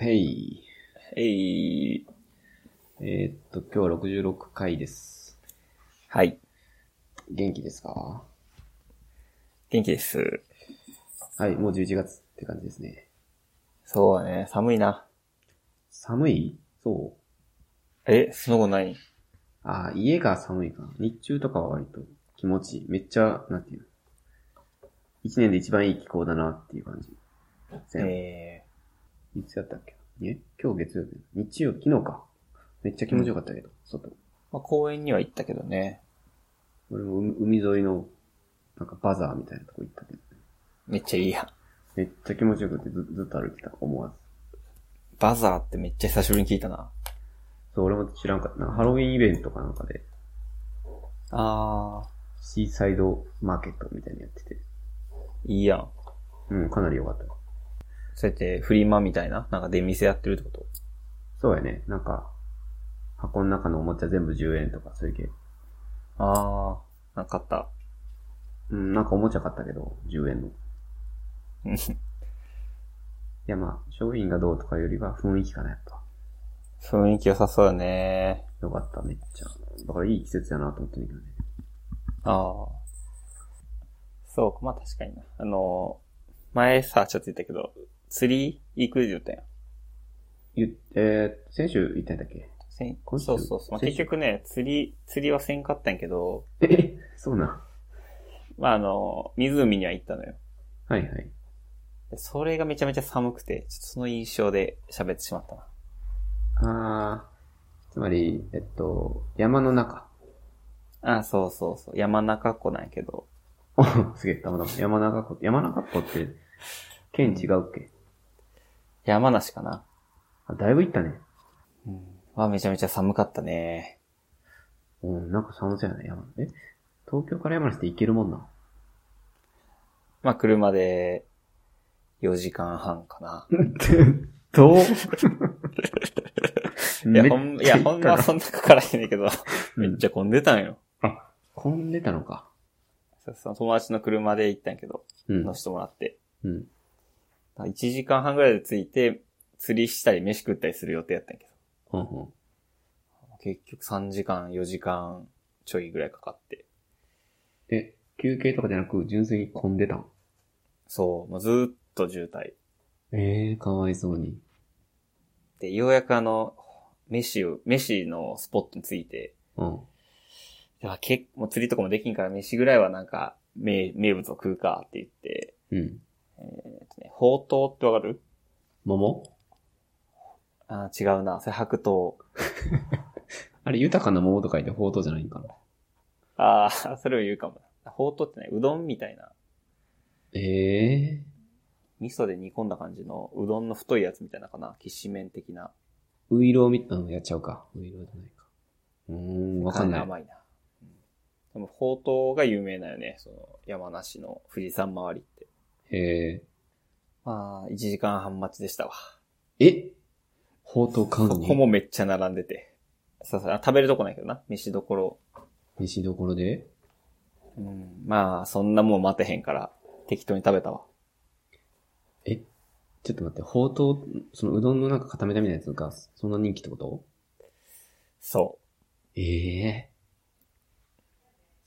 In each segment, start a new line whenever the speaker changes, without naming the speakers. へい。
えい。
えーっと、今日は66回です。
はい。
元気ですか
元気です。
はい、もう11月って感じですね。
そうだね。寒いな。
寒いそう。
え、その後ない
あー、家が寒いかな。日中とかは割と気持ちいい。めっちゃ、なんていうの。一年で一番いい気候だなっていう感じ。せん
え
いつやったっけえ今日月曜日。日曜日、昨日か。めっちゃ気持ちよかったけど、外。
ー、まあ、公園には行ったけどね。
俺も海海沿いの、なんかバザーみたいなとこ行ったけど。
めっちゃいいやん。
めっちゃ気持ちよくてずずっと歩いてた、思わず。
バザーってめっちゃ久しぶりに聞いたな。
そう、俺も知らんかったな。ハロウィンイベントかなんかで、
あ
シーサイドマーケットみたいにやってて。
ー、いいやん。
うん、かなり良かった。
そうやってフリマみたいな、なんか出店やってるってこと
そうやね。なんか、箱の中のおもちゃ全部10円とか、そういう系。
あー、なんかあった。
うん、なんかおもちゃ買ったけど、10円の。い
うん
や、まあ、商品がどうとかよりは雰囲気かな、やっぱ。
雰囲気良さそうだね。
よかった、めっちゃ。だからいい季節やなと思ってんだけどね。
ああ。そうか、まあ確かにな。あのー、前さ、ちょっと言ったけど、釣り行くって言ったやん。
ゆえー、先週言ったんだっけ
せん
今週
そうそうそう。まあ、
先週
結局ね、釣り、釣りはせんかったんやけど、
え そうなん。
まああの、湖には行ったのよ。
はいはい。
でそれがめちゃめちゃ寒くて、ちょっとその印象で喋ってしまったな。
あー、つまり、えっと、山の中。
ああ、そうそうそう。山中湖なんやけど、
お すげえ、たまたま。山中湖、山中湖って、県違うっけ、
山梨かな。
あ、だいぶ行ったね。
うん。はめちゃめちゃ寒かったね。
うん、なんか寒そうやね、山。え東京から山梨って行けるもん な。
まあ車で4時間半かな。
どう
いや、ほん、いや、ほんまは
そ
そんなかからへんねんけど、
うん
めっちゃ混んでたんよ。
混んでたのか。
そうそう友達の車で行ったんやけど、
うん
乗。せてもらって。
うん。
1時間半ぐらいで着いて、釣りしたり飯食ったりする予定やったんやけど。
ほんほん。
結局3時間、4時間ちょいぐらいかかって。
え、休憩とかじゃなく、純粋に混んでたん
そう、もうずーっと渋滞。
ええー、かわいそうに。
で、ようやくあの、飯を、飯のスポットについて、
うん。
いや結もう釣りとかもできんから飯ぐらいはなんか、名、名物を食うかって言って、
うん。
えっとね、ほうとうってわかる
桃
あー、違うな。それ白桃。
あれ、豊かな桃と書いて、ほうとうじゃないんかな。
ああ、 それを言うかもな。ほうとうってね、うどんみたいな、
ええ
味噌で煮込んだ感じの、うどんの太いやつみたいなのかな。きしめん的な。
ー、ウイローみたいなのやっちゃうか。ウイローじゃないか。うーん、わかんない。
甘いな。うんでも、ほうとうが有名だよね。その、山梨の富士山周りって。
え
まあ、1時間半待ちでしたわ。
ー、えほうとう買うの
そこ
に
もめっちゃ並んでて。ささ、食べるとこないけどな。飯どころ。
飯どころで
うん。まあ、そんなもん待てへんから、適当に食べたわ。
えちょっと待って、ほうとう、そのうどんのなんか固めたみたいなやつが、そんな人気ってこと
そ
ええ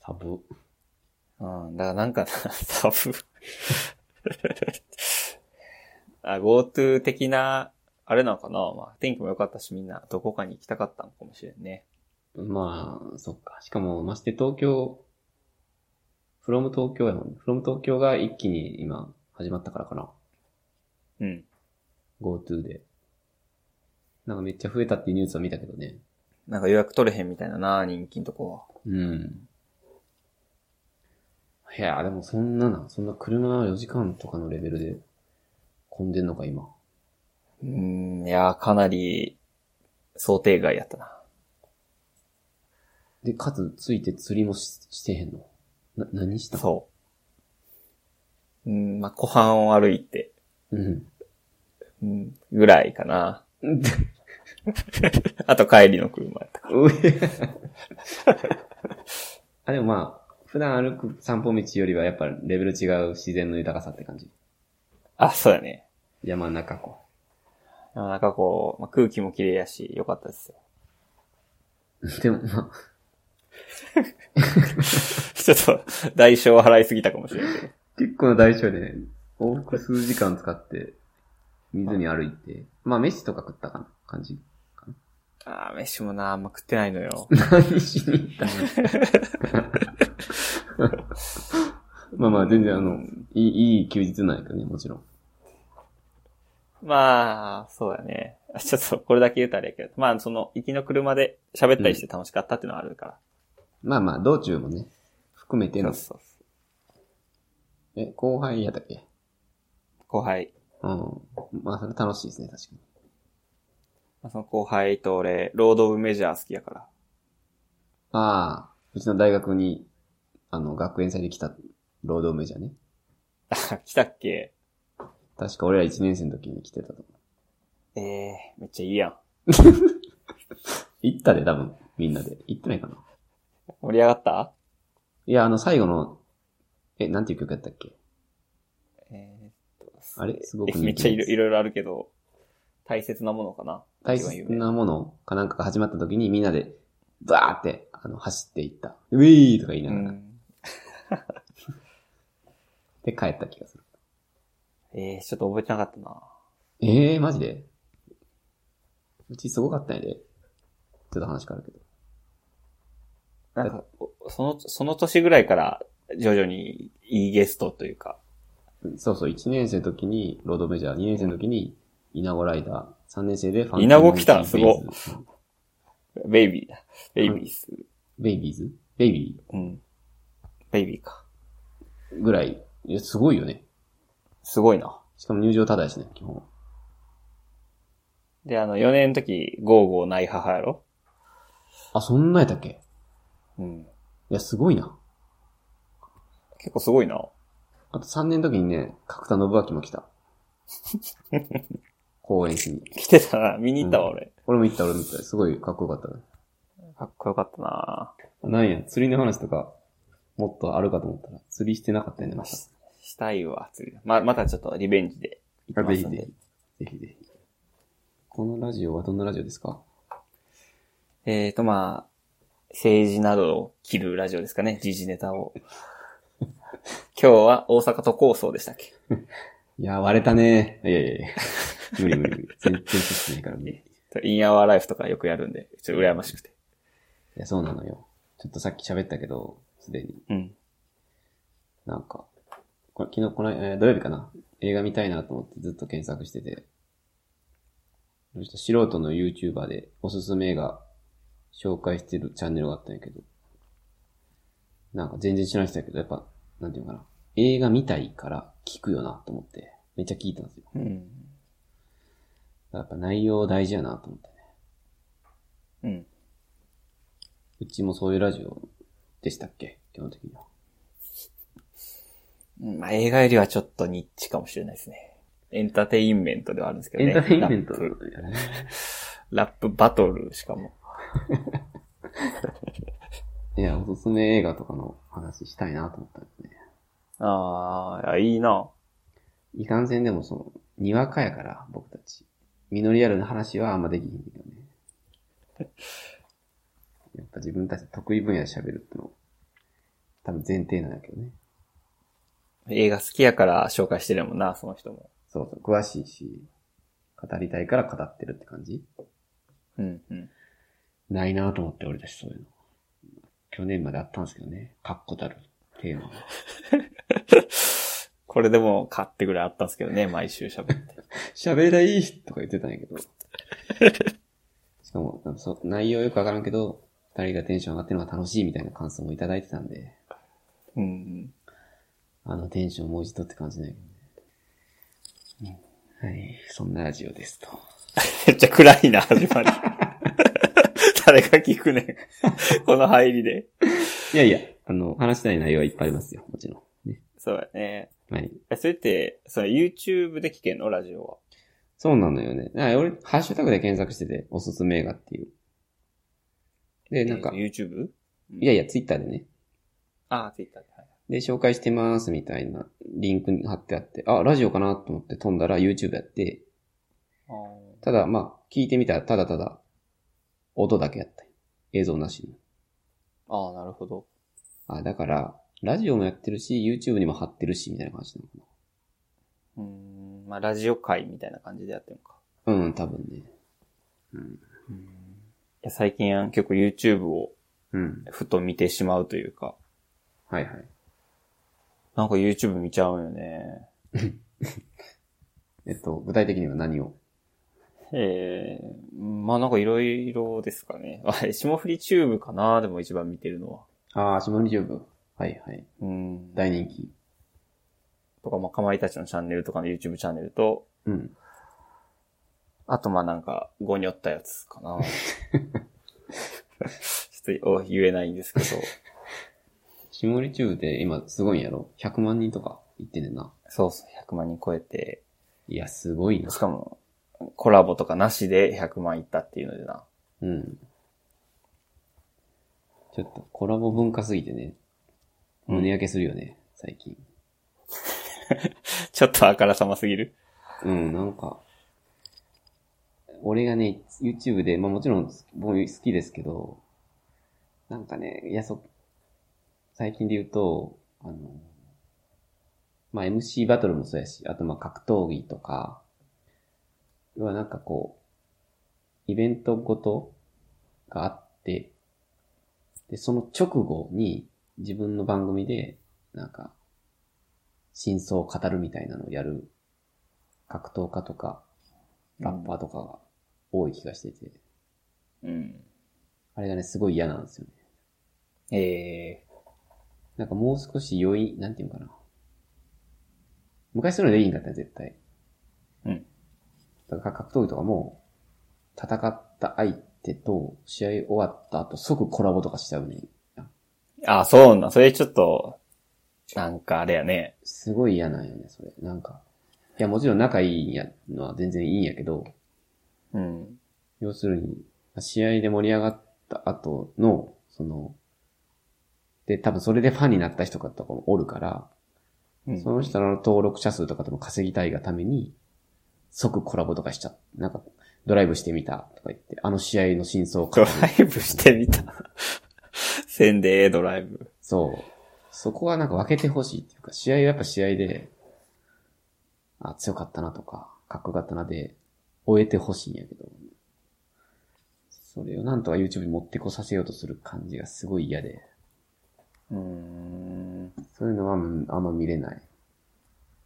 ー。サブ。
う。うん。だからなん かな、サブ。あ、GoTo 的な、あれなのかなまあ、天気も良かったし、みんなどこかに行きたかったのかもしれんね。
まあ、そっか。しかも、まして東京、フロム東京やもんね。フロム東京が一気に今、始まったからかな。
うん。
GoTo で。なんかめっちゃ増えたっていうニュースを見たけどね。
なんか予約取れへんみたいなな、人気のとこは。
うん。いやー、でもそんなな、そんな車4時間とかのレベルで混んでんのか、今。
うーん、いや、かなり、想定外やったな。
で、かつ、ついて釣りもししてへんの。な、何したの
そう。うん、まあ、湖畔を歩いて、
うん。
うん、ぐらいかな。
うん
あと帰りの車やったか
うえあ、でもまあ、普段歩く散歩道よりはやっぱレベル違う自然の豊かさって感じ。
ら。あ、そうだね。
山の中湖。
でもなんかこう、まあ、空気も綺麗やし、良かったですよ。
でも、まあ、
ちょっと、代償を払いすぎたかもしれないけど。
結構な代償でね、往復数時間使って、水に歩いて、まあ、飯とか食ったかな、感じ。
ああ、飯もな、あんま食ってないのよ。
何しに行ったの まあまあ、全然あの、いい、いい休日なんやけどね、もちろん。
まあ、そうだね。ちょっと、これだけ言うとあれやけど。まあ、その、行きの車で喋ったりして楽しかったっていうのはあるから。
まあまあ、道中もね、含めての、
そうそう
え、後輩やったっけ
そう後輩。
うん。まあ、それ楽しいですね、確かに。
まあその後輩と俺、ロードオブメジャー好きやから。
ああ、うちの大学に、あの、学園祭で来た、労働メジャーね。
あ来たっけ
確か俺ら1年生の時に来てたと思う。
ええめっちゃいいやん。
行ったで、多分、みんなで。行ってないかな。
盛り上がった
いや、あの、最後の、え、なんていう曲やったっけ
えーっと
あれすごく人気です
めっちゃいろいろいろあるけど、大切なものかな
大切なものかなんかが始まった時にみんなで、バーって、あの、走っていった。ウィーとか言いうながら。
ん。
で、帰った気がする。
ええちょっと覚えてなかったな。
ええー、マジでうちすごかったんやで。ちょっと話変わるけど。
なんか、おその、その年ぐらいから、徐々にいいゲストというか、
そうそう、1年生の時にロードメジャー、2年生の時にイナゴライダー、3年生でファン
イナゴ来た
ベイビーズ
ベイビーだ。ベイビーっす。
ベイビーズベイビ
うん。ベイビーか。
ーぐらい。いや、すごいよね。
すごいな。
しかも入場ただやしね、基本。
で、あの、4年の時、ゴーゴーない母やろ
あ、そんなやったっけ
うん。
いや、すごいな。
結構すごいな。
あと3年の時にね、角田信明も来 た。公演しに。
来てたな。見に行ったわ、
うん
俺。
俺も行った、俺も行った。すごいかっこよかったね。
かっこよかったな
なんや、釣りの話とか、もっとあるかと思ったら、釣りしてなかったよね、また。
したいわ、次。ま、またちょっとリベンジで行きま
ぜひ
す
ぜひ。
んで
ぜ。ひぜひ。このラジオはどんなラジオですか
えーと、まあ、政治などを切るラジオですかね。時事ネタ を。今日は大阪都構想でしたっけ
いや、割れたね。いやいやいや。無理無理無理。全然進 めないから無理。い
インアワーライフとかよくやるんで、ちょっと羨ましくて。
や、そうなのよ。ちょっとさっき喋ったけど、すでに。
うん。
なんか、これ昨日この、えー土曜日かな。映画見たいなと思ってずっと検索してて。そしたら素人の YouTuber でおすすめ映画紹介してるチャンネルがあったんやけど。なんか全然知らない人やけど、やっぱ、なんていうのかな。映画見たいから聞くよなと思って、めっちゃ聞いたんですよ。
うん。
やっぱ内容大事やなと思って。
うん。
うちもそういうラジオでしたっけ基本的には。
うんまあ、映画よりはちょっとニッチかもしれないですね。エンターテインメントではあるんですけど
エ
ね。
ンターテインメント
ラップラップバトルしかも。
いや、おすすめ映画とかの話したいなと思ったんですね。
ああ、いやいいな。
いかんせんでもその、にわかやから、僕たち。実りある話はあんまできひんけどね。 やっぱ自分たち得意分野で喋るっての、多分前提なんだけどね。
映画好きやから紹介してるもんな、その人も。
そうそう、詳しいし、語りたいから語ってるって感じ
うん、うん。
ないなと思って、俺たちそういうの。去年まであったんですけどね。確固たるテーマが。
これでも買ってぐらいあったんですけどね、毎週喋って。
喋りたいとか言ってたんやけど。 しかも、なんかそう内容よくわからんけど、二人がテンション上がってるのが楽しいみたいな感想もいただいてたんで、
うんうん。
あのテンションもう一度って感じないけどね。はい。そんなラジオですと。
めっちゃ暗いな、始まり。 誰が聞くねん。この入りで。
いやいや、あの、話したい内容はいっぱいありますよ。もちろん。ね。
そうやね。
はい。
えそれって、その YouTube で聞けんのラジオは。
そうなのよね。あ俺、ハッシュタグで検索してて、おすすめ映画っていう。で、なんか、
えー YouTube?
いやいや、ツイッターでね。
ああ、Twitter で。はい
で、紹介してますみたいなリンクに貼ってあって、あ、ラジオかなと思って飛んだら YouTube やって、
あー
ただ、まあ、聞いてみたら、ただただ、音だけやった。映像なしの。
ああ、なるほど。
あ、だから、ラジオもやってるし、YouTube にも貼ってるし、みたいな感じなのか
うーん、まあ、ラジオ会みたいな感じでやってるのか。
な。うん、多分ね。
いや最近結構 YouTube を
うん。
ふと見てしまうというか、
はいはい。
なんか YouTube 見ちゃうよね。
えっと、具体的には何を
ええまあなんかいろいろですかね。 あれ、霜降りチューブかなでも一番見てるのは。
ああ、下の YouTube。はいはい。
うん。
大人気。
とか、まあ、かまいたちのチャンネルとかの YouTube チャンネルと、
うん。
あとまあなんか、ゴニョったやつかな ちょっとお言えないんですけど。
下の YouTube って今すごいんやろ ?100 万人とか言ってんねんな。
そうそう、100万人超えて、
いや、すごいな
し。かも、コラボとかなしで100万いったっていうのでな。
うん。ちょっとコラボ文化すぎてね、胸焼けするよね、最近。
ちょっとあからさますぎる。
うん、なんか、俺がね、YouTube で、まあもちろん僕好きですけど、なんかね、いや、そ、最近で言うと、あの、まあ MC バトルもそうやし、あとまあ格闘技とか、要はなんかこう、イベントごとがあって、で、その直後に自分の番組で、なんか、真相を語るみたいなのをやる格闘家とか、ラッパーとかが多い気がしてて、
うん。
あれがね、すごい嫌なんですよね。
ええ
なんかもう少し良い、なんていうのかな。昔そういうのでいいんだったら絶対。
うん。
だから格闘技とかも、戦った相手と試合終わった後即コラボとかしちゃうね。
あ、そうなん。それちょっと、なんかあれやね。
すごい嫌なんよね、それ。なんか。いや、もちろん仲いいんやのは全然いいんやけど、
うん。
要するに、試合で盛り上がった後の、その、で、多分それでファンになった人とかもおるから、その人の登録者数とかでも稼ぎたいがために、即コラボとかしちゃっなんか、ドライブしてみたとか言って、あの試合の真相を語
ド
る
ライブしてみた。せんでええドライブ。
そう。そこはなんか分けてほしいっていうか、試合はやっぱ試合で、あ、強かったなとか、かっこよかったなで、終えてほしいんやけど、それをなんとか YouTube に持ってこさせようとする感じがすごい嫌で、
うーん。
そういうのはうんあんま見れない。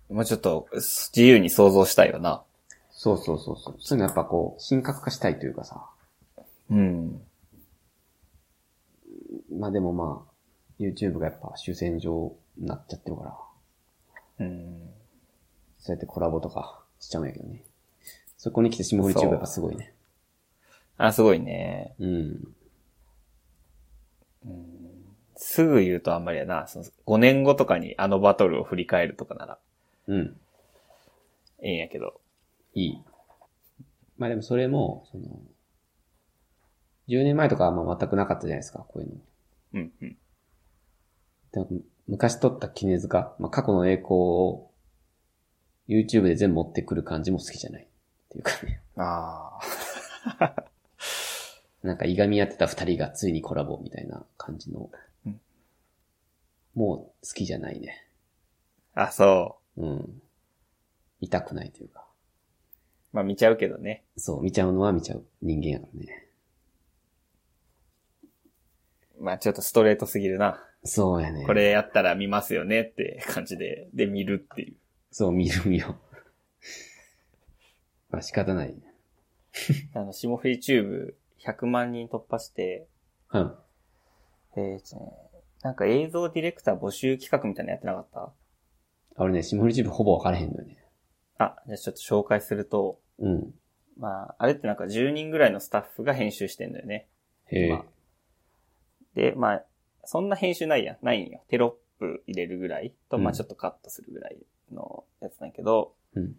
もうちょっと、自由に想像したいよな。
そうそうそうそう。そういうのやっぱこう、神格化したいというかさ、
うん。
まあでもまあ、YouTube がやっぱ主戦場になっちゃってるから、
うん。
そうやってコラボとかしちゃうんやけどね。そこに来て霜降りチューブやっぱすごいね。
あ、すごいね。
うん。
すぐ言うとあんまりやな。その5年後とかにあのバトルを振り返るとかなら、
うん。
ええんやけど。
いい。まあでもそれも、その、10年前とかはまあ全くなかったじゃないですか、こういうの。
うん、うん。
でも昔撮った絹塚、まあ過去の栄光を YouTube で全部持ってくる感じも好きじゃない。っていうかね。
ああ。
なんかいがみ合ってた二人がついにコラボみたいな感じの
うん。
もう好きじゃないね。
あ、そ
うん。見たくないというか。
う。まあ見ちゃうけどね。
そう、見ちゃうのは見ちゃう人間やからね。
まあちょっとストレートすぎるな。
そうやね。
こ。れやったら見ますよねって感じで、で見るっていう。
そう、見る見よう。 まあ仕方ない。
あの、霜降りチューブ100万人突破して、
うん。
えーとね、なんか映像ディレクター募集企画みたいなのやってなかった
俺ね、下降りチューブほぼ分からへんのよね。
あ、じゃあちょっと紹介すると、
うん。
まあ、あれってなんか10人ぐらいのスタッフが編集してんだよね。
へえ。
まあで、まあ、そんな編集ないやん、ないんよ。テロップ入れるぐらいと、ま
う
あ
ん
ちょっとカットするぐらいのやつなんやけど、
うん。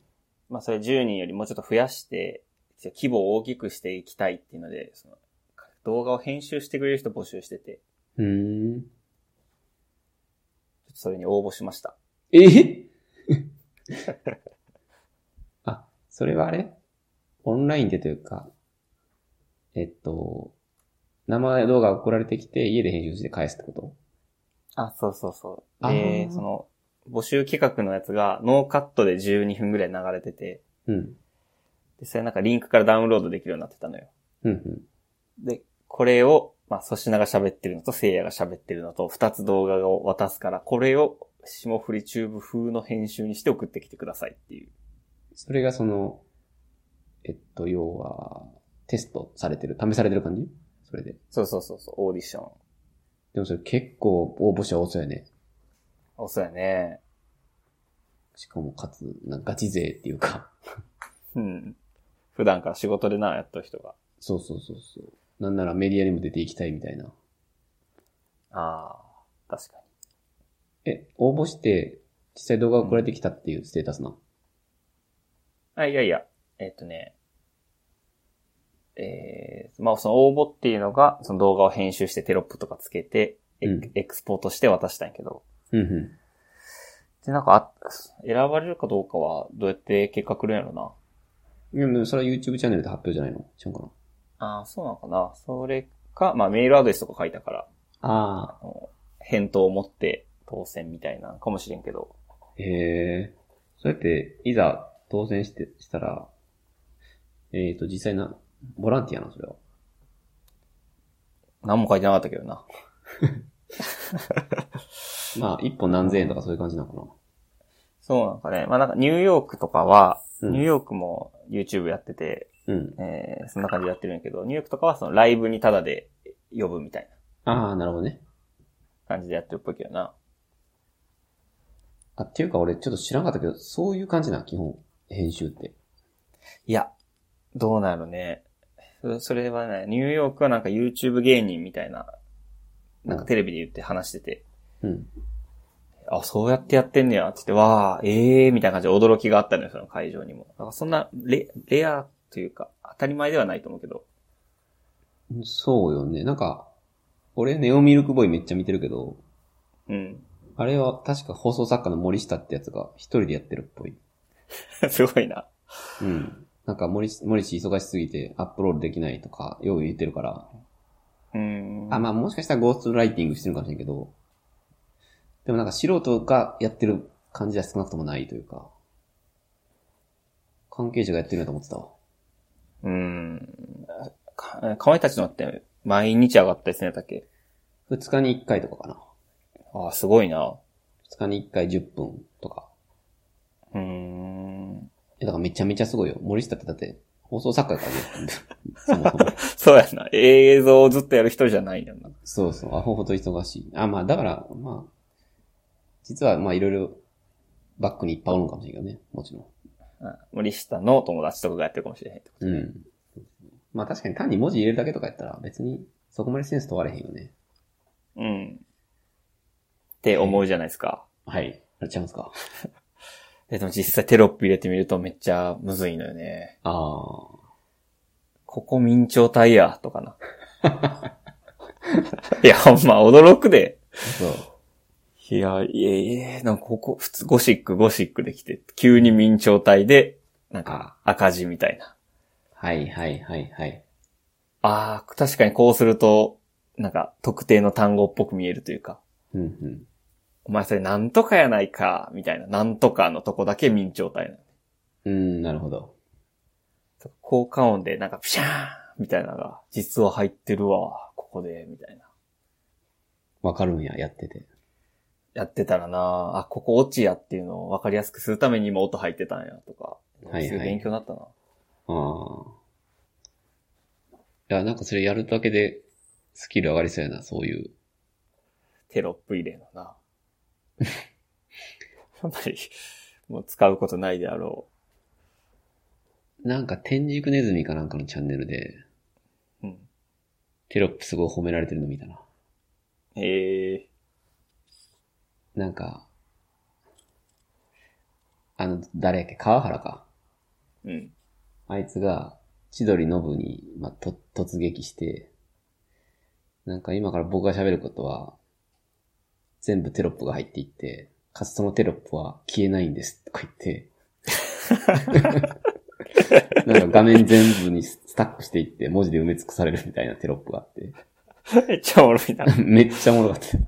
まあそれ10人よりもうちょっと増やして、規模を大きくしていきたいっていうので、その動画を編集してくれる人募集してて、
うーん。
ちょっとそれに応募しました。
えあ、それはあれオンラインでというか、えっと、生動画送られてきて、家で編集して返すってこと
あ、そうそうそう。
あ
で
ー、
その、募集企画のやつが、ノーカットで12分ぐらい流れてて、
うん。
で、それなんかリンクからダウンロードできるようになってたのよ。
うん、うん。
で、これを、まあ、粗品が喋ってるのと、聖夜が喋ってるのと、二つ動画を渡すから、これを、霜降りチューブ風の編集にして送ってきてくださいっていう。
それがその、えっと、要は、テストされてる、試されてる感じそれで。
そうそうそうそう、オーディション。
でもそれ結構応募者多そうやね。
おそうやね。
しかも、かつ、なんかガチ勢っていうか。
うん。普段から仕事でな、やっとる人が。
そうそうそうそう。なんならメディアにも出ていきたいみたいな。
ああ、確かに。
え、応募して、実際動画送られてきたっていうステータスな。
あ、いやいや、えっ、とね、えー、まあその応募っていうのが、その動画を編集してテロップとかつけて、エク
うん
エクスポートして渡したんやけど、
うんう
で、なんかあ、選ばれるかどうかは、どうやって結果来るんやろな。
ん。でも、それは YouTube チャンネルで発表じゃないの違うかな
ああ、そうなのかな。それか、まあメールアドレスとか書いたから、
ああ。
あの返答を持って当選みたいなのかもしれんけど、
へえ。そうやって、いざ当選して、したら、えっ、と、実際な、ボランティアなの、それは。
何も書いてなかったけどな。
まあ、一本何千円とかそういう感じなのか
そうなんかね。まあなんかニューヨークとかは、
うん
ニューヨークも YouTube やってて、
な。うん。
えーそんな感じでやってるんやけど、ニューヨークとかはそのライブにタダで呼ぶみたい
ああ、なるほどね。
な感じでやってるっぽいけどな。
あ、っていうか俺ちょっと知らんかったけど、そういう感じな、基本。編集って。
いや、どうなるね。そそれはね、ニューヨークはなんか YouTube 芸人みたいな、なんかテレビで言って話してて、
うん。
あ、そうやってやってんねや、つって、わー、ええー、みたいな感じで驚きがあったのよ、その会場にも。だからそんなレ、レアというか、当たり前ではないと思うけど。
そうよね。なんか、俺ネオミルクボーイめっちゃ見てるけど、
うん。
あれは確か放送作家の森下ってやつが一人でやってるっぽい。
すごいな。
うん。なんか森し、森氏忙しすぎてアップロードできないとか、よう言ってるから。
うん。
あ、まあもしかしたらゴーストライティングしてるかもしれんけど、でもなんか素人がやってる感じは少なくともないというか、関係者がやってるんだと思ってたわ。
うん。か、かまいたちのって、毎日上がったですね、だけ。
二日に一回とかかな。
ああ、すごいな。
二日に一回10分とか。
うーん。
いやだからめちゃめちゃすごいよ。森下ってだって、放送作家だからね。 そもそも。
そうやな。映像をずっとやる人じゃないよな。
そうそう。アホほど忙しい。あ、まあだから、まあ、実はまあいろいろ、バックにいっぱいおるのかもしれんけどね。もちろん。
あ森下の友達とかがやってるかもしれへんってこと
う
ね
ん。まあ確かに単に文字入れるだけとかやったら別にそこまでセンス問われへんよね。
うん。って思うじゃないですか。
はい。やっちゃいますか。
ででも実際テロップ入れてみるとめっちゃむずいのよね。
ああ。
ここ明朝体や、とかな。 いや、ほんま驚くで。
そう。
いや、いえいえ、なんかここ、普通ゴシック、ゴシックできて、急に明朝体で、なんか赤字みたいな。
はいはいはいはい。
ああ、確かにこうすると、なんか特定の単語っぽく見えるというか、
うんうん。
お前それなんとかやないか、みたいな、なんとかのとこだけ明朝体なの。
うん、なるほど。
効果音でなんかピシャーンみたいなのが、実は入ってるわ、ここで、みたいな。
わかるんや、やってて。
やってたらなあ、ここ落ちやっていうのを分かりやすくするために今音入ってたんや、とか。
はいはい
すご勉強になったな。
ああ。いや、なんかそれやるだけで、スキル上がりそうやな、そういう。
テロップ入れのな。 あんまり、もう使うことないであろ
なんか天竺ネズミかなんかのチャンネルで、
う。うん。
テロップすごい褒められてるの見たな。
ええ
なんか、あの、誰やっけ川原か。
うん。
あいつが、千鳥ノブに、まあ、と、突撃して、なんか今から僕が喋ることは、全部テロップが入っていって、かつそのテロップは消えないんです、とか言って、なんか画面全部にスタックしていって、文字で埋め尽くされるみたいなテロップがあって。
めっちゃおもろいな。
めっちゃおもろかったよ。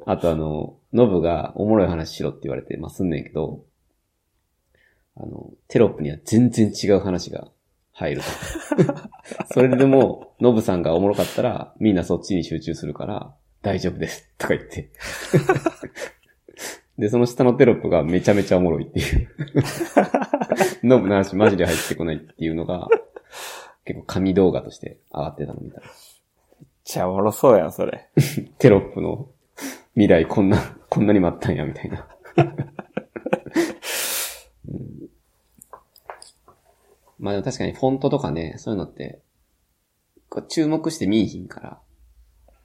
あとあの、ノブがおもろい話しろって言われて、まあ、すんねんけど、あの、テロップには全然違う話が入ると。 それでも、ノブさんがおもろかったら、みんなそっちに集中するから、大丈夫です。とか言って。 で、その下のテロップがめちゃめちゃおもろいっていう。 ノブの話マジで入ってこないっていうのが、結構神動画として上がってたのみたい。
めっちゃおもろそうやん、それ。
テロップの未来こんな、こんなに待ったんや、みたいな。うんまあでも確かにフォントとかね、そういうのって、こう注目して見いひんから、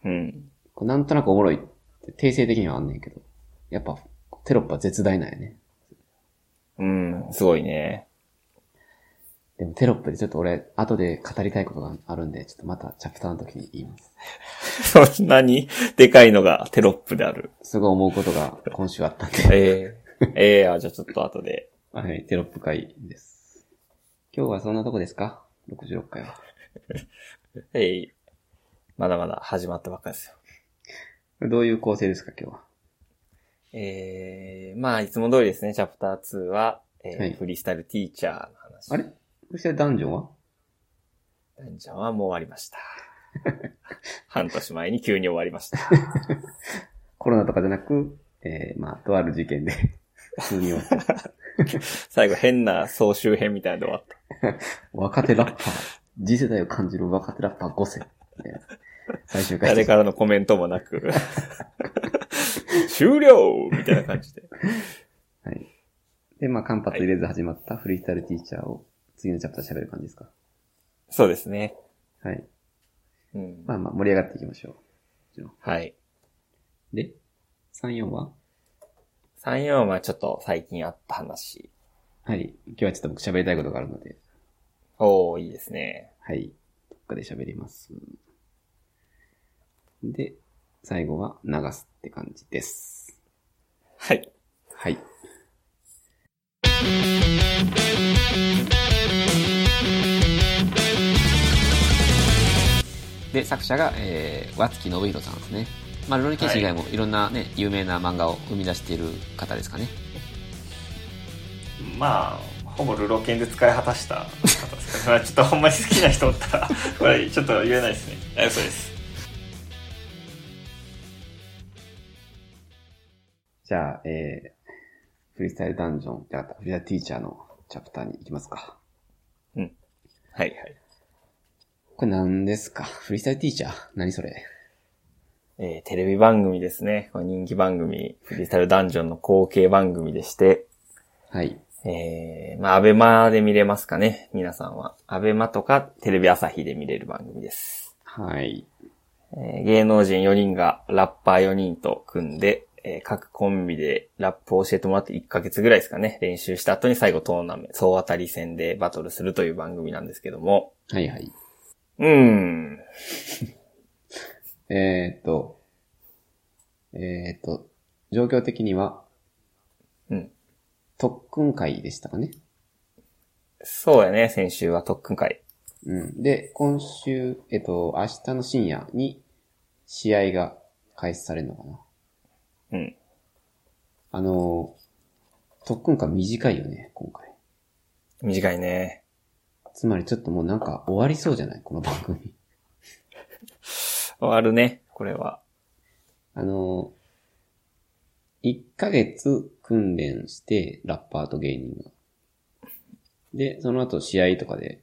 うん。
こうなんとなくおもろいって定性的にはあんねんけど、やっぱテロップは絶大なんやね。
うん、すごいね。
でもテロップでちょっと俺、後で語りたいことがあるんで、ちょっとまたチャプターの時に言います。
そんなにでかいのがテロップである。
すごい思うことが今週あったんで。
ええええあ、じゃあちょっと後で。
はい、テロップ会です。今日はそんなとこですか ?66 回は。
ええまだまだ始まったばっかりですよ。
どういう構成ですか、今日は。
ええまあ、いつも通りですね、チャプター2は、ええ
はい
フリースタイルティーチャーの話。
あれそしてダンジョンは
ダンジョンはもう終わり ました。半年前に急に終わりました。
コロナとかじゃなく、えー、まあ、とある事件で、 普通に終わった
最後変な総集編みたいなので終わった。
若手ラッパー、次世代を感じる若手ラッパー5選。みたいな最終回
誰
です。
からのコメントもなく。 終了みたいな感じで。
はい。で、まあ、間髪入れず始まったフリースタイルティーチャーを次のチャプター喋る感じですか。
そうですね。
はい。
うん
まあまあ、盛り上がっていきましょ
はい。
う。で、3、4は
3、4はちょっと最近あった話。
はい。今日はちょっと僕喋りたいことがあるので、
おー、いいですね。
はい。どっかで喋ります。で、最後は流すって感じです。
はい。
はい。で、作者が、えー、和月信弘さんですね。まあ、ルロニケンシ以外もいろんなね、有名な漫画を生み出している方ですかね。
まあ、ほぼルロケンで使い果たした方ですから、まあ、ちょっとほんまに好きな人お ったら、これちょっと言えないですね。あそうです。
じゃあ、えー、フリースタイルダンジョン、じゃあ、フリースタイルティーチャーのチャプターに行きますか。
はいはい。
これ何ですかフリースタイルティーチャー何それ
えー、テレビ番組ですね。この人気番組、フリースタイルダンジョンの後継番組でして、
はい。
えー、まあ、アベマで見れますかね。皆さんは。アベマとかテレビ朝日で見れる番組です。
はい。
えー芸能人4人がラッパー4人と組んで、えー各コンビでラップを教えてもらって1ヶ月ぐらいですかね、練習した後に最後トーナメント、総当たり戦でバトルするという番組なんですけども、
はいはい。
うーん、
えー、っと、えー、っと、状況的には、
うん。
特訓会でしたかね。
そうやね、先週は特訓会。
うん。で、今週、えっと、明日の深夜に試合が開始されるのかな。
うん。
あの、特訓会短いよね、今回。
短いね。
つまりちょっともうなんか終わりそうじゃないこの番組。
終わるね、これは。
あの、1ヶ月訓練して、ラッパーと芸人が。で、その後試合とかで。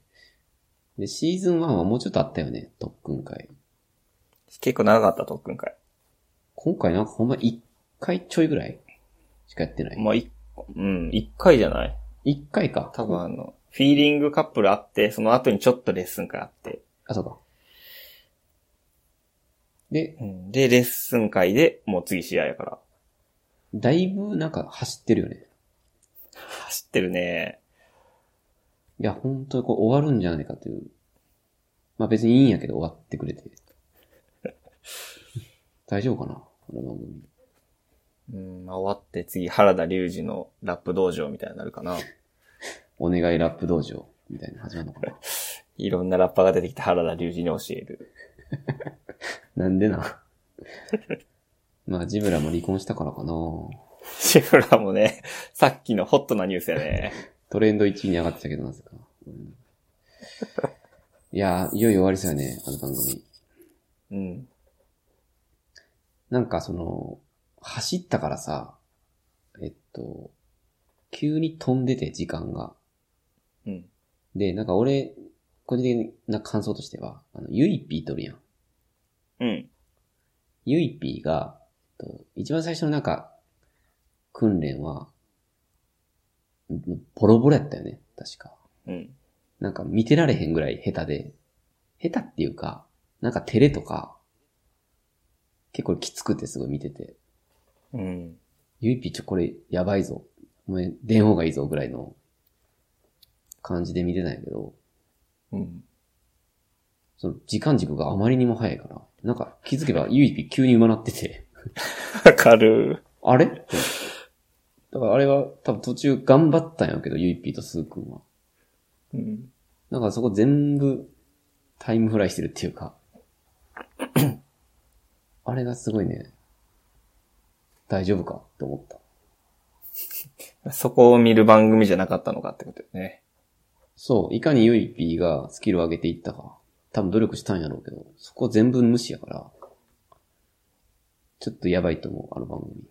で、シーズン1はもうちょっとあったよね、特訓会。
結構長かった特訓会。
今回なんかほんま1回ちょいぐらいしかやってない。
もう一うん、一回じゃない
1回か。
多分あの、フィーリングカップルあって、その後にちょっとレッスン会あって、
あ、そうか。で、
うん、で、レッスン会でもう次試合やから。
だいぶなんか走ってるよね。
走ってるね。
いや、本当にこう終わるんじゃないかという。まあ別にいいんやけど終わってくれて。大丈夫かなこの番組。
うん、まあ終わって次、原田隆二のラップ道場みたいになるかな。
お願いラップ道場みたいなの始まるのかな。
いろんなラッパーが出てきて原田隆二に教える。
なんでな。まあ、ジブラも離婚したからかな。
シェフラーもね、 さっきのホットなニュースやね。
トレンド1位に上がってたけど、なぜか。うんいやー、いよいよ終わりそうやね、あの番組。
うん。
なんかその、走ったからさ、えっと、急に飛んでて、時間が。
うん。
で、なんか俺、個人的な感想としては、あの、ユイピーとるやん。
うん。
ユイピーが、えっと一番最初のなんか、訓練は、んボロボロやったよね、確か。
うん。
なんか見てられへんぐらい下手で、下手っていうか、なんか照れとか、結構きつくてすごい見てて、
うん。
ゆいぴちょこれやばいぞ、お前電話がいいぞぐらいの感じで見てたんやけど、
うん。
その時間軸があまりにも早いから、なんか気づけばゆいぴ急に馬なってて、
わかる。
あれってだからあれは多分途中頑張ったんやけど、ゆいぴとスーくんは。
うん。
なんかそこ全部タイムフライしてるっていうか、 あれがすごいね、大丈夫かって思った。
そこを見る番組じゃなかったのかってことよね。
そう、いかにユイピーがスキルを上げていったか、多分努力したんやろうけど、そこ全部無視やから、ちょっとやばいと思う、あの番組。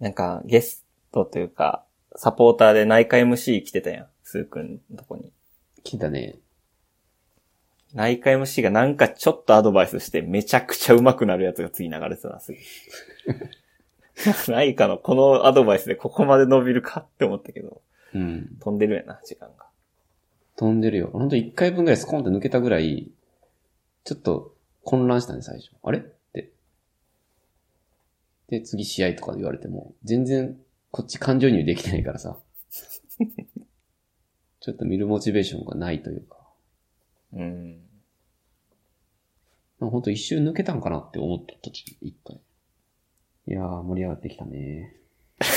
なんか、ゲストというか、サポーターで内科 MC 来てたやん。スーくんのとこに。
聞いたね。
内科 MC がなんかちょっとアドバイスしてめちゃくちゃ上手くなるやつが次流れてたな、 すぐ。内科のこのアドバイスでここまで伸びるかって思ったけど、
うん。
飛んでるやな、時間が。
飛んでるよ。ほんと一回分ぐらいスコンって抜けたぐらい、ちょっと混乱したね、最初。あれって。で、次試合とか言われても、全然こっち感情移入できないから さ。ちょっと見るモチベーションがないというか。
うん。
ほんと一周抜けたんかなって思った途中、一回。いやー、盛り上がってきたね。
めっ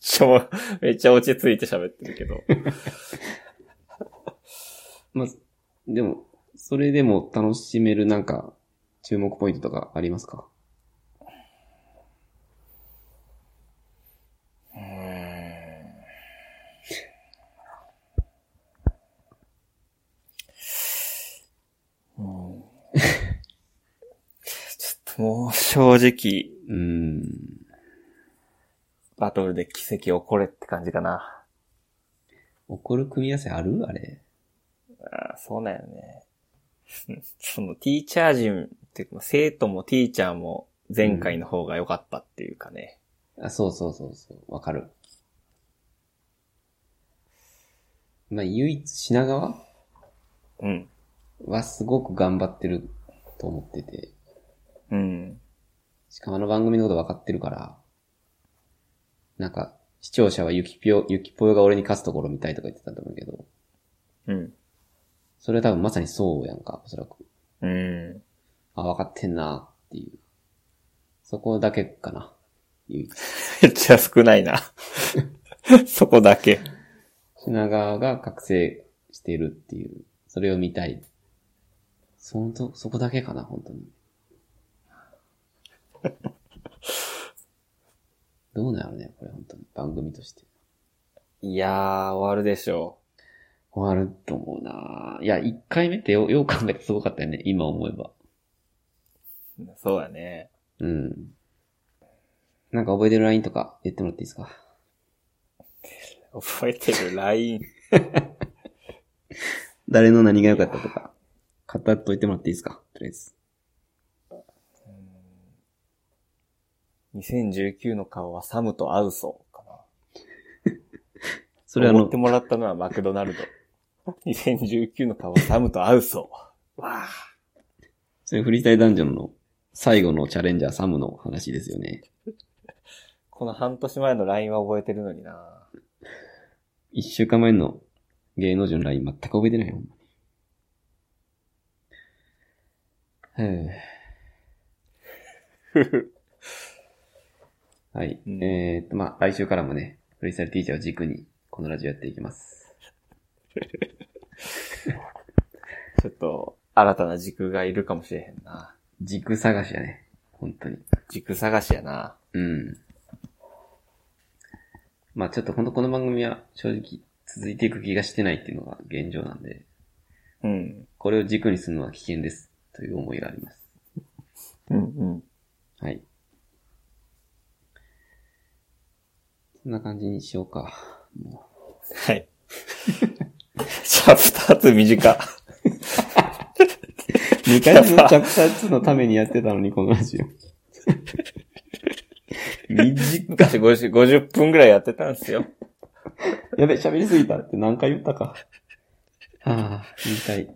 ちゃもう、 めっちゃ落ち着いて喋ってるけど。
まあ、でも、それでも楽しめるなんか、注目ポイントとかありますか
うーんうんちょっともう正直、
うーん。
バトルで奇跡起これって感じかな。
怒る組み合わせあるあれ。
あーそうなんよね。うんそのティーチャー陣っていうか、生徒もティーチャーも前回の方が良かったっていうかね。
あ、そうそうそうそう。わかる。まあ、唯一品川
うん。
はすごく頑張ってると思ってて。
うん。
しかもあの番組のことわかってるから。なんか、視聴者はゆきぴょ、ゆきぽよが俺に勝つところ見たいとか言ってたと思うけど。
うん。
それは多分まさにそうやんか、おそらく。
うん。
あ、わかってんなっていう。そこだけかな。唯一
めっちゃ少ないな。そこだけ。
品川が覚醒してるっていう、それを見たい。そんと、そこだけかな、本 当に。どうなるね、これ本当に。番組として。
いやー、終わるでしょ
終わると思うないや、1回目ってよ、よう考えてすごかったよね、今思えば。
う。そうだね。
うん。なんか覚えてるラインとか言ってもらっていいですか
覚えてる ?LINE。
誰の何が良かったとか、語っといてもらっていいですかとりあえず。
2019の顔はサムとアウソかな。
それはあ
奢
の
って、もらったのはマクドナルド。2019の顔はサムとアウソ。わあ。
それフリータイルダンジョンの最後のチャレンジャーサムの話ですよね。
この半年前の LINE は覚えてるのにな
一週間前の芸能人のライン全く覚えてないよ、ほんまに。へぇはい。
うん
えーっと、まあ、来週からもね、フリースタイルティーチャーを軸に、このラジオやっていきます。
ちょっと、新たな軸がいるかもしれへんな。
軸探しやね。本当に。
軸探しやな。
うん。まあちょっとほんとこの番組は正直続いていく気がしてないっていうのが現状なんで、
うん。
これを軸にするのは危険です。という思いがあります。
うんうん。
はい。そんな感じにしようか。も
はい。 チャプター2短。
う2回目のチャプター2のためにやってたのに、このラジオ。
短い。50, 50分ぐらいやってたんですよ。
やべ、喋りすぎたって何回言ったか。ああ、言いたい。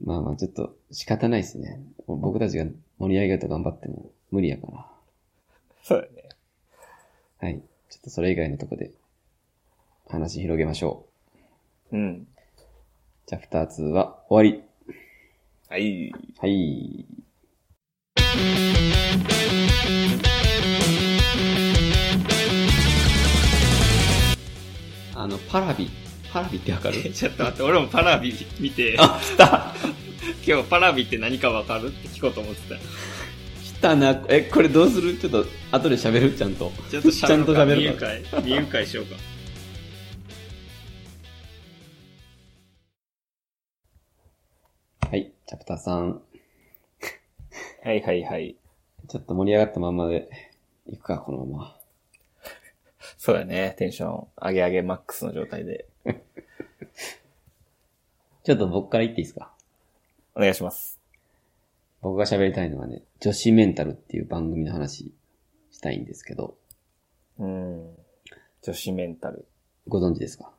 まあまあ、ちょっと仕方ないですね。僕たちが盛り上げようと頑張っても無理やから。
そうだね。
はい。ちょっとそれ以外のとこで話広げましょ
うん。
う。チャプター2は終わり。
はい。
はい。あの、パラビ。パラビってわかる
ちょっと待って、俺もパラビ見て、
あ、来た
今日パラビって何かわかるって聞こうと思ってた。
来たな。え、これどうするちょっと、後で喋るちゃんと。
ちょっと
ちゃんと喋る
か。
か
二遊会、二遊会しようか。
はい、チャプター3。
はいはいはい。
ちょっと盛り上がったまんまで、いくか、このまま。
そうだね。テンション上げ上げマックスの状態で。
ちょっと僕から言っていいですか
お願いします。
僕が喋りたいのはね、女子メンタルっていう番組の話したいんですけど、
うん。女子メンタル。
ご存知ですか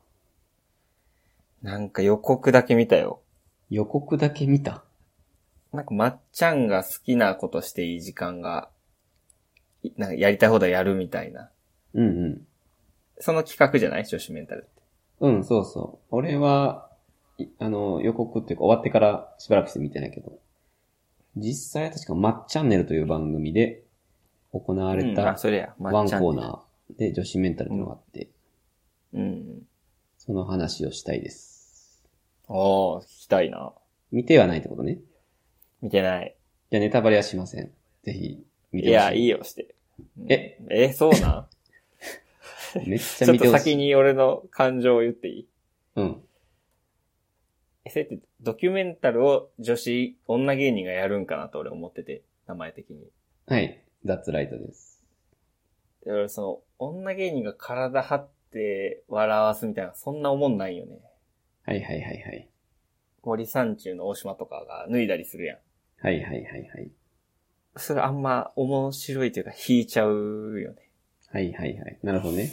なんか予告だけ見たよ。
予告だけ見た
なんかまっちゃんが好きなことしていい時間が、いなんかやりたい放題やるみたいな。
うんうん。
その企画じゃない女子メンタルって。
うん、そうそう。俺は、いあの、予告っていうか終わってからしばらくして見てないけど、実際は確かまっチャンネルという番組で行われ
うんあ、
た
それや。
ワ
まっ
ン
ちゃん
コーナーで女子メンタルっていうのがあって、
ー。うん。
その話をしたいです。
おー、聞きたいな。
見てはないってことね。
見てない。
じゃあネタバレはしません。ぜひ、見てほ
い
しい。
や、いいよ、して。うん
え
え、そう なん
めっち
ち
ゃ
ょっ
見て
と
ほしい。
先に俺の感情を言っていい
うん。
え、それってドキュメンタルを女子、女芸人がやるんかなと俺思ってて、名前的に。
はい。That's right です。
で俺その、女芸人が体張って笑わすみたいな、そんな思んないよね。
はいはいはいはい。
森三中の大島とかが脱いだりするやん。
はいはいはいはい。
それあんま面白いというか引いちゃうよね。
はいはいはい。なるほどね。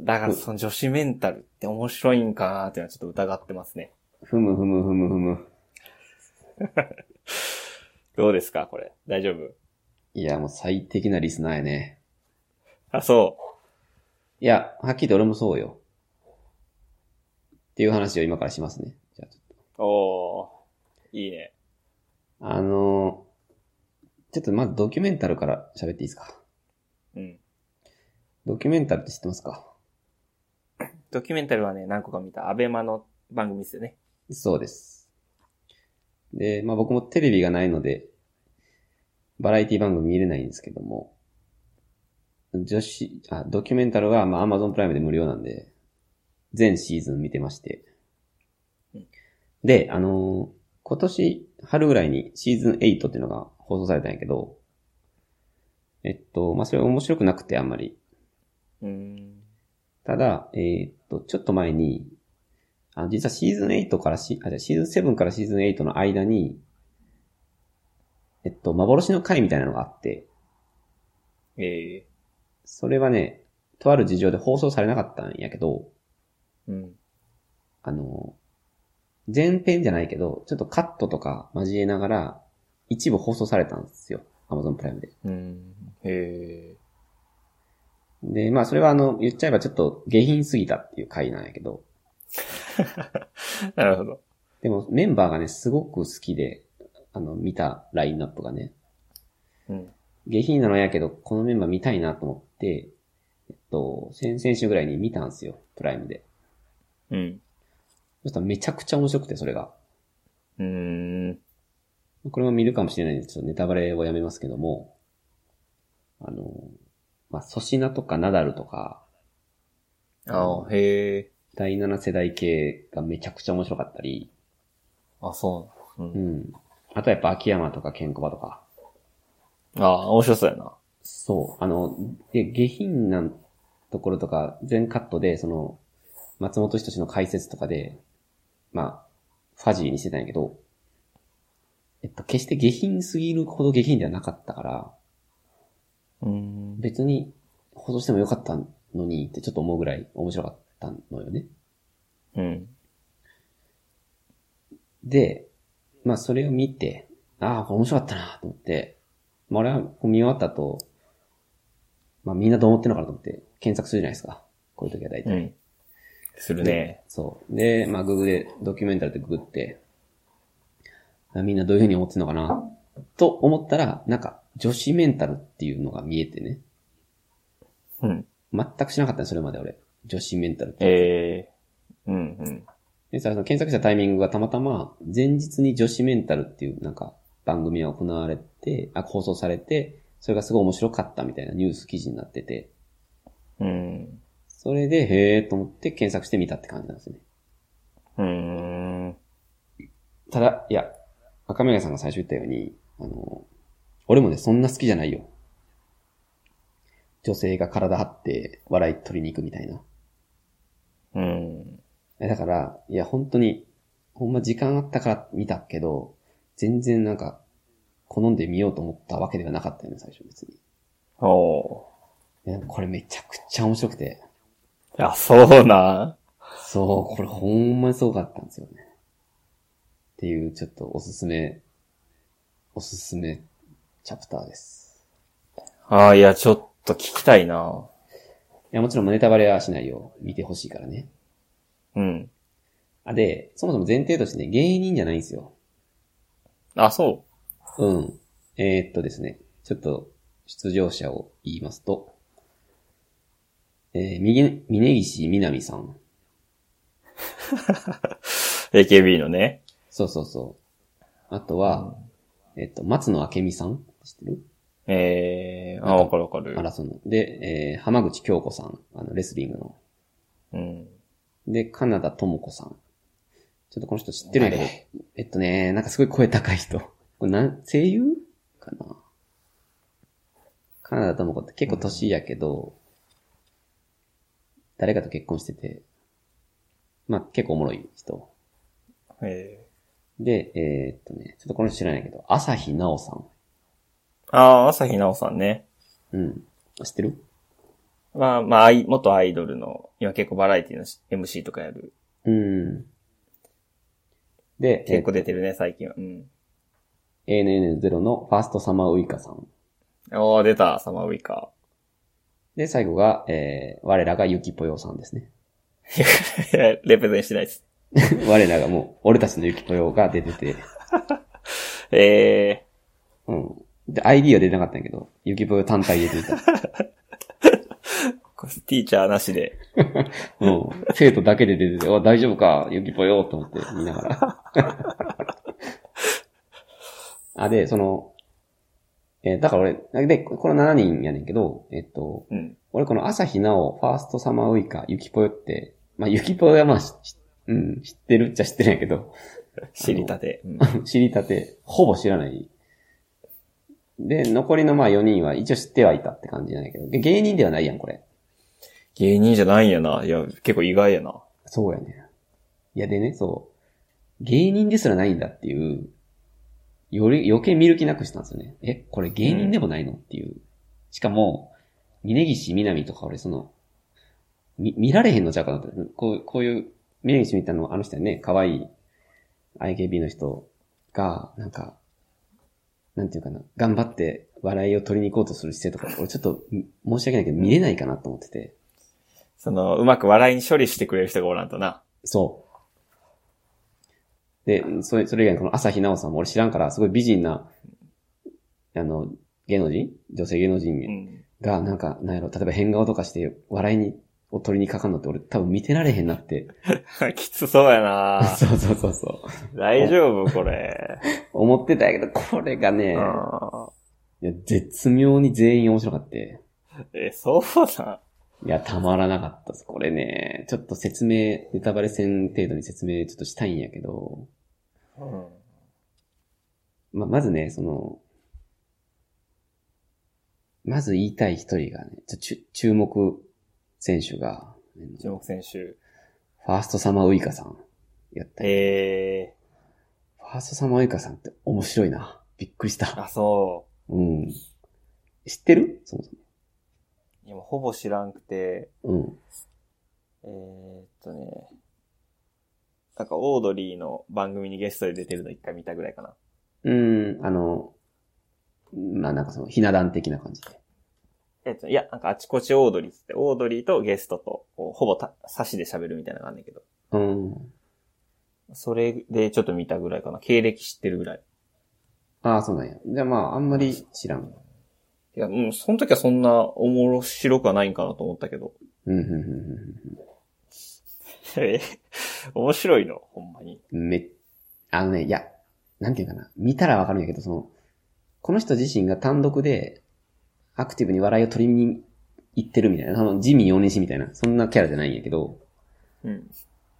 だからその女子メンタルって面白いんかなーっていうのはちょっと疑ってますね。
ふむふむふむふむ。
どうですかこれ。大丈夫
いや、もう最適なリスナーやね。
あ、そ
いや、はっきりと俺もそうよ。っていう話を今からしますね。じゃあちょっ
う。おー。いいね。
と。あのーちょっとまずドキュメンタルから喋っていいですか。
うん。
ドキュメンタルって知ってますか
ドキュメンタルはね、何個か見た。アベマの番組ですよね。
そうです。で、まあ僕もテレビがないので、バラエティ番組見れないんですけども、女子、あ、ドキュメンタルはまあ Amazon プライムで無料なんで、全シーズン見てまして
うん。
で、あのー今年春ぐらいにシーズン8っていうのが放送されたんやけど、えっと、まあそれは面白くなくてあんまり。
うーん。
ただ、えーっと、ちょっと前に、あの、実はシーズン8からシ、あ、じゃあシーズン7からシーズン8の間に、えっと、幻の回みたいなのがあって、
ええ
それはね、とある事情で放送されなかったんやけど、
うん。
あの、前編じゃないけど、ちょっとカットとか交えながら、一部放送されたんですよ。Amazon プライムで。
うん。ええ
で、まあ、それはあの、言っちゃえばちょっと下品すぎたっていう回なんやけど、
なるほど。
でもメンバーがね、すごく好きで、あの、見たラインナップがね、
うん。
下品なのやけど、このメンバー見たいなと思って、えっと、先々週ぐらいに見たんですよ、プライムで。
うん。
そしたらめちゃくちゃ面白くて、それが。
うーん。
これも見るかもしれないんで、ちょっとネタバレをやめますけども、あの、まあ、粗品とかナダルとか、
ああ、へえ。
第7世代系がめちゃくちゃ面白かったり、
あ、そうなの。
う
う。
んん。あとやっぱ秋山とかケンコバとか、
ああ、面白そうやな。
そう、あの、で、下品なところとか、全カットで、その、松本人志の解説とかで、まあ、ファジーにしてたんやけど、えっと、決して下品すぎるほど下品ではなかったから、
うーん。
別に保存してもよかったのにってちょっと思うぐらい面白かったのよね。
うん。
で、まあそれを見て、ああ、これ面白かったなと思って、まあ俺はこう見終わった後、まあみんなどう思ってるのかなと思って検索するじゃないですか。こういう時は大体。
うん。するね。
そう。で、まあ、ググで、ドキュメンタルでググって、あみんなどういうふうに思ってんのかな、と思ったら、なんか、女子メンタルっていうのが見えてね。
うん。
全く知らなかったね、それまで俺。女子メンタルって。
ええ。うん、うん。
でさ、その検索したタイミングがたまたま、前日に女子メンタルっていう、なんか、番組が行われて、あ、放送されて、それがすごい面白かったみたいなニュース記事になってて、
うん。
それで、へえーと思って検索してみたって感じなんですよね。
うーん。
ただ、いや、赤目さんが最初言ったように、あの、俺もね、そんな好きじゃないよ。女性が体張って笑い取りに行くみたいな。
うん。
えだから、いや、本当に、ほんま時間あったから見たけど、全然なんか、好んで見ようと思ったわけではなかったよね、最初別に。い
お
やでもこれめちゃくちゃ面白くて。
ー。あ、そうな。
そう、これほんまにすごかったんですよね。っていう、ちょっとおすすめ、おすすめチャプターです。
ああ、いや、ちょっと聞きたいな。
いや、もちろんネタバレはしないよう見てほしいからね。
うん。
あ、で、そもそも前提としてね、芸人じゃないんですよ。
あ、そ
うん。えーっとですね、ちょっと出場者を言いますと、えー、みげ、峯岸みなみさん。
う。AKB のね。
そうそうそう。あとは、えーっと、松野明美さん。知ってる
ええー、
な
あ、
んか
わかるわかる
マ。ラソンの。で、えー、浜口京子さん。あの、レスリングの。
うん。
で、カナダ智子さん。ちょっとこの人知ってるんやけど、えっとね、なんかすごい声高い人。これなん、声優かなカナダ智子って結構年やけど、誰かと結婚してて、まあ結構おもろい人。
え
で、えーっとね、ちょっとこの人知らないけど、朝日奈央さ
ー、ああ、朝日奈央さんね。
ん。うん。知ってる
まあ、まあアイ、元アイドルの、今結構バラエティの MC とかやる。
うん。で、
結構出てるね、最近は。うん。
ANN0 のファーストサマーウイカさん。
おー、出た、サマーウイカ。
で、最後が、えー、我らがゆきぽよさんですね。
レペゼンしてないです。
我らがもう、俺たちのゆきぽよが出てて、
え
うん。で、ID は出てなかったんやけど、ゆきぽよ単体で出てた。
ー、これティーチャーなしで。
うん。生徒だけで出てて、お大丈夫か、ゆきぽよと思って見ながら。 あ、で、その、えーだから俺、で、この7人やねんけど、えっと、
うん。
俺この朝日奈央、ファーストサマーウイカ、ゆきぽよって、まあ、ゆきぽよはまあ、ししうん、知ってるっちゃ知ってるんやけど、
知りたて。う ん
知りたて、ほぼ知らない。で、残りのまあ4人は一応知ってはいたって感じなんやけど、で芸人ではないやん、これ。
芸人じゃないんやな。いや、結構意外やな。
そうやね。いやでね、そう。芸人ですらないんだっていう、より、余計見る気なくしたんですよね。え、これ芸人でもないのっていう。しかも、峯岸みなみとか俺その、見、見られへんのちゃうかなと。こう、こういう、峯岸みたいなの、あの人やね、可愛い IKB の人が、なんか、なんていうかな、頑張って笑いを取りに行こうとする姿勢とか、俺ちょっと、み申し訳ないけど見れないかなと思ってて。
その、うまく笑いに処理してくれる人がおらんとな。
そう。で、それ、それ以外にこの朝日奈央さんも俺知らんから、すごい美人な、あの、芸能人女性芸能
う
人
ん。
が、なんか、なんやろ、例えば変顔とかして、笑いに、を取りにかかんのって俺多分見てられへんなって。
きつそうや な
そうそうそうそう。
大丈夫これ。
思ってたんやけど、これがね、
うん
いや絶妙に全員面白かった。い
え、そうなん
や、たまらなかったです。これね、ちょっと説明、ネタバレ戦程度に説明ちょっとしたいんやけど、
うん。
まあ、まずね、その、まず言いたい一人がね、ちょちゅ注目選手が、
注目選手。
ファーストサマーウイカさんやった。フ
え
ァーストサマーウイカさんって面白いな。びっくりし
ー、あ、
た。
そ。
うん。知ってるそもそう
いや、もうほぼ知らんくて、
も。うん。
えー、っとね、なんかオードリーの番組にゲストで出てるの一回見たぐらいかな。
うん、あの、まあなんかその、ひな壇的な感じで。
えっと、いや、なんかあちこちオードリーっつって、オードリーとゲストと、こうほぼた、差しで喋るみたいなのがあるんだけど、
うん。
それでちょっと見たぐらいかな。経歴知ってるぐらい。
ああ、そうなんや。じゃあまあ、あんまり知らん。
いや、うん、その時はそんな面白くはないんかなと思ったけど。
うん、うん、う
え面白いの、ほんまに。
ん、うん。め、あのね、いや、なんていうかな。見たらわかるんやけど、その、この人自身が単独で、アクティブに笑いを取りに行ってるみたいな、その、ジミー大西みたいな、そんなキャラじゃないんやけど、
うん。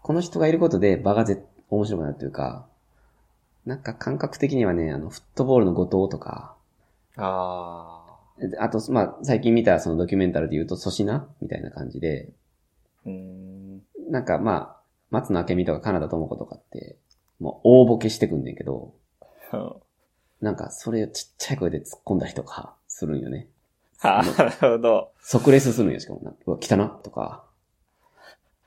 この人がいることで場がぜ面白くなるというか、なんか感覚的にはね、あの、フットボールの後藤とか、
あ
あと、まあ、最近見たそのドキュメンタルで言うと、粗品みたいな感じで、
ー。うーん。
なんかまあ、松野明美とか金田智子とかって、もう大ボケしてくんねんけど、
は
なんかそれをちっちゃい声で突っ込んだりとかするんよね。
あ、なるほど。
即レスするんよ、しかも。なんかうわ、汚っとか。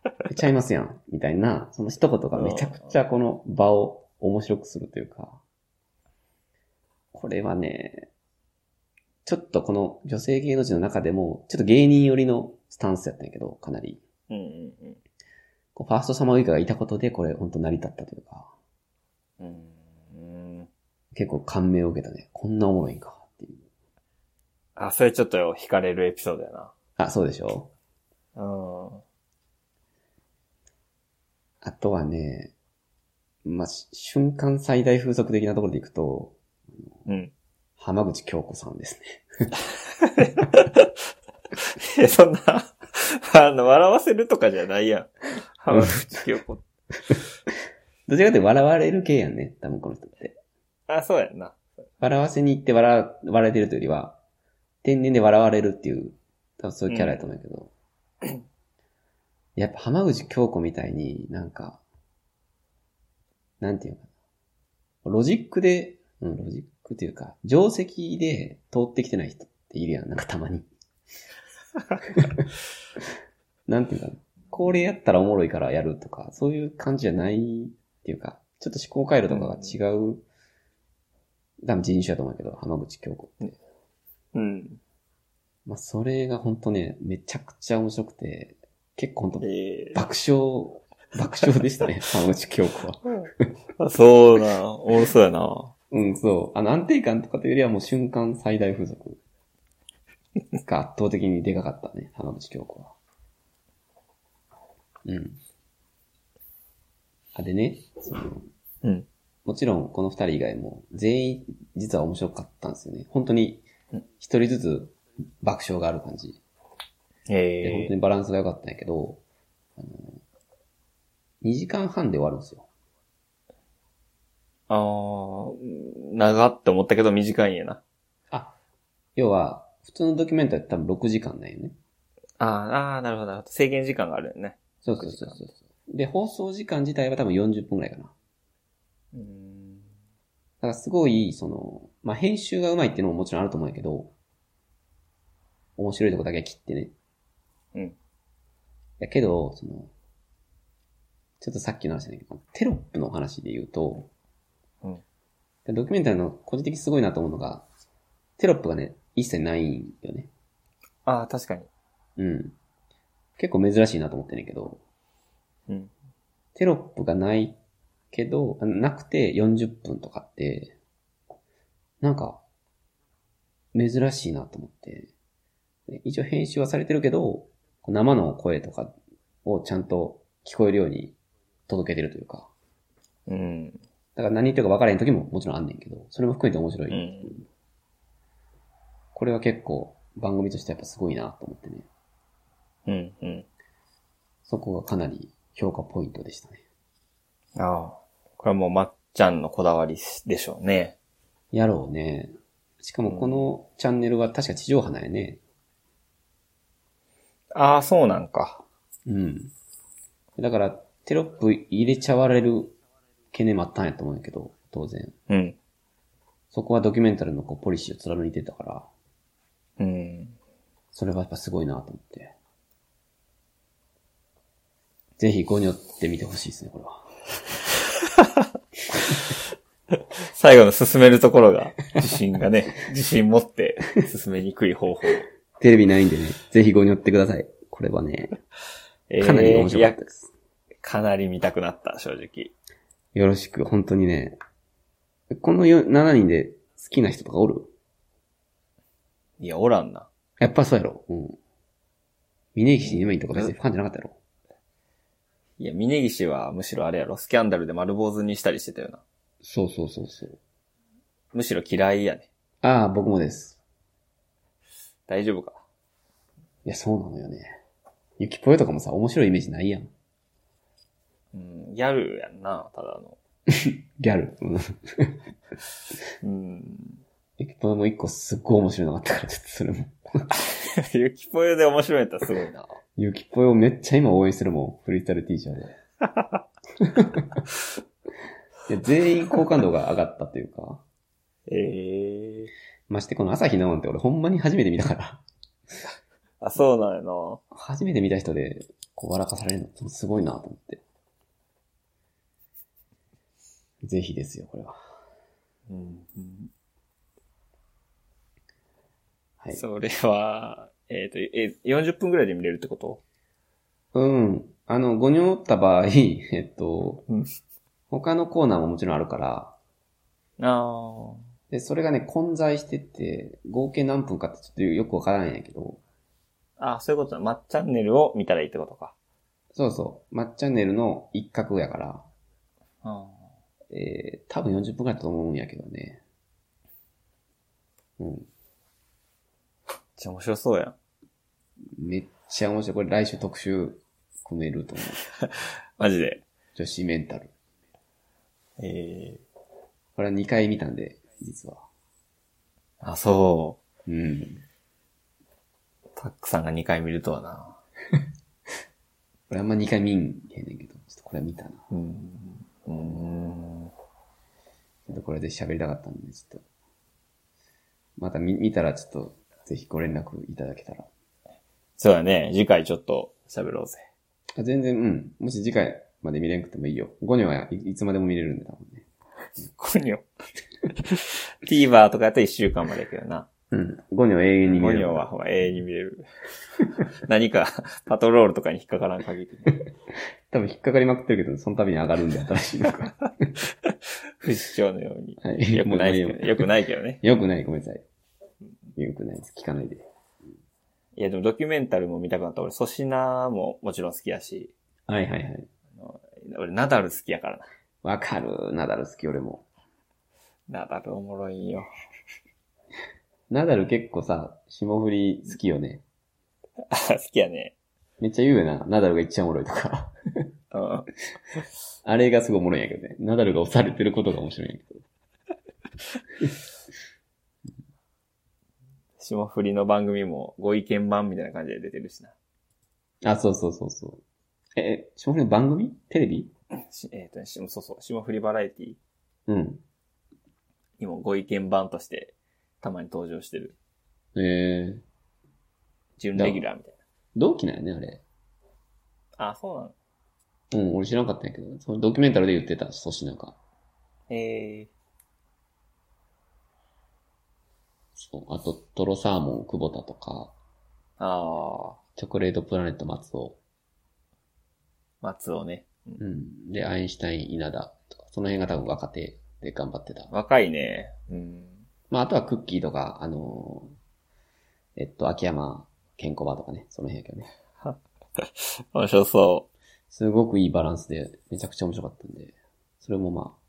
めっちゃいますやん。みたいな、その一言がめちゃくちゃこの場を面白くするというか。これはね、ちょっとこの女性芸能人の中でも、ちょっと芸人寄りのスタンスやったんやけど、かなり。
うんうん
こうファーストサマーウイカがいたことで、これ本当成り立ったというか、
うん。うん。
結構感銘を受けたね。こんなおもろいんかっていう。
あ、それちょっと惹かれるエピソードやな。
あ、そうでしょ
うん。
あとはね、まあ、し瞬間最大風速的なところでいくと、
うん。
浜口京子さんですね。
え、そんな、 あの、笑わせるとかじゃないやん。浜口京子。
どちらかというと笑われる系やんね。多分この人って。
あ、そうやんな。
笑わせに行って笑わ、笑れてるというよりは、天然で笑われるっていう、多分そういうキャラやと思うんやけど。やっぱ浜口京子みたいになんか、なんていうのかな。ロジックで、うん、ロジックというか、定石で通ってきてない人っているやん。なんかたまに。なんていうかな。これやったらおもろいからやるとか、そういう感じじゃないっていうか、ちょっと思考回路とかが違う、多分人種やと思うけど、浜口京子って。
うん。
まあ、それが本当ね、めちゃくちゃ面白くて、結構本当
え
爆笑、爆笑でしたね、浜口京子は。
ー、そうな。おもろそうやな。
うん、そう。あの、安定感とかというよりはもう瞬間最大風速が圧倒的にでかかったね、浜口京子は。うん。あ、でね、その、
うん。
もちろんこの二人以外も全員実は面白かったんですよね。本当に一人ずつ爆笑がある感じ。で、本
え
当にバランスが良かったんやけど、あの、2時間半で終わるんですよ。
ー、あー、長って思ったけど短いんやな。
あ、要は、普通のドキュメンタリーって多分6時間なんよね。
あー、あーなるほど、なるほど。制限時間があるよね。
そうそうそうそう。で、放送時間自体は多分40分くらいかな。だ
うん。
からすごい、その、まあ、編集がうまいっていうのももちろんあると思うんやけど、面白いとこだけ切ってね。
うん。
やけど、その、ちょっとさっきの話だけど、テロップの話で言うと、
うん
でドキュメンタリーの個人的にすごいなと思うのが、テロップがね、一切ないんよね。
あー、確かに。
うん。結構珍しいなと思ってんねんけど、
うん。
テロップがないけど、あなくて40分とかって、なんか、珍しいなと思って。で一応編集はされてるけど、生の声とかをちゃんと聞こえるように届けてるというか、
うん。
だから何言ってるか分からへん時ももちろんあんねんけど、それも含めて面白い。
うん。
これは結構番組としてやっぱすごいなと思ってね。
うん。うん。
そこがかなり評価ポイントでしたね。
ああ。これはもうまっちゃんのこだわりでしょうね。
やろうね。しかもこのチャンネルは確か地上波なんやね。
ああ、そうなんか。
うん。だからテロップ入れちゃわれる懸念もあったんやと思うんやけど、当然。
うん。
そこはドキュメンタルのこうポリシーを貫いてたから、
うん。
それはやっぱすごいなと思って。ぜひごにょってみてほしいですね、これは。
最後の進めるところが、自信が ね、自信持って進めにくい方法。
テレビないんでね、ぜひごにょってください。これはね、
え
かなり面白か
い
った
や
です。
かなり見たくなった、正直。
よろしく、本当にね。このよ7人で好きな人とかおる
いや、おらんな。
やっぱそうやろ。うん。峯岸ゆめにとか別にファンじゃなかったやろ。
いや、峯岸はむしろあれやろ、スキャンダルで丸坊主にしたりしてたよな。
そうそうそうそう。
むしろ嫌いやね。
ああ、僕もです。
大丈夫か。
いや、そうなのよね。ゆきぽよとかもさ、面白いイメージないやん。
うん、ギャルやんな、ただの。
ギャル。うん
うん。
ゆきぽよも一個すっごい面白いのがあったから、ち ょっとそれも。
ゆきぽよで面白いんやったらすごいな。
ゆきぽよめっちゃ今応援してるもん。フリースタイルティーチャーで。 いや全員好感度が上がったというか。
ええ
ましてこの朝日奈央なんて俺ほんまに初めて見たから。
あ、そうなんやな。
初めて見た人で、こう笑かされるのってすごいなと思って。ぜひですよ、これは。
うん。
はい。
それは、えっ、と、え、40分ぐらいで見れるってこと
うん。あの、ごにょった場合、 えっと、
うん
他のコーナーももちろんあるから、
あ
で、それがね、混在してて、合計何分かってちょっとよくわからないんやけど、
あ。あ、そういうことだ。まっチャンネルを見たらいいってことか。
そうそう、まっチャンネルの一角やから、
あ
えー、多分40分くらいだと思うんやけどね。うん。
じゃ面白そうやん。
めっちゃ面白い。これ来週特集組めると思う。
マジで。
女子メンタル。
ええ
これは2回見たんで、実は。
あ、そ
うん。
う。タックさんが2回見るとはな。
これあんま2回見んへんねんけど、ちょっとこれは見たな。ち
うん。うん。
ょっとこれで喋りたかったんで、ちょっと。また見見たらちょっと、ぜひご連絡いただけたら。
そうだね。次回ちょっと喋ろうぜ。
あ全然、うん。もし次回まで見れんくてもいいよ。5にはい、いつまでも見れるんで、多分ね。
これにょ。TVer とかやったら1週間までやけどな。
うん。ゴニョは永遠に見
ゴ
れ
ニ
る。
ョはほら永遠に見れる。何かパトロールとかに引っかからん限り。
多分引っかかりまくってるけど、その度に上がるんで、新しいのが。
不死鳥のように。
はい
よくない
もう も
です
う
けど、よくないけどね。
よくない、ごめんなさい。よくないです。聞かないで。
いやでもドキュメンタルも見たくなった。俺、粗品ももちろん好きやし、
はいはいはい。
俺、ナダル好きやからな。
わかる。ナダル好き、俺も。
ナダルおもろいよ。
ナダル結構さ、霜降り好きよね。
あ好きやね。
めっちゃ言うよな。ナダルが一番おもろいとか。
うん。
あれがすごいおもろいんやけどね。ナダルが押されてることが面白いんやけど。
霜降りの番組もご意見版みたいな感じで出てるしな。
あ、そうそうそうそう。ええ、霜降りの番組テレビ
しえっ、とね、しそうそう、霜降りバラエティ
うん。
にもご意見版としてたまに登場してる。
えー、
準レギュラーみたい
同期なんやね、あれ。
な。あ、そうなの
うん、俺知らなかったんやけど。そのドキュメンタルで言ってた、粗品が。
え
そう。あと、トロサーモン、久保田とか、
ー、ああ、
チョコレートプラネット、松尾。
松尾ね。うん
うん。で、アインシュタイン、稲田とか、その辺が多分若手で頑張ってた。
若いね。うん。
まあ、あとはクッキーとか、あのーえっと、秋山健康バーとかね、その辺やけどね。
面白そ
すごくいいバランスで、めちゃくちゃ面白かったんで、それもまあ。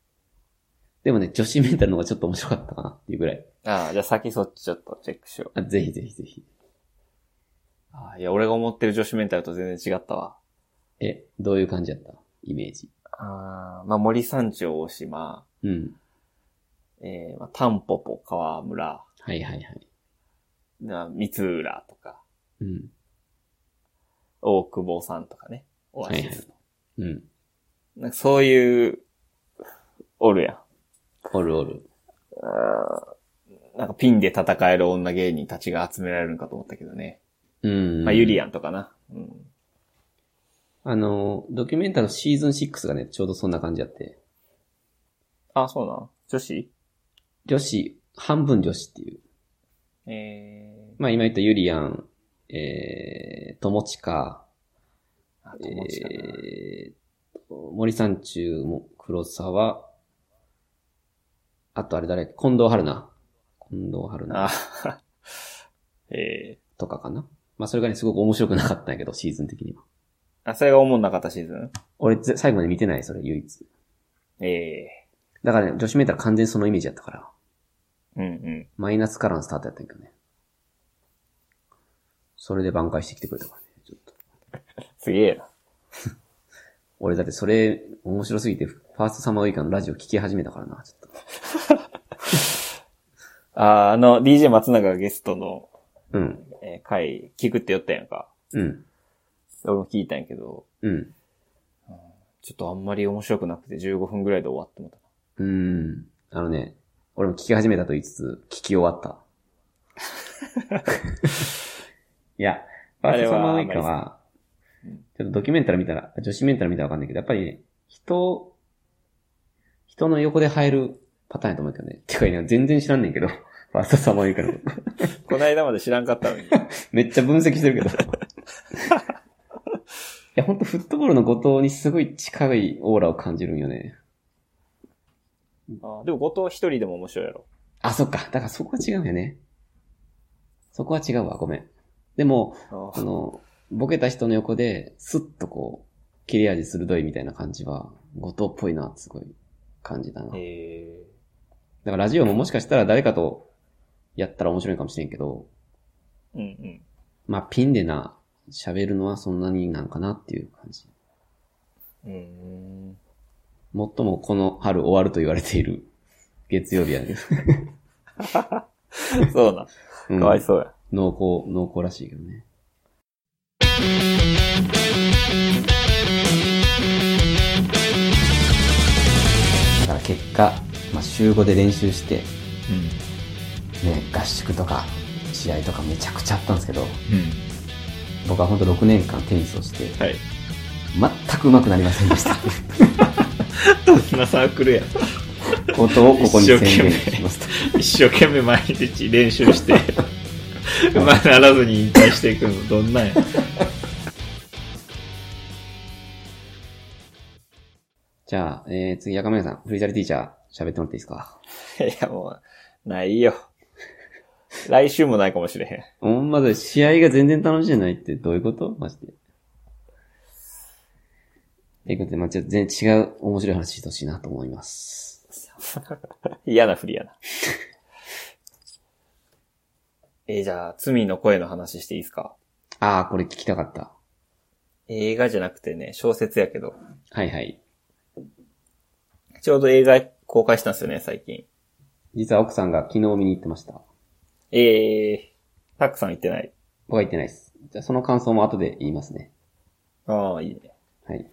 でもね、女子メンタルの方がちょっと面白かったかなっていうぐらい。
う。ああ、じゃあ先そっちちょっとチェックしよう。
あぜひぜひぜひ。
ああ、いや、俺が思ってる女子メンタルと全然違ったわ。
え、どういう感じやったイメージ。
ああ、まあ、森三中大島、
うん。
えー、まあ、タンポポ川村、
はいはいはい。
な三浦とか、
うん。
大久保さんとかね。オアシスの。
うん。
なんかそういう、おるやん。
おるおる。
なんかピンで戦える女芸人たちが集められるのかと思ったけどね。
うん。
まあ、ユリアンとかな。うん。
あの、ドキュメンタのシーズン6がね、ちょうどそんな感じやって。
あ、そうなん女子
女子、半分女子っていう。
えー、
まあ今言ったユリアン、えー、友近、
あ、
え
友近な
ーっと、森三中も黒沢、あとあれ誰近藤春菜。近藤春菜
あ、 え
とかかな。まあそれがね、すごく面白くなかったんやけど、シーズン的には。
ー、あ、それが思んなかったシーズン
俺、ぜ最後まで見てない、それ、唯一。
え
だからね、女子メンタル完全にそのイメージやったから。
ー、うんうん。
マイナスからのスタートやったんやけどね。それで挽回してきてくれたからね、ちょっと。
すげえな。
俺だってそれ、面白すぎて、ファーストサマーウイカのラジオ聞き始めたからな、ちょっと。
あ、あの、DJ 松永がゲストの、
うん。
えー回、聞くって言ったやんか。
うん。
俺も聞いたんやけど、
うん。
ちょっとあんまり面白くなくて15分ぐらいで終わってもうた。
うーん。あのね、俺も聞き始めたと言いつつ、聞き終わ った。いや、ファーストサマーウイカ
あれ
は、ちょっとドキュメンタル見たら、女子メンタル見たらわかんないけど、やっぱりね、人、人の横で入るパターンやと思うけどね。てか、ね、全然知らんねんけど、フ ァーストサマーウイカのこと。
この間まで知らんかったの に。
めっちゃ分析してるけ ど。いや、ほんとフットボールの後藤にすごい近いオーラを感じるんよね。
あでも後藤一人でも面白いやろ。
あ、そっか。だからそこは違うんよね。そこは違うわ。ごめん。でも、
あ
あの、ボケた人の横で、スッとこう、切れ味鋭いみたいな感じは、後藤っぽいな、すごい感じだな。だか
え
らラジオももしかしたら誰かとやったら面白いかもしれんけど、
ー、うんうん。
まあ、ピンでな、喋るのはそんなになんかなっていう感じ。
うん。
最もこの春終わると言われている月曜日 やね。
そうな。
うん
かわいそうや。
濃厚、濃厚らしいけどね。だから結果、まあ、週5で練習して、ね、合宿とか試合とかめちゃくちゃあったんですけど、
うん。
僕はほんと6年間テニスをして、
はい。
全く上手くなりませんで した。
どんなサークルや。
ことをここに宣
一生懸命
言しました。
一生懸命毎日練習 して、うまくならずに引退していくの、どんなん や。
じゃあ、えー、次、赤嶺さん、フリーザルティーチャー喋ってもらっていいですか
いや、もう、ないよ。 来週もないかもしれへ
ほ
ん。
んまだ、試合が全然楽しいじゃないってどういうことマジで。ということで、まあ、ちょっと全然違う面白い話してほしいなと思います。
嫌なふりやな。 えーじゃあ、罪の声の話していいですか
ああ、これ聞きたかった。
映画じゃなくてね、小説やけど。
はいはい。
ちょうど映画公開したんですよね、最近。
実は奥さんが昨日見に行ってました。
ええー、たくさん言ってない。
僕は行ってないです。じゃあ、その感想も後で言いますね。
ああ、いいね。
はい。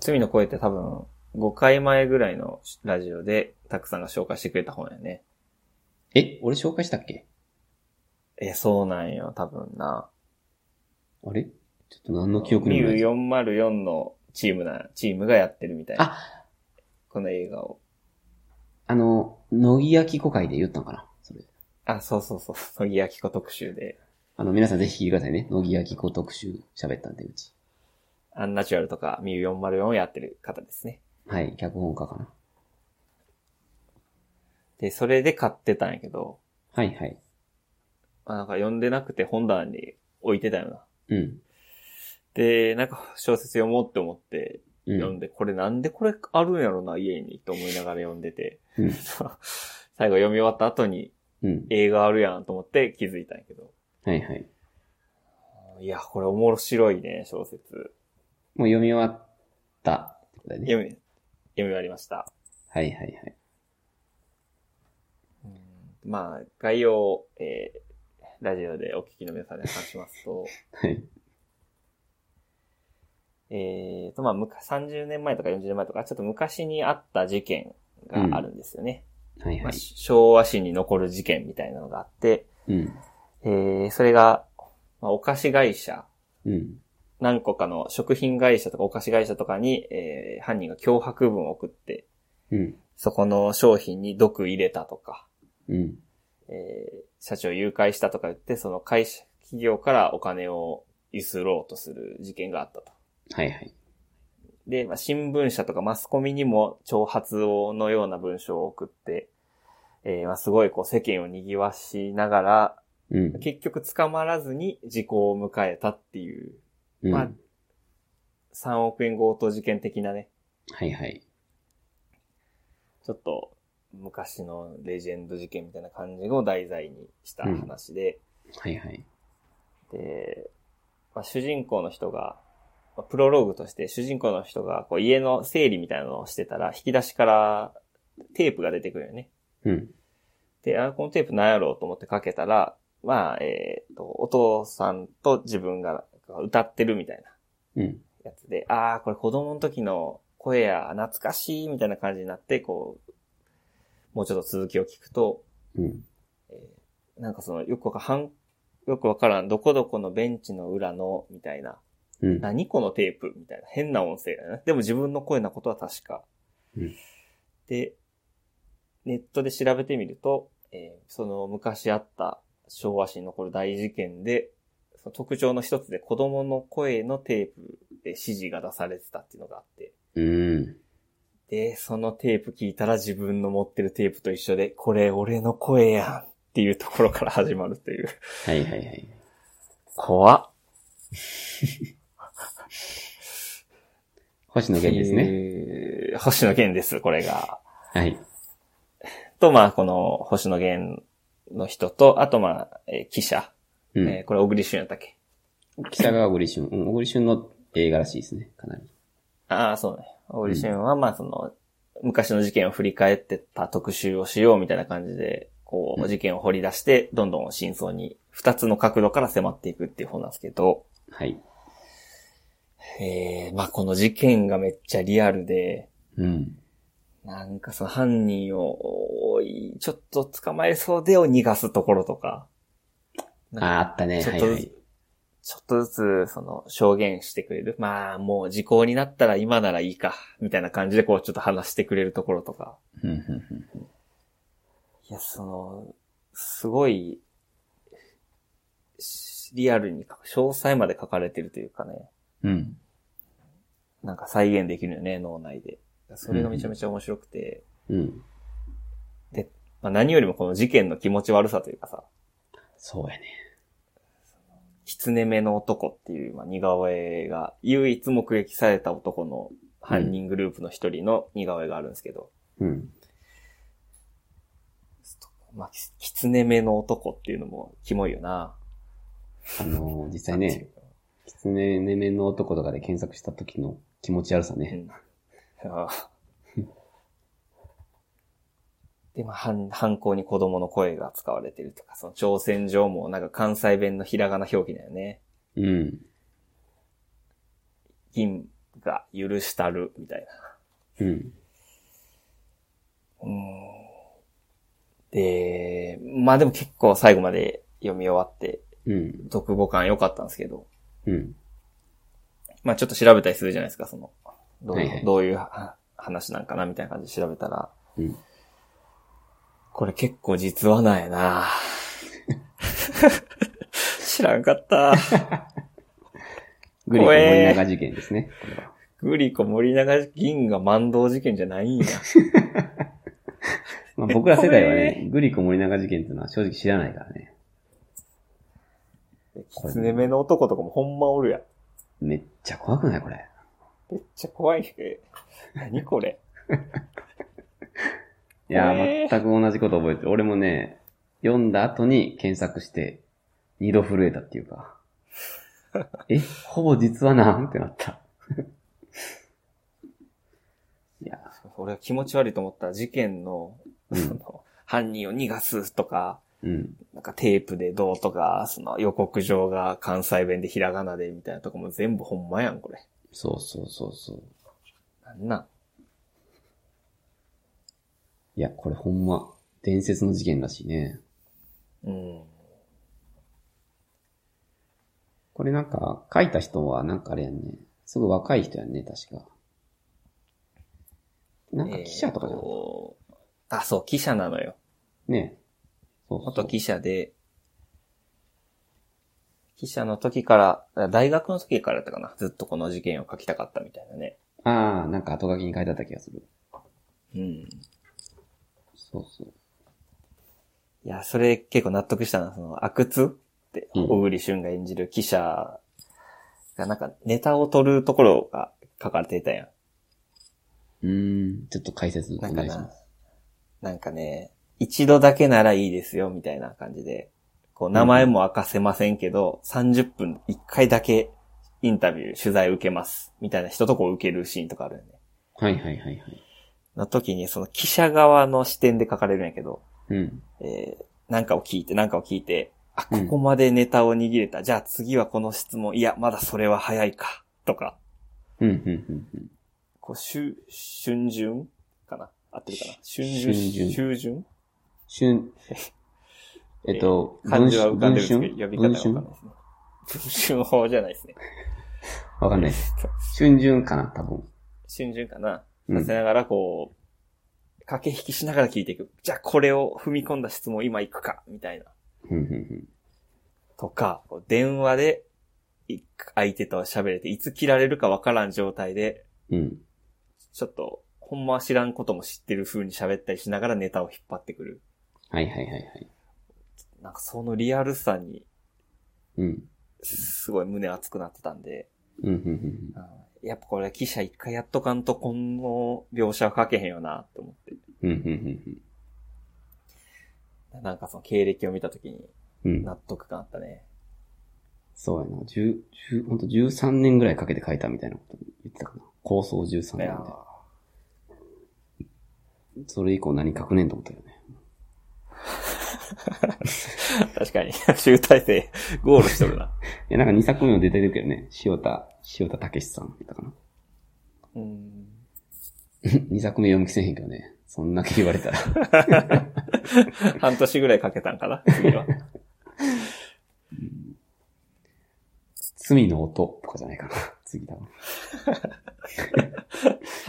罪の声って多分、5回前ぐらいのラジオで、たくさんが紹介してくれた本やね。
え、俺紹介したっけ
え、そうなんよ、多分な。
あれちょっと何の記憶にもない。
U404 のチームな、チームがやってるみたいな。
あ、
この映画を。
あの、野木焼子会で言ったのかなそれ。
あ、そうそうそう。野木明子特集で、
あの、皆さんぜひ聞いてくださいね。野木焼子特集喋ったんで、うち。
アンナチュラルとか、ミュー404をやってる方ですね。
はい、脚本家かな。
で、それで買ってたんやけど、
はいはい。
あなんか読んでなくて本棚に置いてたよな。
うん。
で、なんか小説読もうって思って
う
読ん
ん。
で、これなんでこれあるんやろな、家にと思いながら読んでて、
うん
最後読み終わった後に
うん。
映画あるやんと思って気づいたんやけど。
はいはい。
いや、これ面白いね、小説。
もう読み終わったってことだね。
読み、読み終わりました。
はいはいはい。
まあ、概要を、えーラジオでお聞きの皆さんに話しますと、
はい。
えーと、まあ、むか30年前とか40年前とか、ちょっと昔にあった事件があるんですよね。
はい
ま
は
あ
い。
昭和史に残る事件みたいなのがあって、
うん。
えーそれが、まあ、お菓子会社、
うん。
何個かの食品会社とかお菓子会社とかに、えー犯人が脅迫文を送って、
うん。
そこの商品に毒入れたとか、
うん。
えー社長誘拐したとか言って、その会社、企業からお金をゆすろうとする事件があったと。
はいはい。
で、まあ、新聞社とかマスコミにも挑発をのような文章を送って、えーまあ、すごいこう世間を賑わしながら、
うん。
結局捕まらずに時効を迎えたっていう、
うん。
ま
は
あ、3億円強盗事件的なね、
いはい。
ちょっと昔のレジェンド事件みたいな感じを題材にした話で、
はいはい。
で、まあ、主人公の人が、まあプロローグとして主人公の人がこう家の整理みたいなのをしてたら、引き出しからテープが出てくるよね。
うん。
で、あ、このテープなんやろうと思ってかけたら、まあ、えっ、と、お父さんと自分が歌ってるみたい
うん。
なやつで、ああ、これ子供の時の声や懐かしいみたいな感じになって、こう、もうちょっと続きを聞くと、
うん。
なんかその、よくわかん、よくわからん、どこどこのベンチの裏の、みたいな、
うん。
何このテープみたいな、変な音声だね。でも自分の声なことは確か。
うん
で、ネットで調べてみると、えーその昔あった昭和史に残る大事件で、その特徴の一つで子供の声のテープで指示が出されてたっていうのがあって、
うん。
で、そのテープ聞いたら自分の持ってるテープと一緒で、これ俺の声やんっていうところから始まるという。
はいはいはい。
怖っ。
星野源ですね。
えー星野源です、これが。
はい。
と、まあ、この星野源の人と、あと、まあ、えー記者。
う
えー
ん。
これ、小栗旬やったっけ
北川小栗旬。うん、小栗旬の映画らしいですね、かなり。
ああ、そうね。小栗旬は、まあ、その、昔の事件を振り返ってた特集をしようみたいな感じで、こ
う
う、
ん
事件を掘り出して、どんどん真相に、二つの角度から迫っていくっていう本なんですけど、
はい。
えー、まあ、この事件がめっちゃリアルで、
うん。
なんかその犯人を、おいちょっと捕まえそうでを逃がすところとか、
ああ、あったね。
ちょ
はい
っと
は
ずつ
い。
ちょっとずつ、その、証言してくれる。まあ、もう時効になったら今ならいいか、みたいな感じで、こう、ちょっと話してくれるところとか。
うんうんうん
いや、その、すごい、しリアルに書く、詳細まで書かれてるというかね、
うん。
なんか再現できるよね、脳内で。それがめちゃめちゃ面白くて、
うん。
まあ、何よりもこの事件の気持ち悪さというかさ、
そうやね。
狐目の男っていう、まあ、似顔絵が、唯一目撃された男の犯人グループの一人の似顔絵があるんですけど、
うん。
まあ、き狐目の男っていうのもキモいよな。
あのー、実際
なんてい
ね
う、か
狐ねめの男とかで検索した時の気持ち悪さね。
うんああ。で、まあ、犯犯行に子供の声が使われてるとか、その挑戦状もなんか関西弁のひらがな表記だよね。
うん。
銀が許したる、みたいな。
うん。
うんで、まあでも結構最後まで読み終わって、
うん。
読語感良かったんですけど、
うん。
まあちょっと調べたりするじゃないですか、その、どう,、
はいいはいう
どういうは話なんかなみたいな感じで調べたら、
うん。
これ結構実話なんやな 知らんかった。
グリコ森永事件ですね。これは
グリコ森永銀が万道事件じゃないんや。
まあ、僕ら世代はね、グリコ森永事件っていうのは正直知らないからね。
キツネ目の男とかもほんまおるやん。
めっちゃ怖くないこれ。
めっちゃ怖い。え何これ。
いやー、
えー
全く同じこと覚えてる。俺もね、読んだ後に検索して、二度震えたっていうか。え、ほぼ実はなんってなった。 いや
俺は気持ち悪いと思ったら事件の、
うん
その、犯人を逃がすとか、
ー、うん。
なんかテープでどうとか、その予告状が関西弁でひらがなでみたいなとこも全部ほんまやん、これ。
そうそうそうそう。
なんなん
いや、これほんま、伝説の事件らしいね。
うん。
これなんか、書いた人はなんかあれやんね。すぐ若い人やんね、確か。なんか記者とかじゃ
えー
なかっ
とあ、そう、記者なのよ。
たね。そうそう
元記者で、記者の時から、大学の時からだったかな。ずっとこの事件を書きたかったみたいなね。
ああ、なんか後書きに書いてあった気がする。
うん。い
そうそう。
や、それ結構納得したな。その、阿久津って、
うん
小栗旬が演じる記者が、なんかネタを取るところが書かれていたやん。
うーん、ちょっと解説お
なんか
願いし
な
ます。、
なんかね、一度だけならいいですよ、みたいな感じで、こう、名前も明かせませんけど、30分1回だけインタビュー、取材受けます、みたいな人とこう受けるシーンとかあるよね。
はいはいはいはい。
の時に、その記者側の視点で書かれるんやけど、
うん。
えー、なんかを聞いて、なんかを聞いて、あ、
う
こ
ん
こまでネタを握れた。じゃあ次はこの質問、いや、まだそれは早いか、とか、
うん、うん、うんうん。
こう、しゅ、春巡かな合ってるかな春
春巡
巡春巡
春、えっと、
漢字は浮かんでるんで
文
すけど、
春
呼び方がわ
文
かんない
春
ですね。文春法じゃないですね。
わかんないです。春順かな、多分。
春順かな。
うん
させながら、こう、駆け引きしながら聞いていく。じゃあこれを踏み込んだ質問今行くか、みたいな。
うん、うん、
とか、こう電話で、い相手と喋れて、いつ切られるかわからん状態で、
うん。うん。
ちょっと、ほんまは知らんことも知ってる風に喋ったりしながらネタを引っ張ってくる。
はいはいはいはい。
なんかそのリアルさに、
うん。
すごい胸熱くなってたんで、
うん、うん、うん。
やっぱこれ記者一回やっとかんとこの描写は書けへんよなと思って。
うん、うん、うん
なんかその経歴を見た時に
うん。うん。
納得感あったね。
そうやな。十、十、ほんと13年ぐらいかけて書いたみたいなこと言ってたかな。構想13
いや
年で。それ以降何書くねんと思ったよね。
ー確かに、集大成、ゴールしとるな。
いや、なんか2作目も出てるけどね。塩田、塩田武さんだったかな。
うん。
2作目読む気せえへんけどね。そんだけ言われたら。
半年ぐらいかけたんかな次は。
罪の音とかじゃない かな。次多分。
派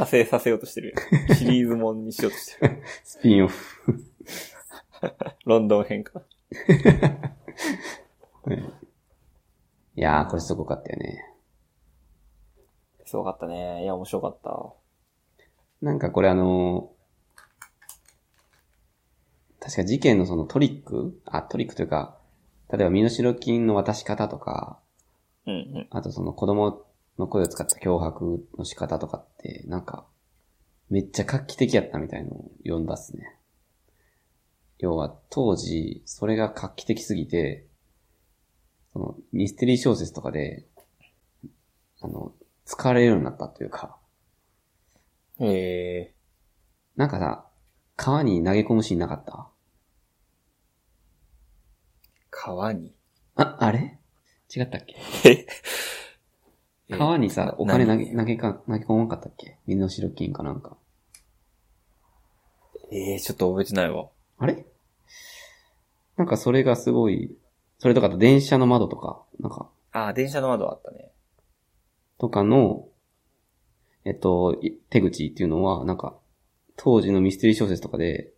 生させようとしてるよ。シリーズもんにしようとしてる。
スピンオフ。
ロンドン編かな。
いやー、これすごかったよね。
すごかったね。いや、面白かった。
なんかこれあのー確か事件のそのトリックあ、トリックというか、例えば身代金の渡し方とか、
うんうん。
あとその子供の声を使った脅迫の仕方とかって、なんか、めっちゃ画期的やったみたいのを読んだっすね。要は当時、それが画期的すぎて、そのミステリー小説とかで、あの、使われるようになったというか、
え
なんかさ、川に投げ込むシーンなかった
ー、川に。
あ、あれ違ったっけ
え
川にさ、お金投げ、投げ
何
か、投げ込まんかったっけ身代金かなんか。
えー、ちょっと覚えてないわ。
あれなんかそれがすごい、それとかあと電車の窓とか、なんか、
あー、電車の窓あったね。
とかの、えっと、い手口っていうのは、なんか、当時のミステリー小説とかで、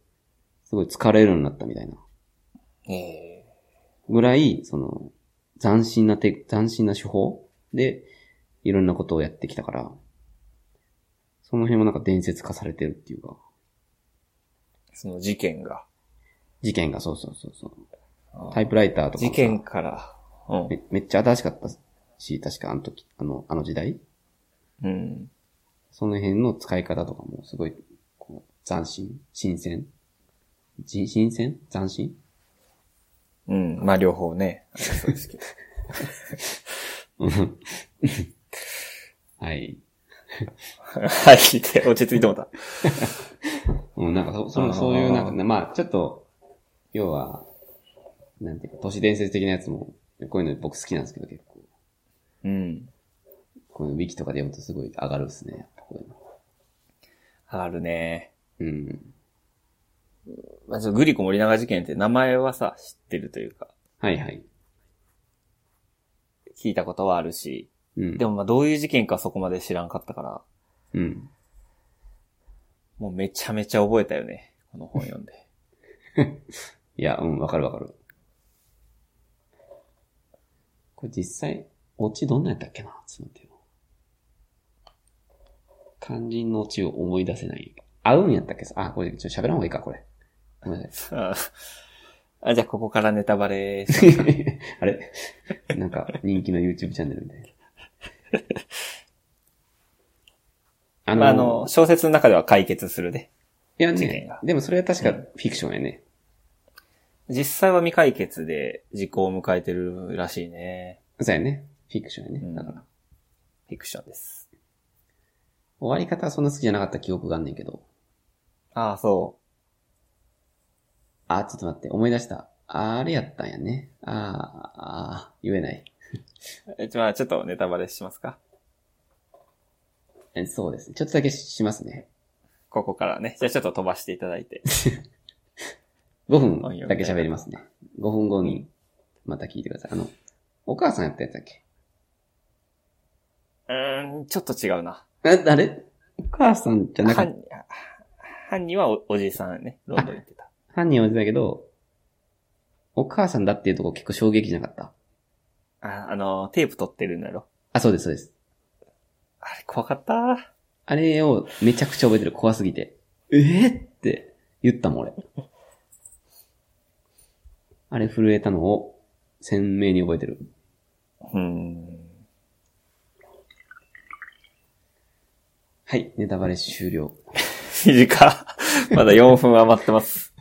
すごい疲れるようになったみたいな。
え
ぐらい、その、斬新な手、斬新な手法で、いろんなことをやってきたから、その辺もなんか伝説化されてるっていうか、
ー、その事件が。
事件がそうそうそうそう。
あー
タイプライターとかもさ。
事件から。うん。
めめっちゃ新しかったし、確かあの時、あの、あの時代
うん。
その辺の使い方とかもすごい、こう、斬新新鮮じ新鮮斬新
うん。まあ、両方ね。ありそうですけど。
うん はい。
はい、で、落ち着いてもうた。
うん、なんかそ、そ
あー
の、そういう、なんか、まあ、ちょっと、要は、なんていうか、都市伝説的なやつも、こういうの僕好きなんですけど、結構。
うん。
こういうのウィキとかで読むとすごい上がるっすね、やっぱこういうの。
あるね。
うん。
まあ、そのグリコ森永事件って名前はさ、知ってるというか、
はいはい。
聞いたことはあるし、
うん。
でもまあ、どういう事件かそこまで知らんかったから、
うん。
もうめちゃめちゃ覚えたよね。この本読んで。
いや、うん、わかるわかる。これ実際、オチどんなんやったっけなちょっと待ってよ。肝心のオチを思い出せない。合うんやったっけあ、これ、ちょっと喋らん方がいいか、これ。ごめんなさい。
あ、あじゃあここからネタバレ し
あれなんか人気の YouTube チャンネルみたいな。あ
まあ、あの、小説の中では解決するで。
いや
事件
ね
が、
でもそれは確かフィクションやね。
実際は未解決で時効を迎えてるらしいね。
そうやね。フィクションや
う
ね。
ん
だから、
フィクションです。
終わり方はそんな好きじゃなかった記憶があんねんけど。
ああ、そ
あ、ちょっと待って、思い出した。あれやったんやね。あーあー、言えない。
う。え、まあ、ちょっとネタバレしますか。
えそうですね。ちょっとだけしますね。
ここからね。じゃあちょっと飛ばしていただいて。
5分だけ喋りますね。5分後に、また聞いてください。あの、お母さんやったやつだっけ
うーん、ちょっと違うな。
あ、誰お母さんじゃなかった
犯。人、は犯人はおおじいさんね。ロンドン行ってた。
犯人は言ってたけど、お母さんだっていうとこ結構衝撃じゃなかった。
あ、あの、テープ取ってるんだろ。
あ、そうです、そうです。
あれ、怖かった。
あれをめちゃくちゃ覚えてる。怖すぎて。えー、って言ったもん、俺。あれ震えたのを鮮明に覚えてる。
うーん。
はい、ネタバレ終了。
短。 まだ4分余ってます。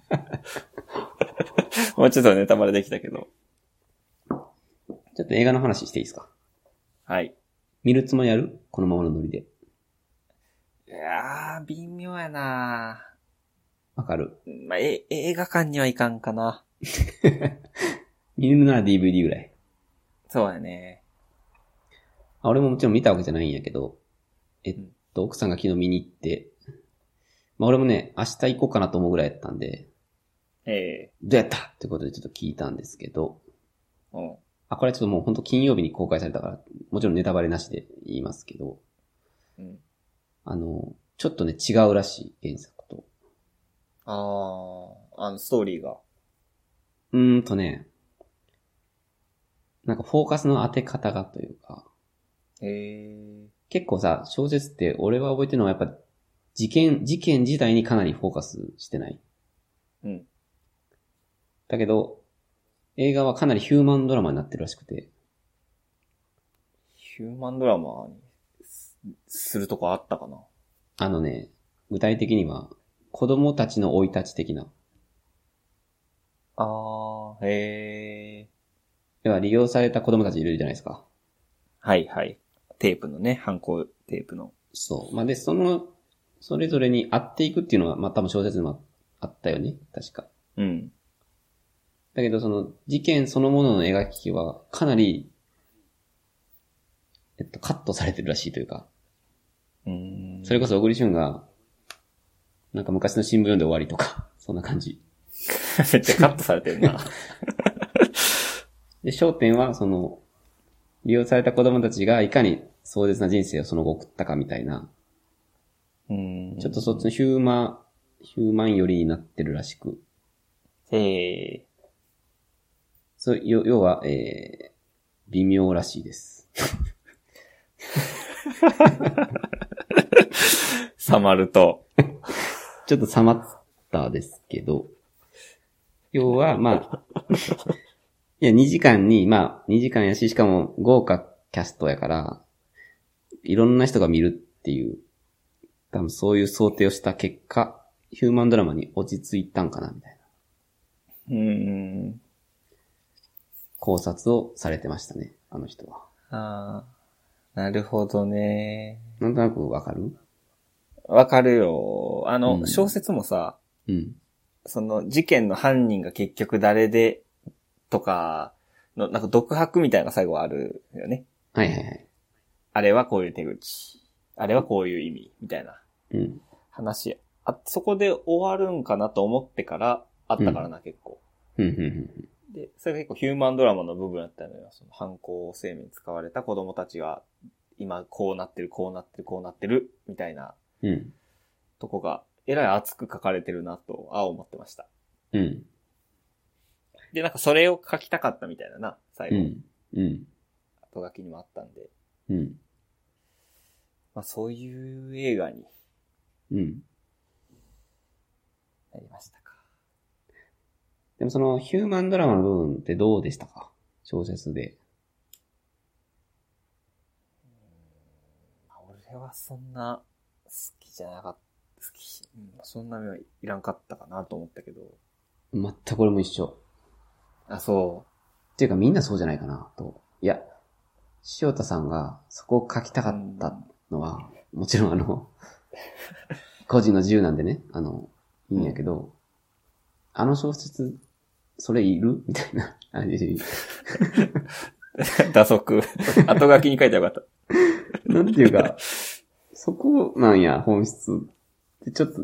もうちょっとネタバレできたけど。
ちょっと映画の話していいですか
はい。
見るつもりあるこのままのノリで。
いやー、微妙やな
わかる。
まあ、え、映画館にはいかんかな。
見るなら DVD ぐらい。
そうやね。
あ俺ももちろん見たわけじゃないんやけど、えっと、奥さんが昨日見に行って、まあ俺もね、明日行こうかなと思うぐらいやったんで、
ええ
どうやったってことでちょっと聞いたんですけど、
うん。
あ、これはちょっともう本当金曜日に公開されたから、もちろんネタバレなしで言いますけど、
うん。
あの、ちょっとね、違うらしい、原作と。
あー、あの、ストーリーが。
うーんとね、なんかフォーカスの当て方がというか、
ええ
結構さ、小説って俺は覚えてるのはやっぱ、事件、事件自体にかなりフォーカスしてない。
うん。
だけど、映画はかなりヒューマンドラマになってるらしくて、
ヒューマンドラマにすするとこあったかな。
あのね、具体的には、子供たちの生い立ち的な、
あー、へえ。
要は利用された子供たちいるじゃないですか。
はいはい。テープのね、反抗テープの。
そう。まあ、で、その、それぞれに合っていくっていうのは、まあ、多分小説にもあったよね。確か。
うん。
だけど、その、事件そのものの描きは、かなり、えっと、カットされてるらしいというか、
うーん。
それこそ小栗旬が、なんか昔の新聞読んで終わりとか、 そんな感じ。
めっちゃカットされてるな。
で、焦点は、その、利用された子供たちがいかに壮絶な人生をその後送ったかみたいな、
うん
ちょっとそっちのヒューマン、ヒューマン寄りになってるらしく、
ええ
そう、よ要は、えー、微妙らしいです。
サマルと。
ちょっと冷まったですけど、要は、まあ、 いや、2時間に、まあ、2時間やし、しかも豪華キャストやから、いろんな人が見るっていう、多分そういう想定をした結果、ヒューマンドラマに落ち着いたんかな、みたいな
うん。
考察をされてましたね、あの人は。
ああ。なるほどね。
なんとなくわかる
わかるよ。あの、
うん
小説もさ、
うん。
その事件の犯人が結局誰で、とか、の、なんか独白みたいなのが最後あるよね。
はいはいはい。
あれはこういう手口。あれはこういう意味。みたいな
うん。
話。あ、そこで終わるんかなと思ってから、あったからな、結構。
うん、うん、うん。
で、それが結構ヒューマンドラマの部分だったのよ。その犯行声明に使われた子供たちが、今こうなってる、こうなってる、こうなってる、みたいな
うん。
とこが、えらい熱く書かれてるなと、あ、思ってました。
うん。
で、なんかそれを書きたかったみたいなな、最
うん。
後。
うん。
後書きにもあったんで。
うん。
まあそういう映画に
うん。
なりましたか。
でもそのヒューマンドラマの部分ってどうでしたか小説で。
まあ俺はそんな好きじゃなかった、好き、うんそんなにはいらんかったかなと思ったけど。
全くこれも一緒。
あ、そ
っていうかみんなそうじゃないかな、と。いや、塩田さんがそこを書きたかったのは、もちろんあの、個人の自由なんでね、あの、いいんやけど、あの小説、それいるみたいな感じで。
う。 打足。後書きに書いてよかった。
なんていうか、そこなんや、本質。でちょっと、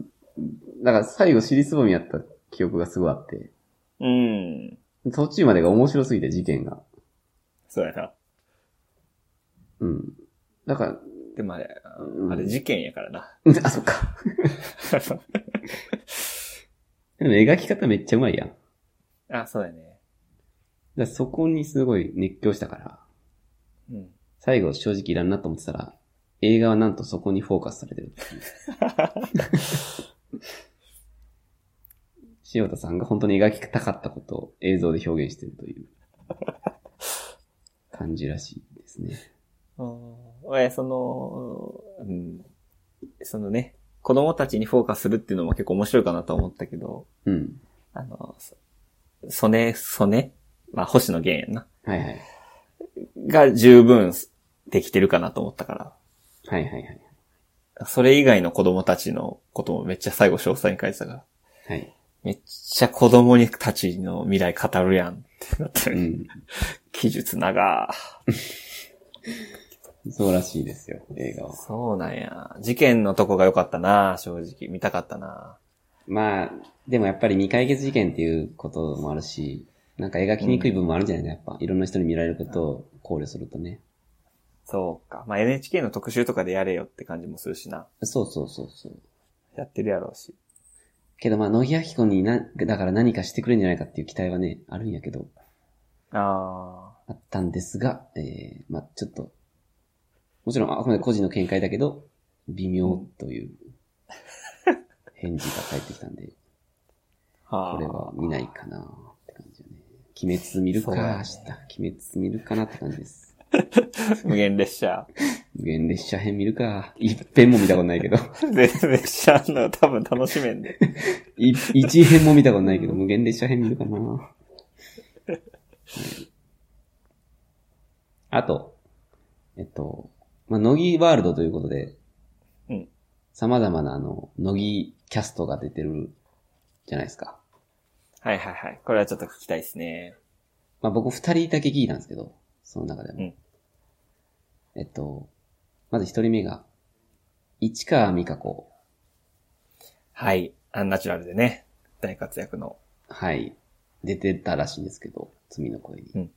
だから最後尻すぼみやった記憶がすごいあって、
うん。
途中までが面白すぎて事件が。
そうやな。
うん。だから、
でもあれ、
うん
あれ事件やから な。
あ、そっか。でも描き方めっちゃうまいやん。だか
あ、そうやね。
らそこにすごい熱狂したから、
うん。
最後正直いらんなと思ってたら、映画はなんとそこにフォーカスされてるっていう。 塩田さんが本当に描きたかったことを映像で表現してるという感じらしいですね。
うんえ、その、うん。そのね、子供たちにフォーカスするっていうのも結構面白いかなと思ったけど、
うん。
あの、そ曽根、曽根まあ、星野源やんな。
はいはい。
が十分できてるかなと思ったか
はいはいはい。
ら。それ以外の子供たちのこともめっちゃ最後詳細に書いてたから。
はい。
めっちゃ子供にたちの未来語るやんってなって
う
る。
ん。
記述長。
そうらしいですよ、映画は。
そうなんや。事件のとこが良かったな、正直。見たかったな。
まあ、でもやっぱり未解決事件っていうこともあるし、なんか描きにくい部分もあるんじゃないですか、やっぱ。いろんな人に見られることを考慮するとね。
そうか。まあ、NHK の特集とかでやれよって感じもするしな。
そうそうそうそう。
やってるやろうし。
けどまあ、野木明子にな、だから何かしてくれるんじゃないかっていう期待はね、あるんやけど、
あ
あったんですが、えー、まあちょっと、もちろんあくまで個人の見解だけど、微妙という返事が返ってきたんで、
あ。はあ。
これは見ないかなって感じよね。鬼滅見るか、
そうだね
明日、鬼滅見るかなって感じです。
無限列車。
無限列車編見るか。一編も見たことないけど。
無限列車あんの多分楽しめんで。
い一編も見たことないけど、無限列車編見るかな。うんあと、えっと、まあ、乃木ワールドということで、
うん。
様々なあの、乃木キャストが出てるじゃないですか。
はいはいはい。これはちょっと聞きたいですね。
まあ、僕二人だけ聞いたんですけど、その中でも。
うん
えっと、まず一人目が、市川美香子。
はい。アンナチュラルでね。大活躍の。
はい。出てたらしいんですけど、罪の声に。
うん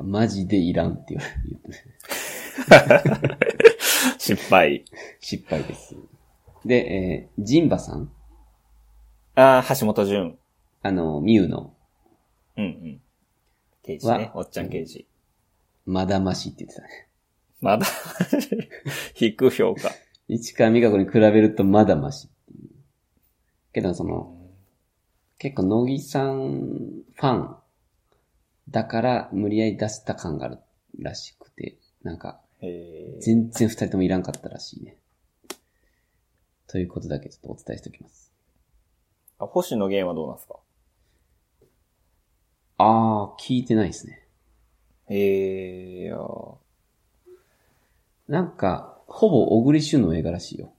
マジでいらんって言われ言って
失敗。
失敗です。で、えー、ジンバさん。
ああ、橋本淳。
あの、ミュウの、
うんうん。刑事ね
は。
おっちゃん刑事。
まだましって言ってたね。
まだ、 低評価。
市川美香子に比べるとまだましっていう。けど、その、結構、乃木さんファンだから、無理やり出した感があるらしくて、なんか、
えー、
全然二人ともいらんかったらしいね。ということだけちょっとお伝えしておきます。
あ星野源はどうなんですか
あー、聞いてないですね。
ええー、いやー
なんか、ほぼ小栗旬の映画らしいよ。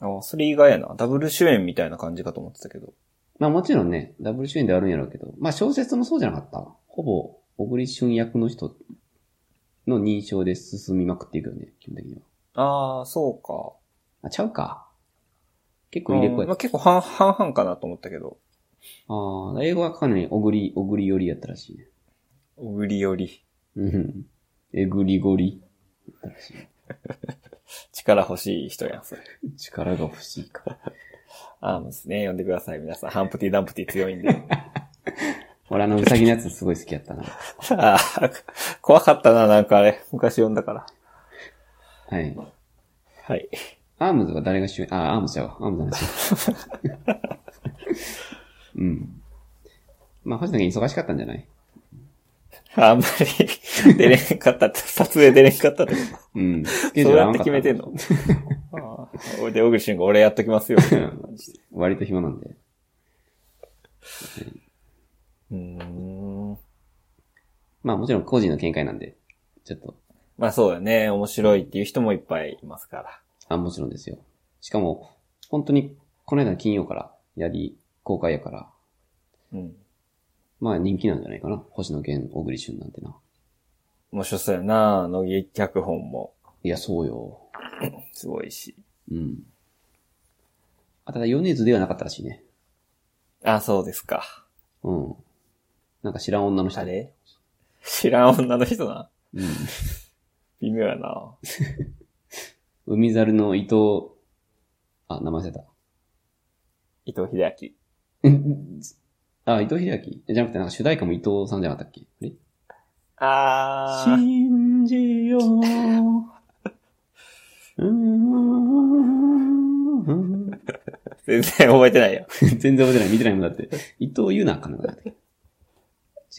あ、それ意外やな。ダブル主演みたいな感じかと思ってたけど。
まあもちろんね、ダブル主演ではあるんやろうけど、まあ小説もそうじゃなかった。ほぼ、小栗旬役の人の認証で進みまくっていくよね、基本的には。
ああ、そうか。
あ、ちゃうか。結構入れ
う
子
ん
や
まあ、
った。
結構半半々かなと思ったけど。
ああ、英語はかなり小栗、小栗寄りやったらしいね。
おぐりより。
うん。えぐりごり。やったらし
力欲しい人やん、それ。
い。力が欲しいか。
アームスね、呼んでください、皆さん。ハンプティダンプティ強いんで。
俺あのうさぎのやつすごい好きやったな。
あー怖かったな、なんかあれ。昔読んだから。
はい。
はい。
アームズは誰が主演あ、アームズちゃうわ。アームズの話。 うん。まあ、星野源忙しかったんじゃない
あんまり出れんかったって、撮影出れんかったってこ
うん。ス
と。
ケジ ュー
そう
ル合
や
わ
っ
ん
て
かった
決めてんのあーで、小栗旬が俺やっときますよ、みたいな感じで。
割と暇なんで。
うーん。
まあ、もちろん個人の見解なんで、ちょっと、
まあそうだね。面白いっていう人もいっぱいいますから。
あ、もちろんですよ。しかも、本当に、この間の金曜からやり、公開やから、
うん。
まあ人気なんじゃないかな。星野源、小栗旬なんてな。
面白そうやな乃木脚本も
いや、そうよ。
すごいし。
うん。あ、ただ、米津ではなかったらしいね。
あ、そうですか。
うん。なんか知らん女の人。
誰知らん女の人な。
うん。
微妙やな
海猿の伊藤、あ、名前忘れた。
伊藤秀明。
あ、伊藤秀明じゃなくて、なんか主題歌も伊藤さんじゃなかったっけあれ
あー。
信じ よう。うーん
全然覚えてないよ。
全然覚えてない。見てないもんだって。伊藤優奈かな違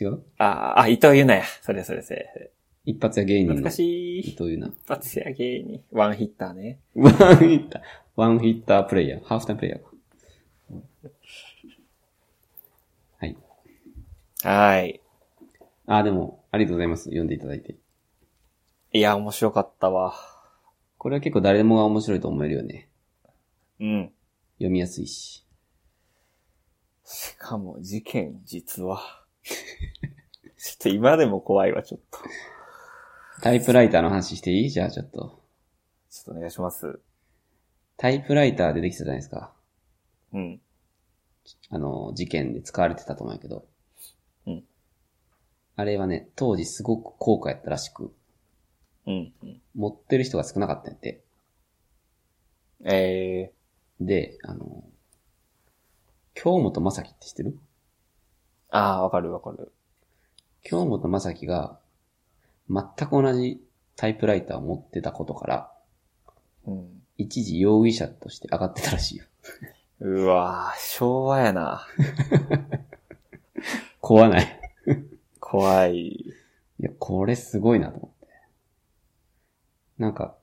う
あー、あ、伊藤優奈や。それそれそれ。
一発屋芸人
懐
の伊
かしい。
藤優奈。
一発や芸人。ワンヒッターね。
ワンヒッター、ワンヒッタープレイヤー、ハーフタイムプレイヤーか。はい。
はーい。
あ、でも、ありがとうございます。読んでいただいて。
いや、面白かったわ。
これは結構誰でもが面白いと思えるよね。
うん。
読みやすいし。
しかも、事件、実 は。ちょっと今でも怖いわ、ちょっと。
タイプライターの話していいじゃあちょっと。
ちょっとお願いします。
タイプライター出てきたじゃないですか。
うん。
あの、事件で使われてたと思うんやけど。
うん。
あれはね、当時すごく高価やったらしく、
うん。うん
持ってる人が少なかったんやって。
えー、
で、あの、京本正樹って知ってる
あー、わかるわかる。
京本正樹が、全く同じタイプライターを持ってたことから、
うん。
一時容疑者として上がってたらしいよ。
うわー、昭和やな。
怖ない。
怖い。
いや、これすごいなと思って。なんか、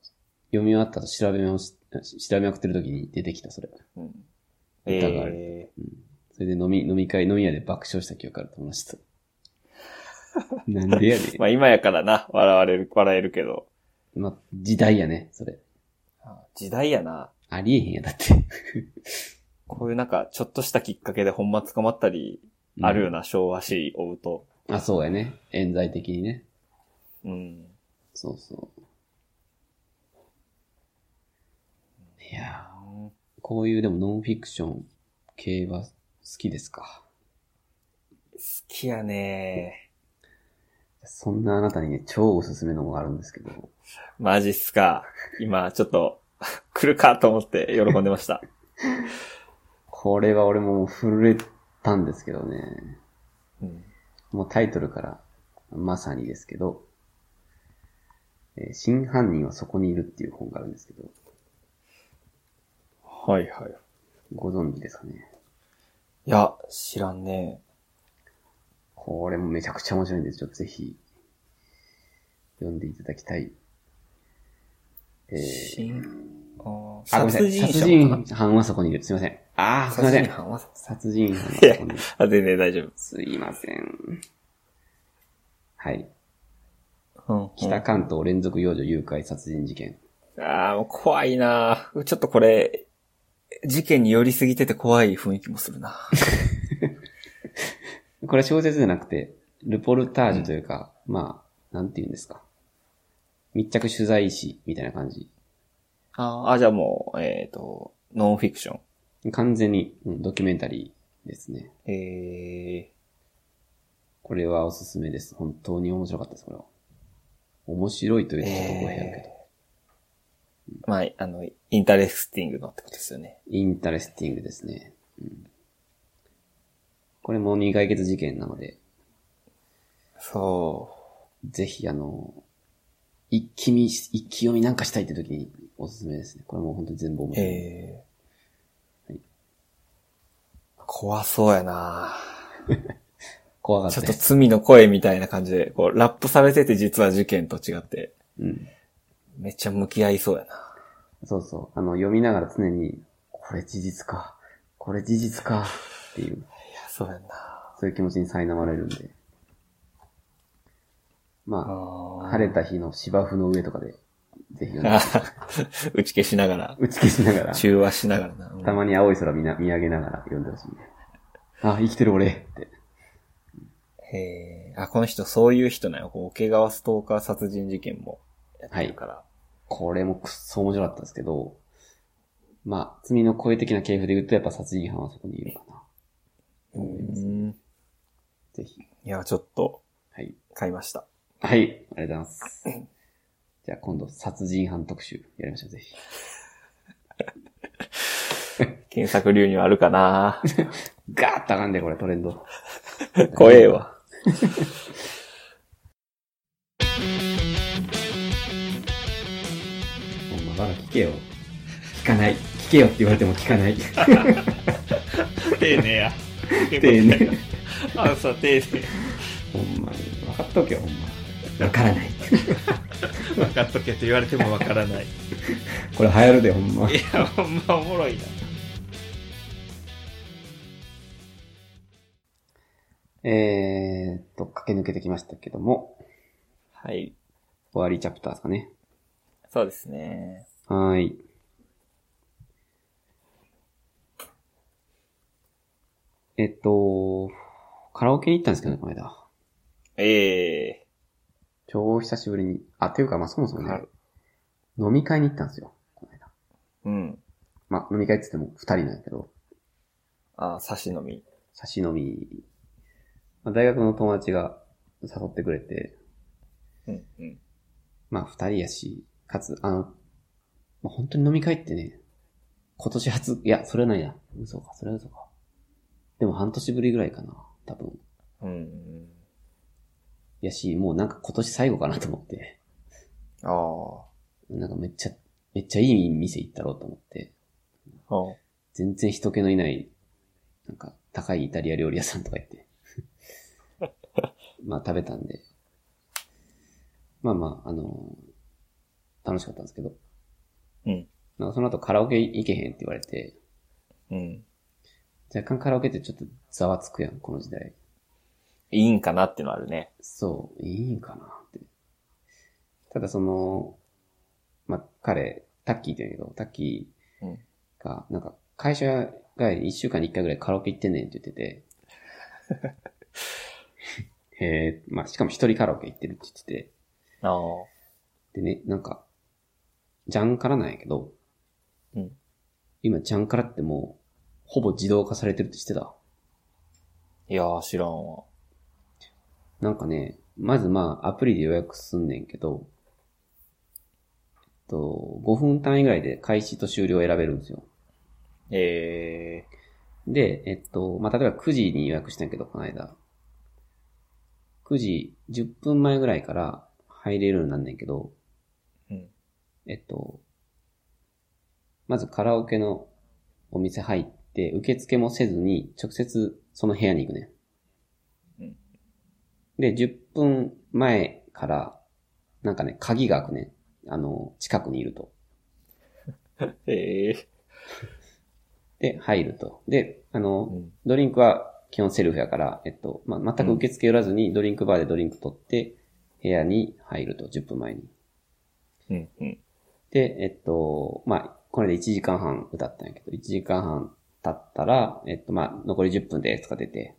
読み終わったと調べをし、調べまくってる時に出てきた、それ。
うん。
歌がある
え
それで飲み、飲み会、飲み屋で爆笑した記憶ある友達 と。なんでやね
ー、まあ今やからな、笑われる、笑えるけど。
ん。ま、時代やね、それ。
あー時代やな。
ありえへんや、だって。
こういうなんか、ちょっとしたきっかけでほんま捕まったり、あるような昭和史追うと。
あ、そうやね。冤罪的にね。
うん。
そうそう。いやーこういうでもノンフィクション系は好きですか。
好きやね
そんなあなたにね、超おすすめのがあるんですけど。
ー。マジっすか。今、ちょっと、 来るかと思って喜んでました。
これは俺ももう震えたんですけどね。
うん。
もうタイトルから、まさにですけど、えー真犯人はそこにいるっていう本があるんですけど、
はいはい。
ご存知ですかね。
いや、知らんね。
これもめちゃくちゃ面白いんで、ちょっとぜひ、読んでいただきたい。えー、
新、
あ、
あー
ごめんなさ
殺
い。
人
殺
者
人犯はそこにいる。すいません。ああ、すい
殺
ませ
人
ん。
犯は
殺人犯はそこにいる。
あ、全然大丈
すいません。はい。
夫。うん
北関東連続幼女誘拐殺人事件。
ああ、もう怖いなちょっとこれ、事件に寄りすぎてて怖い雰囲気もするな
これは小説じゃなくて、ルポルタージュというか、まあ、なんて言うんですか。密着取材誌みたいな感じ。
あーあ、じゃあもう、えっ、と、ノンフィクショ
完全に、うん、ドキュメンタリーですね。
ン。え
これはおすすめです。本当に面白かったです、これは。面白いという
ー、
とちょっと語弊あるけど。
えー、まあ、あの、インタレスティングのってことですよね。
インタレスティングですね。うんこれも未解決事件なので、
そ
ぜひあの、一気見、一気読みなんかしたいって時におすすめですね。これもう本当に全部面
う。
白い。
えー
はい
怖そうやな
怖かっ
ち
た
ょっ
で
と
す。
罪の声みたいな感じで、こう、ラップされてて実は事件と違って、
うん。
めっちゃ向き合いそうやな
そうそう。あの、読みながら常に、これ事実か、これ事実か、っていう、
いや、そうやんな
そういう気持ちに苛まれるんで。まあ、
晴
晴れた日の芝生の上とかで、ぜひ読んで
あ、 打ち消しながら、
打ち消しながら。
中和しながらな。
たまに青い空見な見上げながら読んでほしいね。あ、生きてる俺って。
へーあ、この人そういう人なんよ。こう桶川ストーカー殺人事件もやってるから。
これもくっそ面白かったですけど、まあ、罪の声的な系譜で言うとやっぱ殺人犯はそこにいるかな。
うん。
ぜひ。
いや、ちょっと
はい。
買いました。
はい。ありがとうございます。じゃあ今度殺人犯特集やりましょう、ぜひ。
検索流入あるかな
ガーッと上がんで、これトレンド。
怖えわ。
ほんままだ聞けよ。聞かない。聞けよって言われても聞かない。
丁寧や。
丁寧。
あ、そう、丁寧。
ほんまに。分かっとけよ、ほんま。わからない。
分かっとけと言われても分からない。い
これ流行るで、ほんま
や、ほんまおもろいな。
えーっと、駆け抜けてきましたけども、
はい。
終わりチャプターですかね。
そうですね。
はーい。えっと、カラオケに行ったんですけどね、この間。
ええ
超久しぶりに。あ、ていうか、まあそもそも
は
ね
い、
飲み会に行ったんですよ、この間。
うん。
まあ飲み会って言っても二人なんやけど、
あ、差し飲み。
差し飲み、まあ、大学の友達が誘ってくれて、
うん、うん。
まあ二人やし、かつ、あの、まあ、本当に飲み会ってね、今年初、いや、それはないな。嘘か、それは嘘か。でも半年ぶりぐらいかな、多分。
うんうん。
やし、もうなんか今年最後かなと思って、
ああ。
なんかめっちゃ、めっちゃいい店行ったろうと思って、
あ
全然人気のいない、なんか高いイタリア料理屋さんとか行って、まあ食べたんで、まあまあ、あの楽しかったんですけど、
うん。
なんかその後カラオケ行けへんって言われて、
うん。
若干カラオケってちょっとざわつくやん、この時代。
いいんかなってのあるね。
そう、いいんかなって。ただその、まあ、彼、タッキーって言うんだけど、タッキ
うん。
ーが、なんか、会社帰り1週間に1回ぐらいカラオケ行ってんねんって言ってて、へえ、まあ、しかも一人カラオケ行ってるって言って
ああ。
て、でね、なんか、ジャンカラなんやけど、
うん。
今ジャンカラってもう、ほぼ自動化されてるって知ってた
いやー、知らんわ。
なんかね、まずまあ、アプリで予約すんねんけど、えっと、5分単位ぐらいで開始と終了を選べるんですよ。
ええ
で、えっと、まあ、例えば9時に予約したんやけど、この間。9時10分前ぐらいから入れるようになんねんけど、
うん。
えっと、まずカラオケのお店入って、受付もせずに、直接その部屋に行くねん。
うん
で、10分前から、なんかね、鍵が開くね。あの、近くにいると。
ええ
で、入ると。で、あの、
うん
ドリンクは基本セルフやから、えっと、まあ、全く受付寄らずにドリンクバーでドリンク取って、部屋に入ると、10分前に。
うん、うん。
で、えっと、まあ、これで1時間半歌ったんやけど、1時間半経ったら、えっと、まあ、残り10分ですとか出て、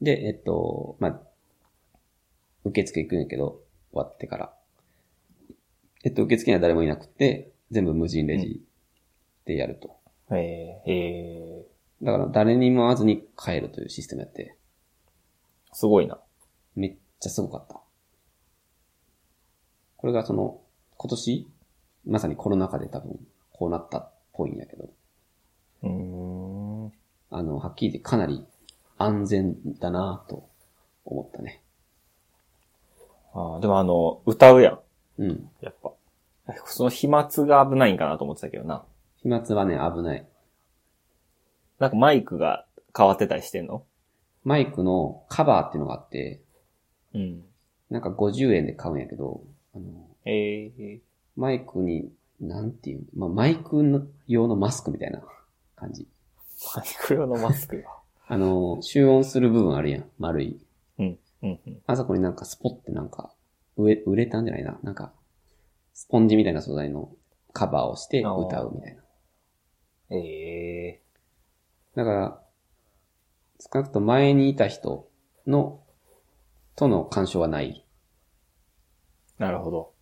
で、えっと、まあ、受付行くんやけど、終わってから。えっと、受付には誰もいなくて、全部無人レジでやると。
ええええ
だから、誰にも会わずに帰るというシステムやって、
すごいな。
めっちゃすごかった。これがその、今年、まさにコロナ禍で多分、こうなったっぽいんやけど、
うーん。
あの、はっきり言ってかなり安全だなぁと思ったね。
ああ、でもあの、歌うやん。
うん。
やっぱ。その飛沫が危ないんかなと思ってたけどな。
飛沫はね、危ない。
なんかマイクが変わってたりしてんの
マイクのカバーっていうのがあって、
うん。
なんか50円で買うんやけど、あの、
ええ
マイクに、なんていう、まあ、マイクの用のマスクみたいな感じ。
マイク用のマスクが。
あの、集音する部分あるやん、丸い。
うん、うん、うん。
あそこになんかスポってなんか、ウレウレタンじゃないな。なんか、スポンジみたいな素材のカバーをして歌うみたいな。
ええ
だから、少なくとも前にいた人の、との干渉はない。
なるほど。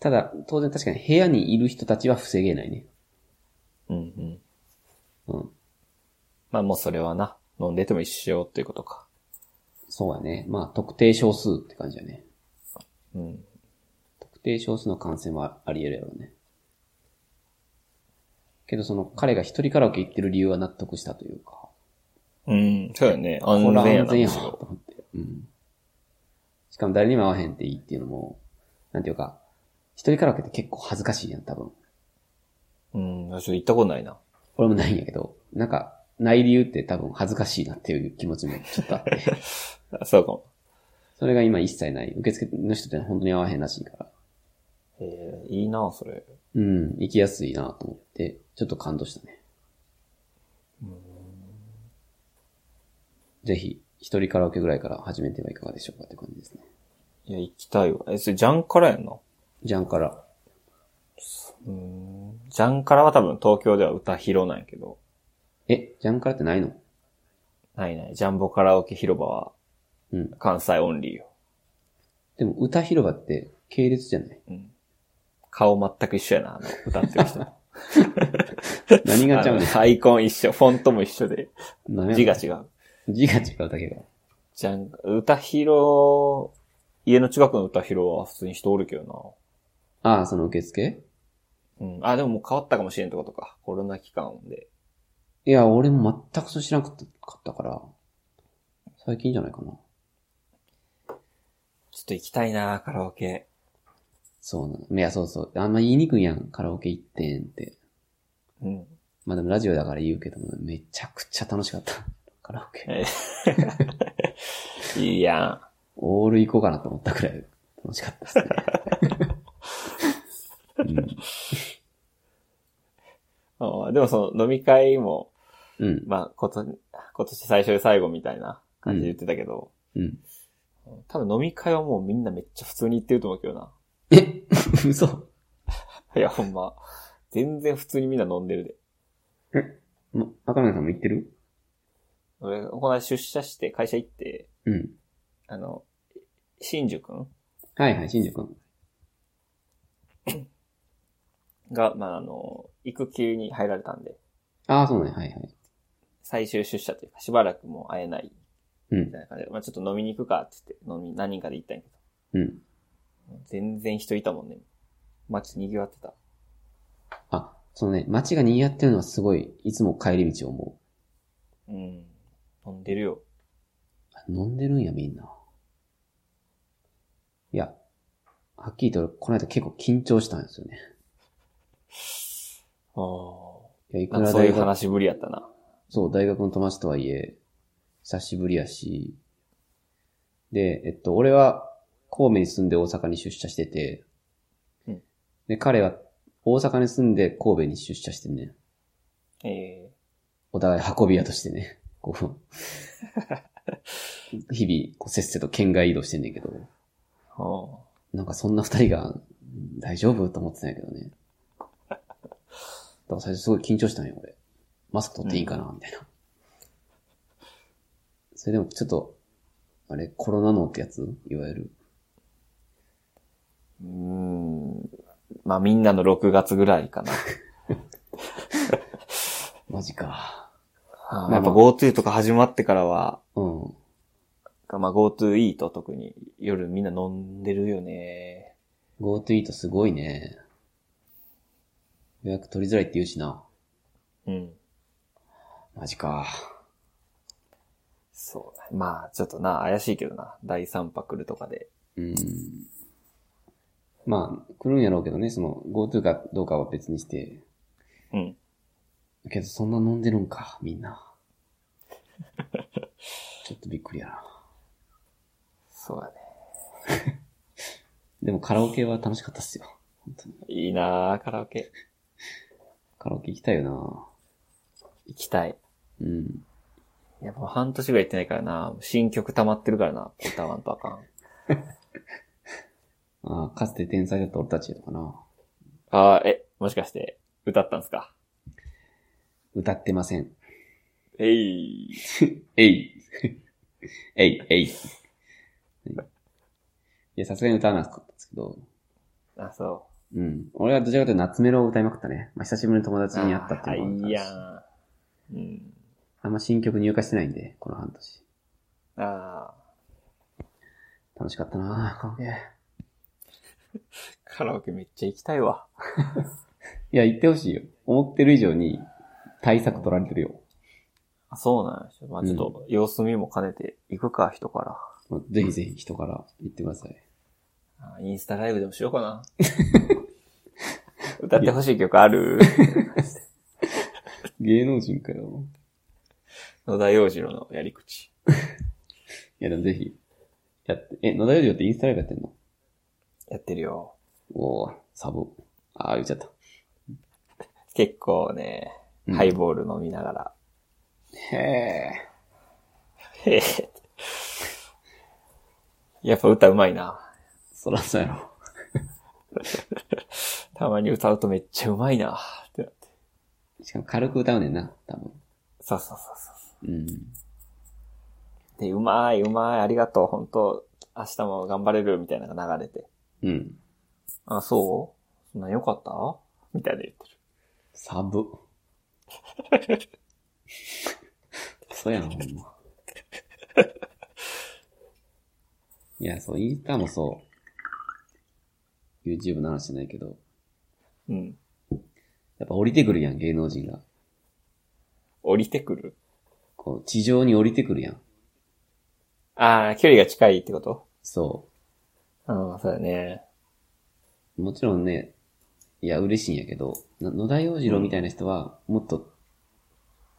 ただ、当然確かに部屋にいる人たちは防げないね。
うん、うん。
うん。
まあもうそれはな、飲んでても一緒っていうことか。
そうやね。まあ、特定少数って感じだね。
うん。
特定少数の感染はあり得るやろうね。けどその彼が一人カラオケ行ってる理由は納得したというか。
うん、そうよね。安
これは
全や
安
な。
全や
む
わ
し
と
ろ
思って。うん。しかも誰にも会わへんっていいっていうのも、なんていうか、一人カラオケって結構恥ずかしいやん、多分。
うん、私行ったことないな。
俺もないんやけど、なんか、ない理由って多分恥ずかしいなっていう気持ちもちょっとあ って。
あそうかも。
それが今一切ない。受付の人って本当に会わへんらしいから。
ええいいな、それ。
うん、行きやすいなと思って、ちょっと感動したね。ぜひ、一人カラオケぐらいから始めてはいかがでしょうかって感じですね。
いや、行きたいわ。え、それジャンカラやんな。
ジャンから。
うん。ジャンカラは多分東京では歌広なんやけど。
え、ジャンからってないの
ないない。ジャンボカラオケ広場は
うん。
関西オンリーよ。
でも、歌広場って系列じゃない
うん。顔全く一緒やな、あの、歌っ てる人。
何がちゃうねん
あのアイコン一緒、フォントも一緒で、
ダメなの
字が違う。
字が違うだけだ。
じゃん、歌広、家の近くの歌広は普通に人おるけど
ああ、その受付
な。うん。あ、でももう変わったかもしれんってことか。コロナ期間で。
いや、俺も全くそう知らなかったから、最近じゃないかな。
ちょっと行きたいなカラオケ。
そうなの。いや、そうそう。あんま言いにくいやん。カラオケ行ってんって。
うん。
まあでもラジオだから言うけども、めちゃくちゃ楽しかった。 カラオケ。
えいいやん。
オール行こうかなと思ったくらい楽しかったですね。
あでもその飲み会も、
うん。
まあ、こと、今年最初で最後みたいな感じで言ってたけど、
うん。
多分飲み会はもうみんなめっちゃ普通に行ってると思うけどな。
え 嘘
いや、ほんま。全然普通にみんな飲んでるで。
え、ま、赤嶺さんも行ってる
俺、この間出社して会社行って、
うん。
あの、新宿くん
はいはい、新宿君。
が、まあ、あの、育休に入られたんで、
ああ、そうね。はいはい。
最終出社というか、しばらくもう会えない、
う
み
ん
た。いな感じで、まあ、ちょっと飲みに行くかって言って、飲み、何人かで行ったんやけ
うん。
ど、全然人いたもんね。街賑わってた。
あ、そのね、街が賑わってるのはすごい、いつも帰り道を思
うん。飲んでるよ。
う。あ飲んでるんや、みんな。いや、はっきりとこの間結構緊張したんですよね。
あ
いや、い
あ。な
く
んからそうい
大
う
学、
話ぶりやったな。
そう、大学の友達とはいえ、久しぶりやし、で、えっと、俺は神戸に住んで大阪に出社してて、
うん
で、彼は大阪に住んで神戸に出社してんねん。
え
お互い運び屋としてね、こう、 日々、こうせっせと県外移動してんねんけど、
ー、は
なんかそんな二人がうん大丈夫と思ってたんやけどね。だから最初すごい緊張したんよ、俺。マスク取っていいかな、みたいな。それでもちょっと、あれ、コロナのってやついわゆる。
あ、うーん。まあみんなの6月ぐらいかな。
マジか。
は
まあ
あ、やっぱ GoTo とか始まってからは、
うん。
まあ GoTo イート特に夜みんな飲んでるよね。
GoTo イートすごいね。予約取りづらいって言うしな。
うん。
マジか。
そうだね。まあちょっとな、怪しいけどな。第3波来るとかで。
うん。まあ、来るんやろうけどね、その GoTo かどうかは別にして。
うん。
けど、そんな飲んでるんか、みんな。 ちょっとびっくりやな。
そうだね。
でもカラオケは楽しかったっすよ。本当に。
いいなあカラオケ。
カラオケ行きたいよ
行きたい。
なうん。
いや、もう半年ぐらい行ってないからな。新曲溜まってるからな。歌わんとあかん。
ああ、かつて天才だった俺たちとかな。
ああ、え、もしかして、歌ったんですか
歌ってません。
えい。
えい。 えい、えい。いや、さすがに歌わなかったんですけど。
あ、そ
うん。俺はどちらかというと夏メロを歌いまくったね。まあ、久しぶりに友
う。
達に会ったっていうのもあ
あい
っ
い
た
や
し
ん。うん。
あんま新曲入荷してないんで、この半年。
ああ、
楽しかったなカラオケ。
カラオケめっちゃ行きたいわ。
いや、言ってほしいよ。思ってる以上に対策取られてるよ。
あ、そうなんですよ。まあ
うん
ちょっと、様子見も兼ねて、行くか、人から。
まあぜひぜひ人から言ってください。
あインスタライブでもしようかな。 歌ってほしい曲ある
芸能人かよ。
野田洋次郎のやり口。
いや、でもぜひ、やって、え、野田洋次郎ってインスタライブやってんの
やってるよ。
おー、サブ。あー、言っちゃった。
結構ね、
うん
ハイボール飲みながら。
へえ。
へえ。やっぱ歌うまいな。
そらそうやろ。
たまに歌うとめっちゃうまいなってなって。
しかも軽く歌うねんな、多分。
そうそうそうそう。
うん。
で、うまい、うまい、ありがとう、本当明日も頑張れる、みたいなのが流れて。
うん。
あ、そうそんな良かったみたいな言ってる。
サブ。そうやな、ほんま。いや、そう、インスタもそう。YouTube の話じゃないけど、
うん。
やっぱ降りてくるやん、芸能人が。
降りてくる
こう、地上に降りてくるやん。
ああ、距離が近いってこと
そ
うん、そうだね。
う。もちろんね、いや、嬉しいんやけど、な野田洋次郎みたいな人は、もっと、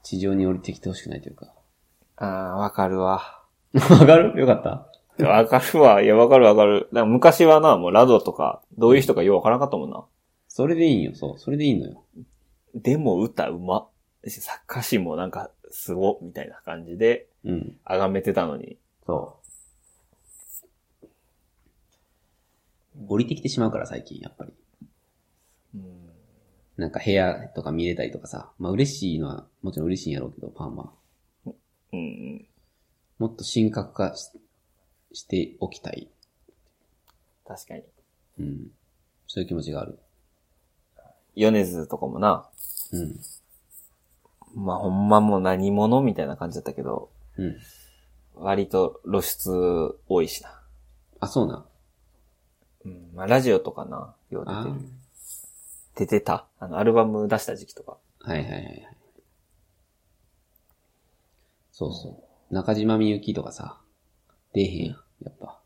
地上に降りてきてほしくないというか。
ああ、わかるわ。
わかるよかった
わかるわ。いや、わかるわかる。だから昔はな、もうラドとか、どういう人かようわからなかったもんな。
それでいいんよ、そう。それでいいのよ。
でも歌うま。歌詞もなんか、すご、みたいな感じで、
うん。
あがめてたのに。
そう。降りてきてしまうから、最近、やっぱり。
うん。
なんか部屋とか見れたりとかさ。まあ嬉しいのは、もちろん嬉しいんやろうけど、パンは。
うん。
もっと深刻化ししておきたい。
確かに。
うん。そういう気持ちがある。
ヨネズとかもな、
うん。
まあほんまもう何者みたいな感じだったけど、
うん。
割と露出多いしな。
あ、そうな。
うん。まあラジオとかな、よう
あ
出てる。出てたあの、アルバム出した時期とか。
あ。はいはいはいはい。そうそう。中島みゆきとかさ。出えへんやん。やっぱ。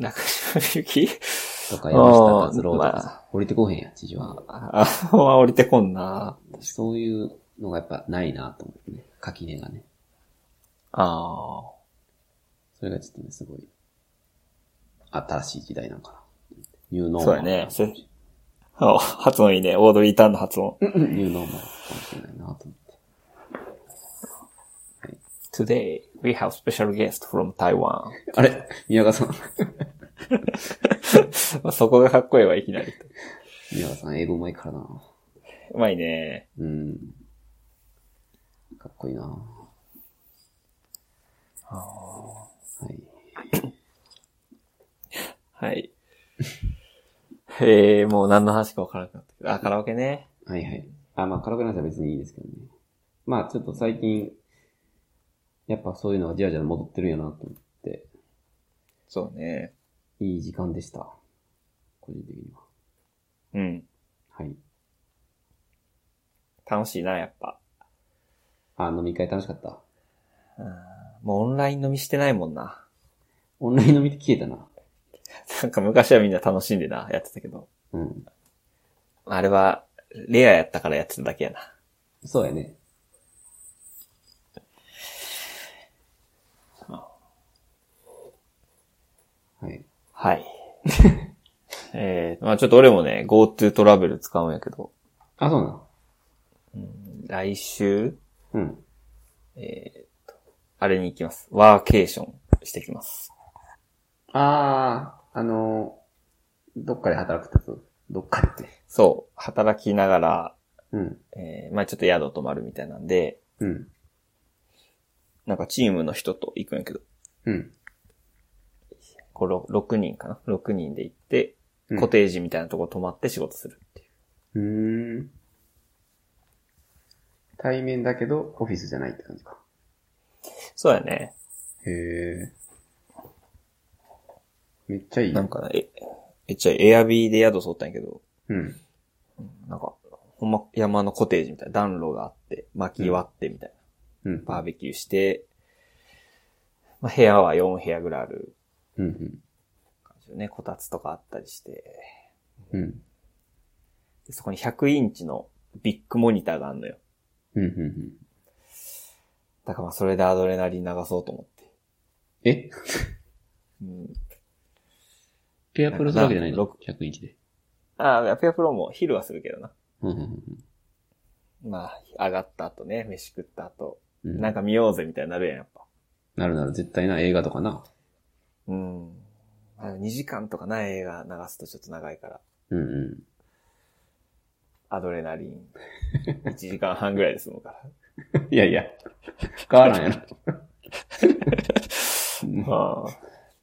中島みゆき
とか山下達郎とか
あーま
さ。降りてこへんやん、地上に。
あ、あ降りてこんな。
そういうのがやっぱないなと思ってね。垣根がね。
ああ。
それがちょっとね、すごい、新しい時代なんかな。ニューノー
そ
マ
うや
ル。
ね。せあ発音いいね。オードリー・タンの発音。
ニューノーマルかもしれないなと思って。
Today, we have special guest from Taiwan.
あれ宮川さん。
まあそこがかっこいいわ、いきなり。
宮川さん、英語うまいからな。
うまいね。
うん。かっこいいなはい。
はい。 えー、もう何の話かわからなくなったけど。あ、カラオケね。
はいはい。あ、まあ、カラオケなんて別にいいですけどね。まあ、ちょっと最近、やっぱそういうのはじわじわ戻ってるんやなと思って、
そうね。
いい時間でした。個人的には。
うん。
はい。
楽しいな、やっぱ。
あ、飲み会楽しかった。
もうオンライン飲みしてないもんな。
オンライン飲みって消えたな。
なんか昔はみんな楽しんでな、やってたけど。
うん。
あれは、レアやったからやってただけやな。
そうやね。はい。
はい。 えー、まあちょっと俺もね、GoTo トラベル使うんやけど、
あ、そうな。
来週、
うん。
あれに行きます。ワーケーションしてきます。
ああ、あの、どっかで働くってやつどっかでって。
そう、働きながら、
うん。
えー、まあちょっと宿泊まるみたいなんで、
うん。
なんかチームの人と行くんやけど、
うん。
こうろ6人かな ?6 人で行って、
うん
コテージみたいなとこ泊まって仕事するっていう。
うーん。対面だけど、オフィスじゃないって感じか。
そうやね。
へえ。めっちゃいい。
なん。か、え、え、じゃあエアビーで宿取ったんやけど、
うん。
なんか、ほんま山のコテージみたいな暖炉があって、薪割ってみたいな。
うん。
バーベキューして、まあ、部屋は4部屋ぐらいある
うん。うん
感じよね。こたつとかあったりして。
うん。
でそこに100インチのビッグモニターがあるのよ。
うん。うんうん。
だからまあそれでアドレナリン流そうと思って。
え
うん、
ペアプロするわけじゃない
な
の
んか
?100 インチで。
ああ、ペアプロも昼はするけどな。
うんうん
まあ、上がった後ね、飯食った後、
うんうん。
なんか見ようぜみたいになるやん、やっぱ。
なるなる、絶対な、映画とかな。
うん。あの2時間とかな、映画流すとちょっと長いから。
うんうん。
アドレナリ ン。1時間半ぐらいで済むから。
いやいや、変わらんやろ。
まあ、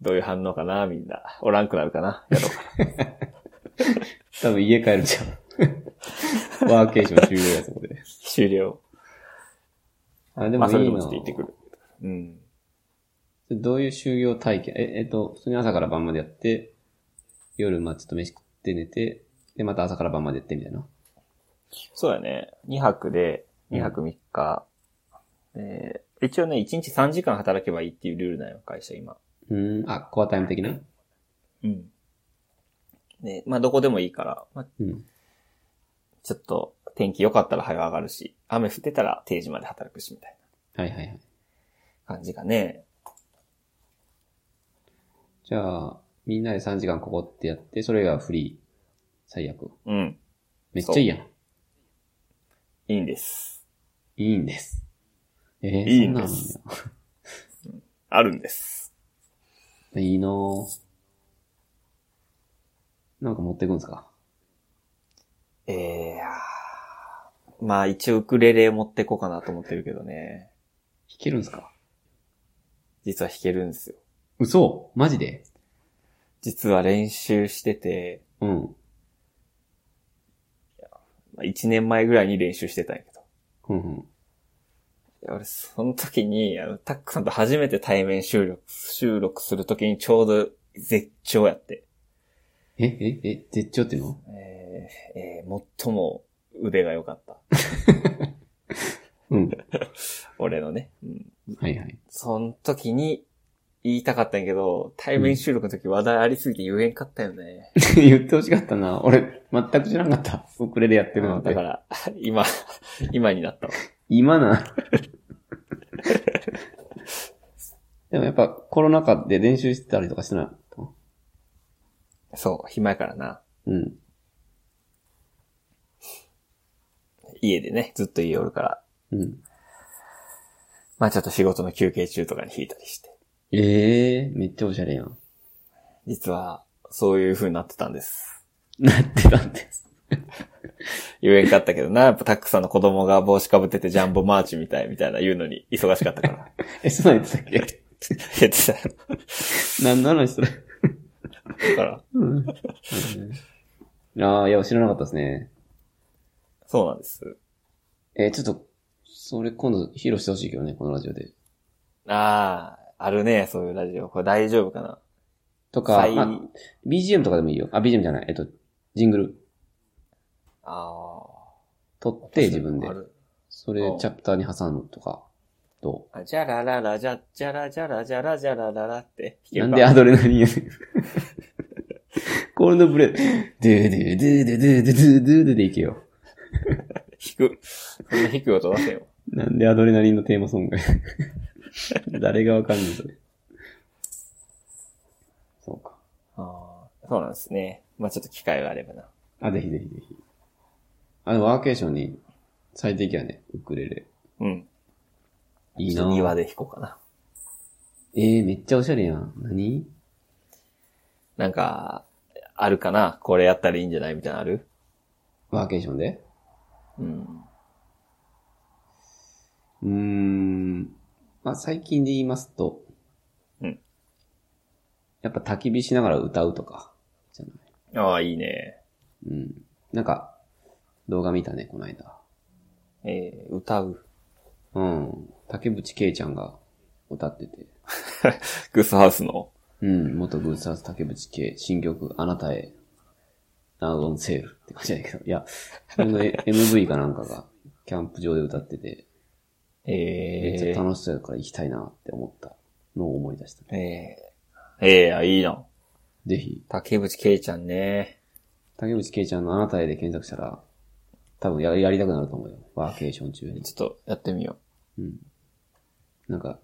どういう反応かな、みんな。おらんくなるかな。 やろうか。
多分家帰るじゃ ん。ワーケーション終了や、そこで。
終了。
あ、で
ま
も
あ、
いいな
それでもちょっと行ってくる。うん。
どういう就業体験え、えっと、普通に朝から晩までやって、夜、まあちょっと飯食って寝て、で、また朝から晩までやってみたいな。
そうだね。2泊で、2泊3日。えー一応ね、1日3時間働けばいいっていうルールなの、会社今。
うーん、あ、コアタイム的な
うん。ね、まあ、どこでもいいから、まあ、
うん。
ちょっと、天気良かったら早上がるし、雨降ってたら定時まで働くし、みたい
はいはいはい。
な感じがね。
じゃあ、みんなで3時間ここってやって、それがフリー。最悪。
うん。
めっちゃいいやん。
いいんです。
いいんです。えー、
いいんで
そ
す
うなんや
あるんです。
いいなぁ。なんか持ってくんですか
ええまあ一応ウクレレ持ってこうかなと思ってるけどね。
弾けるんですか
実は弾けるんですよ。
嘘マジで
実は練習してて、
うん。
まあ、1年前ぐらいに練習してたんやけど。
うんうん。
いや俺、その時に、あの、タックさんと初めて対面収録、収録する時にちょうど絶頂やって、
え、え、え、絶頂っていうの
えーえー最も腕が良かった。
うん。
俺のね。うん。
はいはい。
その時に言いたかったんやけど、対面収録の時話題ありすぎて言えんかったよね。
言ってほしかったな。俺、全く知らなかった。ウクレレやってるなんて。
だから、今、今になったわ。
今な。 でもやっぱコロナ禍で練習してたりとかしてないと。
そう、暇やからな。
うん。
家でね、ずっと家おるから。
うん。
まあちょっと仕事の休憩中とかに弾いたりして。
ええめっちゃおしゃれやん。
実は、そういう風になってたんです。
なって たんです。
言えんかったけどな、やっぱタックさんの子供が帽子かぶっててジャンボマーチみたいみたいな言うのに忙しかったから。
え、そうなん言ってたっけ
やってたよ。
何の話それ。
だから、
うん。ああ、いや、知らなかったですね。
そうなんです。
えーちょっと、それ今度披露してほしいけどね、このラジオで。
ああ、あるね、そういうラジオ。これ大丈夫かな
とか、
再
まあ、BGM とかでもいいよ。あ、BGM じゃない。えっと、ジングル。
あ
撮っ
あ。
て自分で
あ。る
それ
う、ん
チャプターに挟むとか。ど
あじゃららら、じゃ、じゃらじゃらじゃらじゃらららって
うな
弾ける
ん
か
でアドレナリンやねん。コールドブレイド。ドゥドゥドゥドゥドゥドゥドゥドゥドゥでいけよ。
弾く。そんな弾く音出せよ。
なんでアドレナリンのテーマソング誰がわかんないそれ。そうか。
ああ、そうなんですね。まあちょっと機会があればな。
あ、ぜひぜひぜひ。あの、ワーケーションに最適やね、ウクレレ。
うん。
いい
ちょ
な
っと庭
ぁ
で弾こうかな。
えー、めっちゃおしゃれやん。何
なんか、あるかなこれやったらいいんじゃないみたいなのある
ワーケーションで
うん。
うーん。まあ、最近で言いますと。
うん。
やっぱ焚き火しながら歌うとか、じゃない。
ああ、いいね。
うん。なんか、動画見たね、この間。
えー、歌う。
うん。竹渕圭ちゃんが歌ってて。
グッズハウスの。
うん。元グースターズ竹渕圭、新曲、あなたへ、ナウオンセールって感じだけど。いや、それの え MV かなんかが、キャンプ場で歌ってて、めっち
え
ゃ楽しそうやから行きたいなって思ったのを思い出した。
ー、えー、えー、あいいな。
ぜひ、
竹内圭ちゃんね。
竹内圭ちゃんのあなたへで検索したら、多分ややりたくなると思うよ。ワーケーション中に。
ちょっとやってみよ
なんか、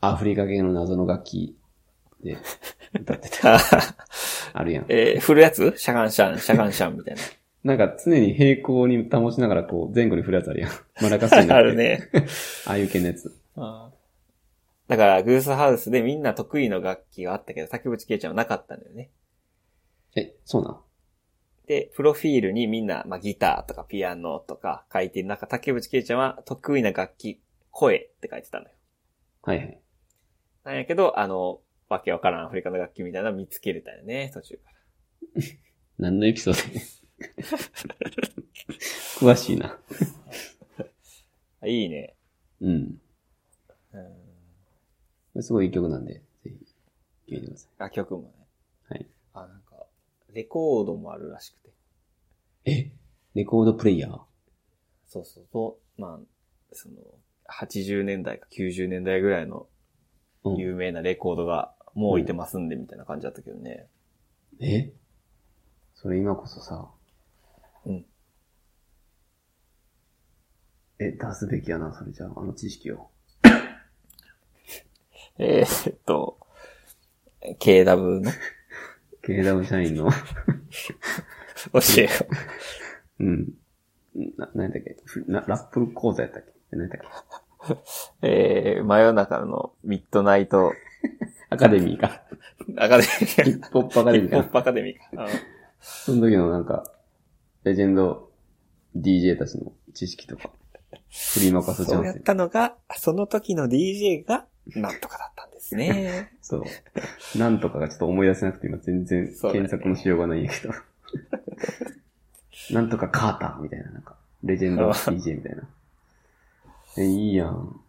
アフリカ系の謎の楽器で歌って
う。
た。
あ
あるやん。
えー、振るやつシャガンシャン、シャガンシャンみたい
なんか常に平行に保ちながらこう前後に振るやつあるやん。 マラカスになって
な。。 ある。ね。
ああいう系のやつ。
あーだから、グースハウスでみんな得意の楽器があったけど、竹内圭ちゃんはなかったんだよね。
え、そうなん
で、プロフィールにみんな、まあ、ギターとかピアノとか書いてる中、竹内圭ちゃんは得意な楽器、声って書いてたのよ。
はいはい。
なんやけど、あの、わけわからんアフリカの楽器みたいなの見つけれたよね、途中か
何のエピソードや 詳しいな。
ら。いいね。
うん。
うん。
すごいいい曲なんで、ぜひ、聴いてくださ
楽曲もね。
はい。
あ、なんか、レコードもあるらしくて。
い。えレコードプレイヤー
そうそうそう。まあ、その、80年代か90年代ぐらいの
うん。
有名なレコードがもう置いてますんで、みたいな感じだったけどね。
えそれ今こそさ。
うん。
え、出すべきやな、それじゃあ、あの知識を。
えー、っと、KW の
KW 社員の。
教えを。
うん。な、なんだっけふなラップ講座やったっけえなんだっけ
えー、真夜中のミッドナイト
アカデミーか。
アカデミ
ヒ
ー
ップホップアカ
か。
デ
ヒ
ミーか
ップホ
な
ッ。プアカデミーか。
その時のなんか、レジェンド DJ たちの知識とか、振りまかすチャ
そうや
ン
っ
ス。
たのが、その時の DJ が、なんとかだったんですね。
そう。なんとかがちょっと思い出せなくて今全然
そうだね
検索のしようがないんやけど。なんとかカーターみたいな、なんか、レジェンド DJ みたいな。え、いいやん。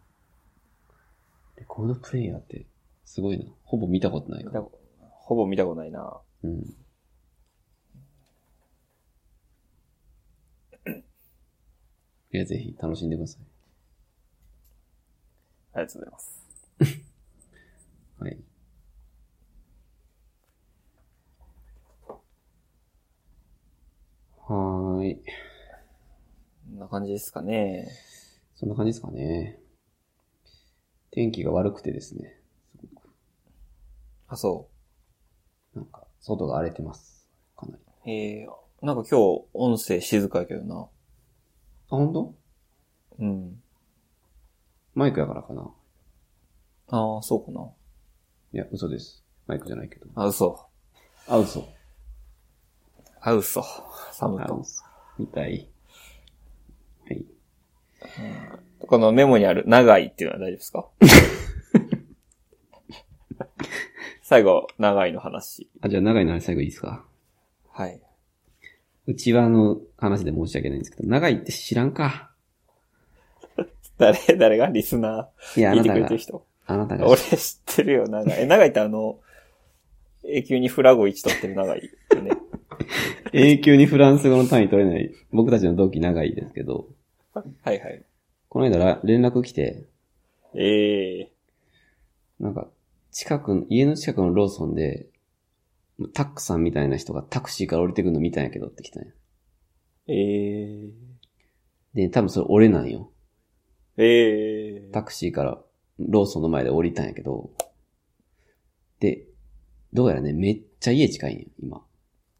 レコードプレイヤーって、すごいな。ほぼ見たことないから。
ほぼ見たことないな。
うん。いや、ぜひ楽しんでください。
ありがとうございます。
はい。はーい。
こんな感じですかね。
そんな感じですかね。天気が悪くてですね、
あ、そ
なんか、外が荒れてます。かなり。あ、
う。えー、なんか今日音声静かやけどな。
本当？
うん。
マイクやからかな。
ああ、そうかな。
いや、嘘です。マイクじゃないけど。
あ、嘘。
あ、嘘。
あ、嘘。サム
あ
と。
嘘。みたい。はい。
このメモにある長いっていうのは大丈夫で すか最後、長いの話。
あ、じゃあ長いの話最後いいですか
はい。
うちはあの話で申し訳ないんですけど、長いって知らんか。
誰、誰がリスナ
い
ー
や、あ
聞い
な
てく
た
れて
が
る、人。
あなたが
俺知ってるよ、長い。え、長いってあの、永久にフラゴ1取ってる長い よね。
永久にフランス語の単位取れない、僕たちの同期長いですけど、
はいはい。
この間ら連絡来て、
ええ
なんか、近く、家の近くのローソンで、タックさんみたいな人がタクシーから降りてくるの見たんやけどって来たんや。
え
で、多分それ俺なんよ。
えええ
タクシーからローソンの前で降りたんやけど、で、どうやらね、めっちゃ家近いんよ、今。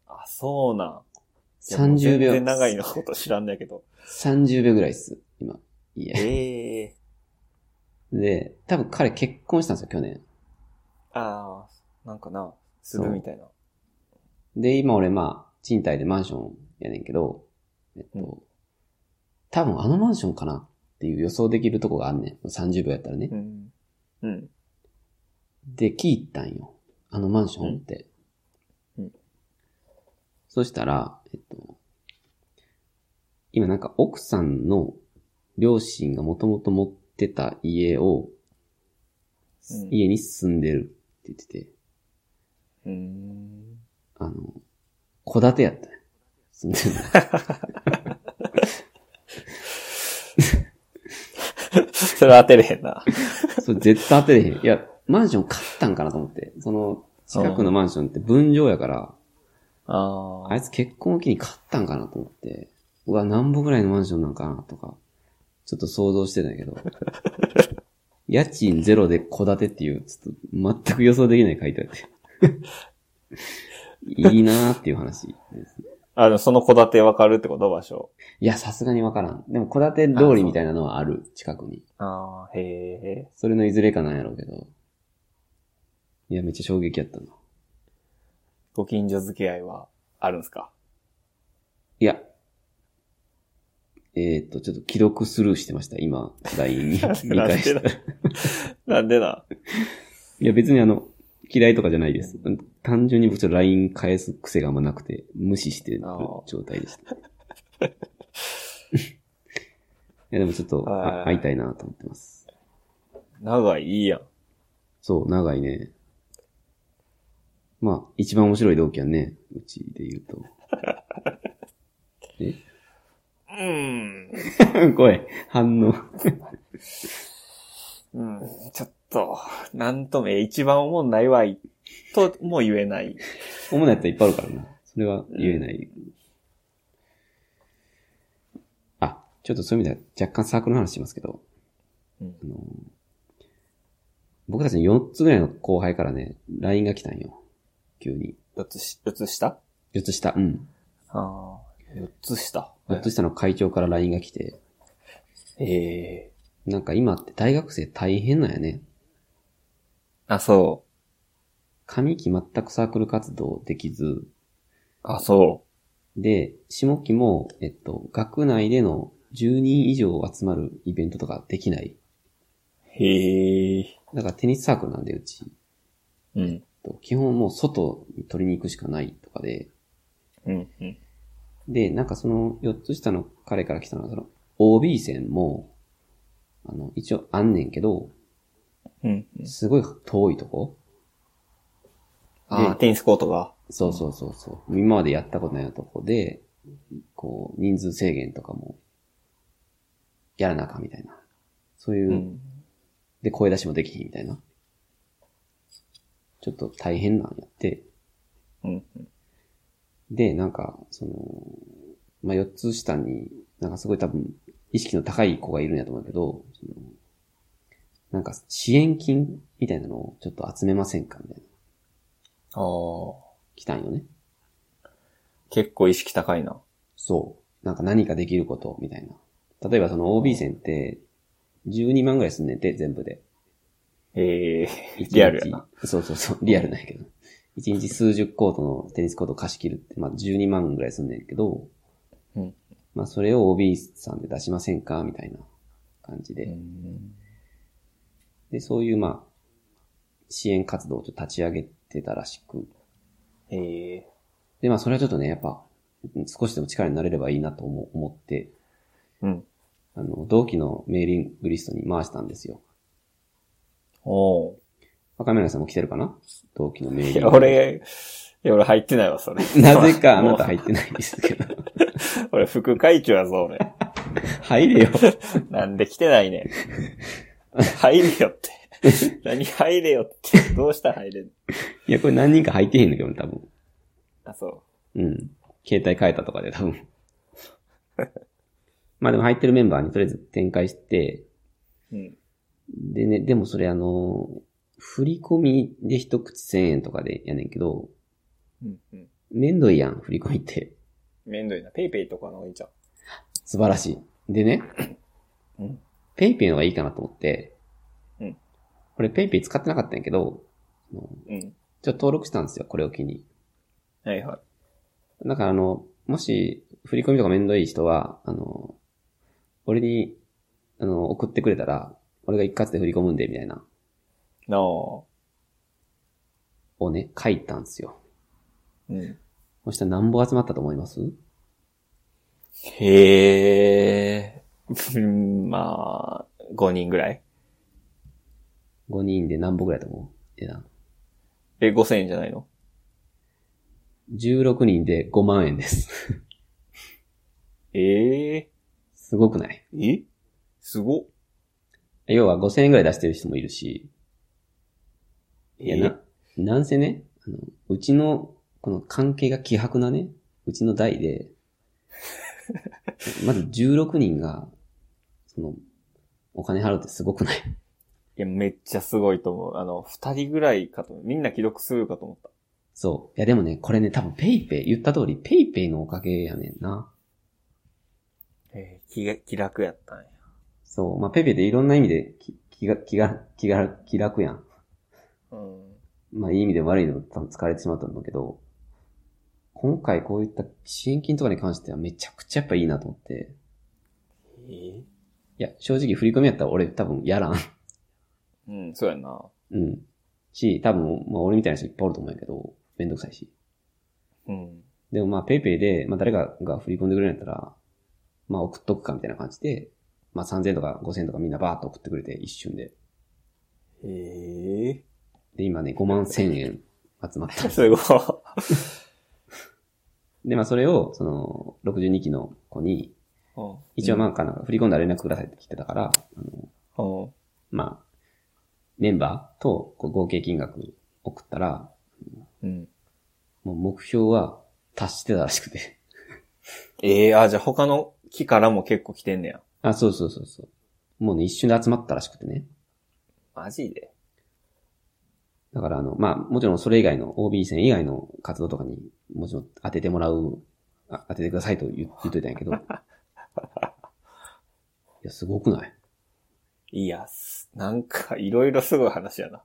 あ、そうなん。いやもう
30秒
全。然長いのこと知らんねやけど。
30秒ぐらいっす、今。いや。
ええ
で、多分彼結婚したんですよ、去年。
ああ、なんかな、するみたいな。
で、今俺まあ、賃貸でマンションやねんけど、えっと、
うん
多分あのマンションかなっていう予想できるとこがあんねん。30秒やったらね。
うん。うん。
で、聞いたんよ。あのマンションって。
うんうん
そしたら、えっと、今なんか奥さんの両親がもともと持ってた家を、
うん
家に住んでるって言ってて、
うん。
あの、戸建てやったんよ住んでるの。
それ当てれへんな。
そう、絶対当てれへん。いや、マンション買ったんかなと思って。その、近くのマンションって分譲やから、
あ
あいつ結婚を機に買ったんかなと思って、うわ、何本ぐらいのマンションなんかなとか、ちょっと想像してたんやけど、家賃ゼロで戸建てっていう、ちょっと全く予想できない書いてあって。いいなーっていう話です。
あ。あの、その戸建てわかるってこと場所。
いや、さすがにわからん。でも、戸建て通りみたいなのはある、近くに。
ああ、へえ。
それのいずれかなんやろうけど。いや、めっちゃ衝撃やったな。
ご近所付き合いはあるんですか
いや。えーっ、と、ちょっと既読スルーしてました、今、LINE に見返したら。い
なんでな。
や、別にあの、嫌いとかじゃないです。単純に僕ちょっと LINE 返す癖があんまなくて、無視してる
あー
状態でした。いや、でもちょっと、
はいはいは
あ会
い
いたいなと思ってます。
長いいいやん。
そう、長いね。まあ、一番面白い同期はね、うちで言う と。
うん。
え声、反応。
うん。ちょっと、なんとも、え、一番おもんないわい、とも言えない。
主なやつはいっぱいあるからな。それは言えない。あ、ちょっとそういう意味では若干サークルの話しますけど、
うん
あの僕たちの4つぐらいの後輩からね、LINE が来たんよ。急に。
四つし、四つ下
4つ下、うん。
ああ、四つ下。
4つ下の会長から LINE が来て、
ええ
なんか今って大学生大変なんやね。
あ、そ
上期全くサークル活動できず、
う。あ、そ
で、下期も、えっと、学内での10人以上集まるイベントとかできない。
う。へえ。
だからテニスサークルなんで、うち。
うん。
と基本もう外に取りに行くしかないとかで、
うん。うん。
で、なんかその4つ下の彼から来たのは、その OB 線も、あの、一応あんねんけど、
うん。
すごい遠いとこ
ああ、
で
テニスコートが。
そうそうそうそう。今までやったことないようなとこで、こう、人数制限とかも、やらなあかんみたいな。そういう、
うん。
で、声出しもできひんみたいな。ちょっと大変なんやって、
うん。
で、なんか、その、まあ、4つ下に、なんかすごい多分、意識の高い子がいるんやと思うけど、そのなんか支援金みたいなのをちょっと集めませんかみたいな。
ああ。
来たんよね。
結構意識高いな。
そう。なんか何かできること、みたいな。例えばその OB 線って、12万ぐらいすんねんて、全部で。
ええ
一日
リアルやな。。
そうそうそう、リアルなんやけど。1日数十コートのテニスコート貸し切るって、まあ12万ぐらいすんねんけど、
うん
まあそれを OB さんで出しませんかみたいな感じで。
うん
で、そういうまあ、支援活動をちょっと立ち上げてたらしく。
ええ
で、まあそれはちょっとね、やっぱ、少しでも力になれればいいなと思思って、
うん。
あの、同期のメーリングリストに回したんですよ。
おお。
若宮さんも来てるかな同期のメーリン
い
グ。
や、、俺、いや、俺入 ってないわ、それ。
なぜかあなた
も
入ってないんですけ ど。
う俺、副会長やぞ、俺。
入れよ。
なんで来てないね ん。入れよ って。何入れよって。どうしたら入れん
いや、これ何人か入ってへんのけど、多分。
あ、そ
うん。携帯変えたとかで、多 分。まあでも入ってるメンバーにとりあえず展開して、
う。うん。
でね、でもそれあの、振り込みで一口1000円とかでやねんけど、
うん。うん。
めんどいやん、振り込みって。
めんどいな。ペイペイとかの方がいいじゃん。
素晴らしい。でね、
うん
ペイペイの方がいいかなと思って、
うん。
俺ペイペイ使ってなかったんやけど、あの
うん。
ちょっと登録したんですよ、これを機に。
はいはい。
だからあの、もし、振り込みとかめんどい人は、あの、俺に、あの、送ってくれたら、俺が一括で振り込むんで、みたいな、
なあ。
をね、書いたんですよ。
うん。
そしたら何本集まったと思います
へえ。うんまあ、5人ぐらい。
?5 人で何本ぐらいだと思う値段。
え、5000円じゃないの
16人で5万円です。
ええ
すごくない
えすごっ。
要は5000円ぐらい出してる人もいるし、いや
え
な、なんせね、あの、うちの、この関係が希薄なね、うちの代で、 まず16人が、その、お金払うってすごくない
いや、めっちゃすごいと思う。あの、二人ぐらいかと思う。みんな既読するかと思った。
そう。いやでもね、これね、多分ペイペイ、言った通り、ペイペイのおかげやねんな。
ええ気が、気楽やったんや。
そう。まあ、ペイペイっていろんな意味で、き気が、気が、気が、気楽やん。
うん。
まあ、いい意味でも悪いのも多分疲れてしまったんだけど、今回こういった支援金とかに関してはめちゃくちゃやっぱいいなと思って、
ええ
いや、正直振り込みやったら俺多分やらん。
うん、そうやんな。
うん。し、多分、まあ俺みたいな人いっぱいおると思うんやけど、めんどくさいし。
うん。
でもまあペイペイで、まあ誰かが振り込んでくれるんやったら、まあ送っとくかみたいな感じで、まあ3000とか5000とかみんなバーっと送ってくれて一瞬で。
ええ
で、今ね、5万1000円集まった。
すごい。
で、まあそれを、その、62期の子に、一応まあかなんか振り込んだら連絡くださいって来てたから、あの、
あ、うん。
まあ、メンバーとこう合計金額送ったら、
うん。
もう目標は達してたらしくて。
ええあ、じゃあ他の木からも結構来てんねや。
あ、そうそうそうそう。もうね、一瞬で集まったらしくてね。
マジで
だからあの、まあ、もちろんそれ以外の OB 戦以外の活動とかにもちろん当ててもらう、あ当ててくださいと言言っといたんやけど。い や、すごくない
いや、すなんか、いろいろすごい話やな。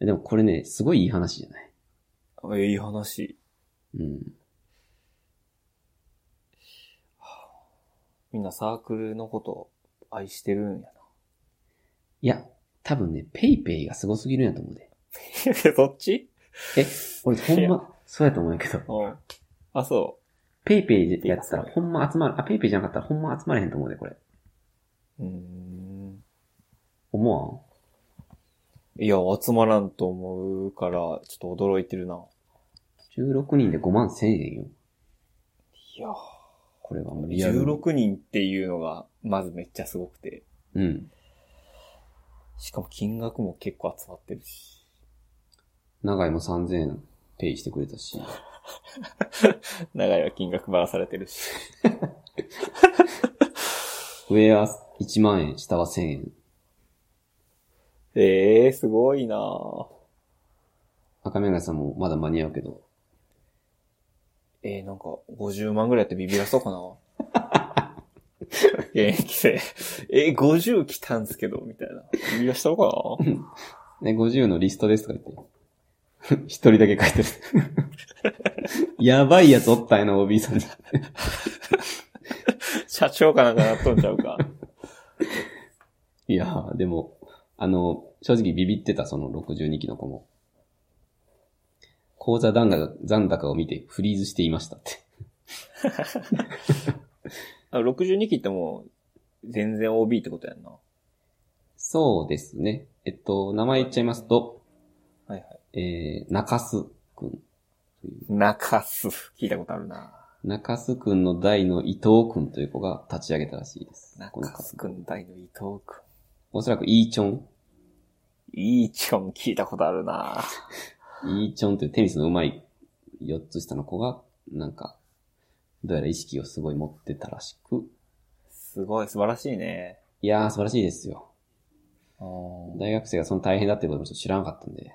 えでもこれね、すごいいい話じゃない
ええいい話。
うん。
みんなサークルのこと愛してるんやな。
いや、多分ね、ペイペイがすごすぎるんやと思うで。
そっち
え、俺ほん
いや
ま、そうやと思うんやけど。
うん。あ、そ
ペイペイでやってたらほんま集まる、あ、ペイペイじゃなかったらほんま集まれへんと思うで、これ。
う。うーん。
思
いや、集まらんと思うから、ちょっと驚いてるな。
わん ?16 人で5万1000円よ。
いや、
これはもうリアルに。
16人っていうのが、まずめっちゃすごくて。
うん。
しかも金額も結構集まってるし。
長井も3000円ペイしてくれたし。
長いは金額ばらされてるし。
上は1万円、下は1000円。
ええー、すごいなぁ
赤目がさんもまだ間に合うけど。
ええー、なんか、50万ぐらいやってビビらそうかな 現役生。えー、50来たんすけど、みたいな。ビビらしたのかな
ね、50のリストですとか言って。一 人だけ書いてる。やばいやつおったんやな、OB さん。
社長かなん かなっとんちゃうか。
いやー、でも、あの、正直ビビってた、その62期の子も。口座残高残高を見てフリーズしていましたって。
あ62期ってもう、全然 OB ってことやんな。は
そうですね。えっと、名前言っちゃいますと、
いはい。
えー、中洲くん。
中洲。聞いたことあるな
中洲くんの代の伊藤くんという子が立ち上げたらしいです。この
中
方
洲くん大の伊藤くん。
おそらくイーチョン。
いいちょん聞いたことあるな
イーチョンというテニスの上手い4つ下の子が、なんか、どうやら意識をすごい持ってたらしく、
すごい、素晴らしいね。
いやー素晴らしいですよ。
い
大学生がその大変だってこともちょっと知らなかったんで。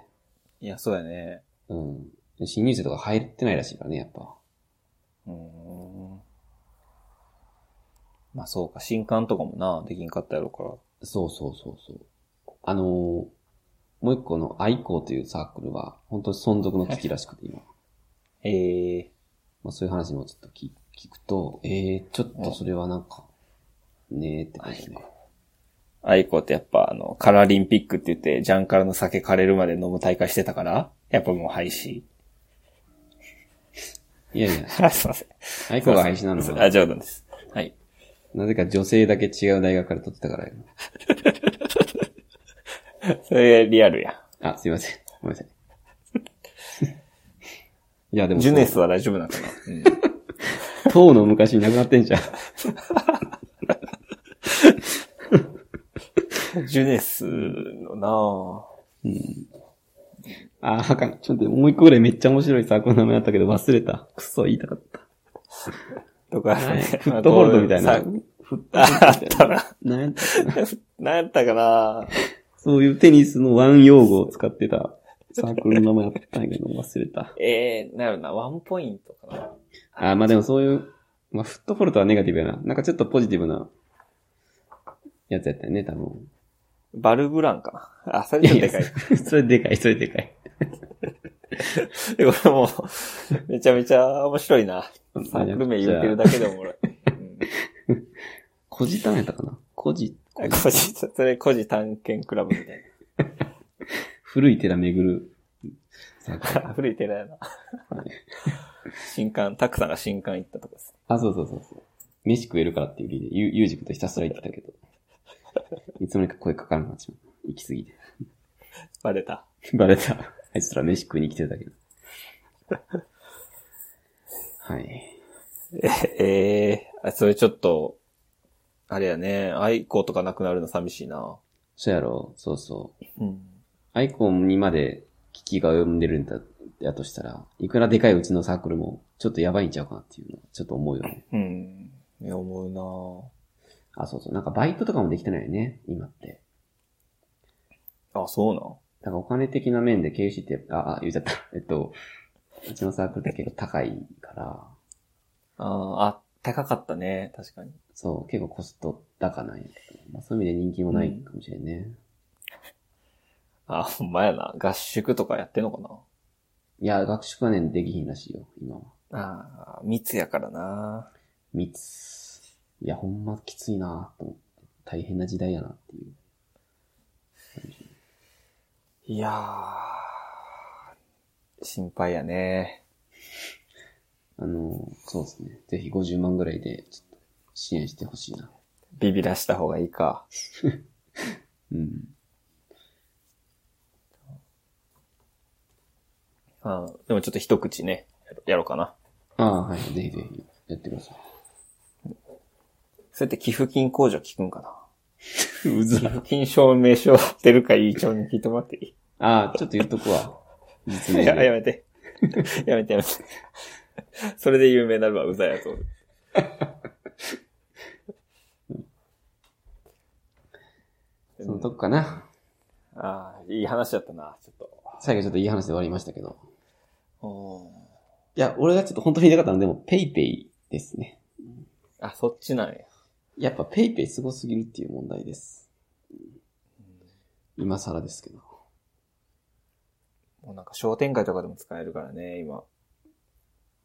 や、そうやね。
うん。新入生とか入ってないらしいからね、やっぱ。
うーん。まあそうか、新刊とかもな、できんかったやろか
そうそうそうそう。あのーもう一個の愛好というサークルは、本当に存続の危機らしくて、今。
ら。ええ
まあそういう話もちょっと聞聞くと、えー、ちょっとそれはなんか、ねーって感じだね。
ー。アイコってやっぱあの、カラリンピックって言って、ジャンカラの酒枯れるまで飲む大会してたから、やっぱもう廃止。
いやいや、
あ、すいません。
愛好が廃止なの
あ、
は、
冗談です。はい。
なぜか女性だけ違う大学から取ってたからよ。
それリアルや。
あ、すいません。ごめんなさい。 いや、でも
ジ
そう、
ュネスは大丈夫なのかな、うん
とうの昔になくなってんじゃん。
ジュネスのなぁ。
あー、あかん。ちょっと待ってもう一個ぐらいめっちゃ面白いサークルの名前あったけど忘れた。クソ、言いたかった。
とか、
フットホールドみたいな。
さ
フット
ああったな。
なんやったっけな
なんやったかな
そういうテニスのワン用語を使ってたサークルの名前あったんやけど忘れた。
ええなるな、ワンポイントかな。
あーまあでもそういう、まあフットホールドはネガティブやな。なんかちょっとポジティブなやつやったよね、多分。
バルブランかな。あ、それちょっとでかい。
それでかい、それでかい。
でこれもう、めちゃめちゃ面白いな。サークル名言ってるだけでもおもろい。うん
コジタンやったかなコジ、
あ個人、それ個人探検クラブみたい
古い寺巡るサークル。
な。古い寺やな。新刊、たくさんが新刊行ったとこです。
あ、そうそうそうそう。飯食えるからっていう理由で、ゆ、ゆうじくんとひたすら言ってたけど。いつの間にか声かからなくなっちまう。行き過ぎて。
バレた。
バレた。あいつら飯食いに来てるだけど。 はい。
ええあそれちょっと、あれやね、愛好とかなくなるの寂しいな。
そうやろそうそう。
うん。
アイコンにまで危機が及んでるんだ、やとしたら、いくらでかいうちのサークルも、ちょっとやばいんちゃうかなっていうのは、ちょっと思うよね。
うん。いや、思うな
あ、そうそう。なんかバイトとかもできてないよね、今って。
あ、そうなん。
だからお金的な面で KUC って、あ、あ、言っちゃった。 えっと、うちのサークルって結構高いから、
あーあ、高かったね。確かに。
そう、結構コスト高ない、まあ。そういう意味で人気もないかもしれんね。
あ、ほんまやな。合宿とかやってんのか
いや、学習はね、できひんらしいよ、今は。
なああ、密やからな。
密。いや、ほんまきついなと思って。大変な時代やなっていう。
いやー、心配やね。
あの、そうですね。ぜひ50万ぐらいで、ちょっと支援してほしいな。
ビビらした方がいいか。
うん。
あーでもちょっと一口ね、やろやろうかな。
ああ、はい。ぜひぜひ、やってくださ
それって寄付金控除聞くんかな。
い。うず
寄付金証明書出るかいい帳に聞いてもらっていい
ああ、ちょっと言っとくわ。実
い
名
や、や
で。
めて。やめてやめて。それで有名になるわ、うざいやつ。
そのとこかな。
ああ、いい話だったな、ちょっと。
最後ちょっといい話で終わりましたけど。
うん。
いや、俺がちょっと本当に言いたかったのはでも、ペイペイですね。
あ、そっちなんや。
やっぱペイペイすごすぎるっていう問題です。今更ですけど。
もうなんか商店街とかでも使えるからね、今。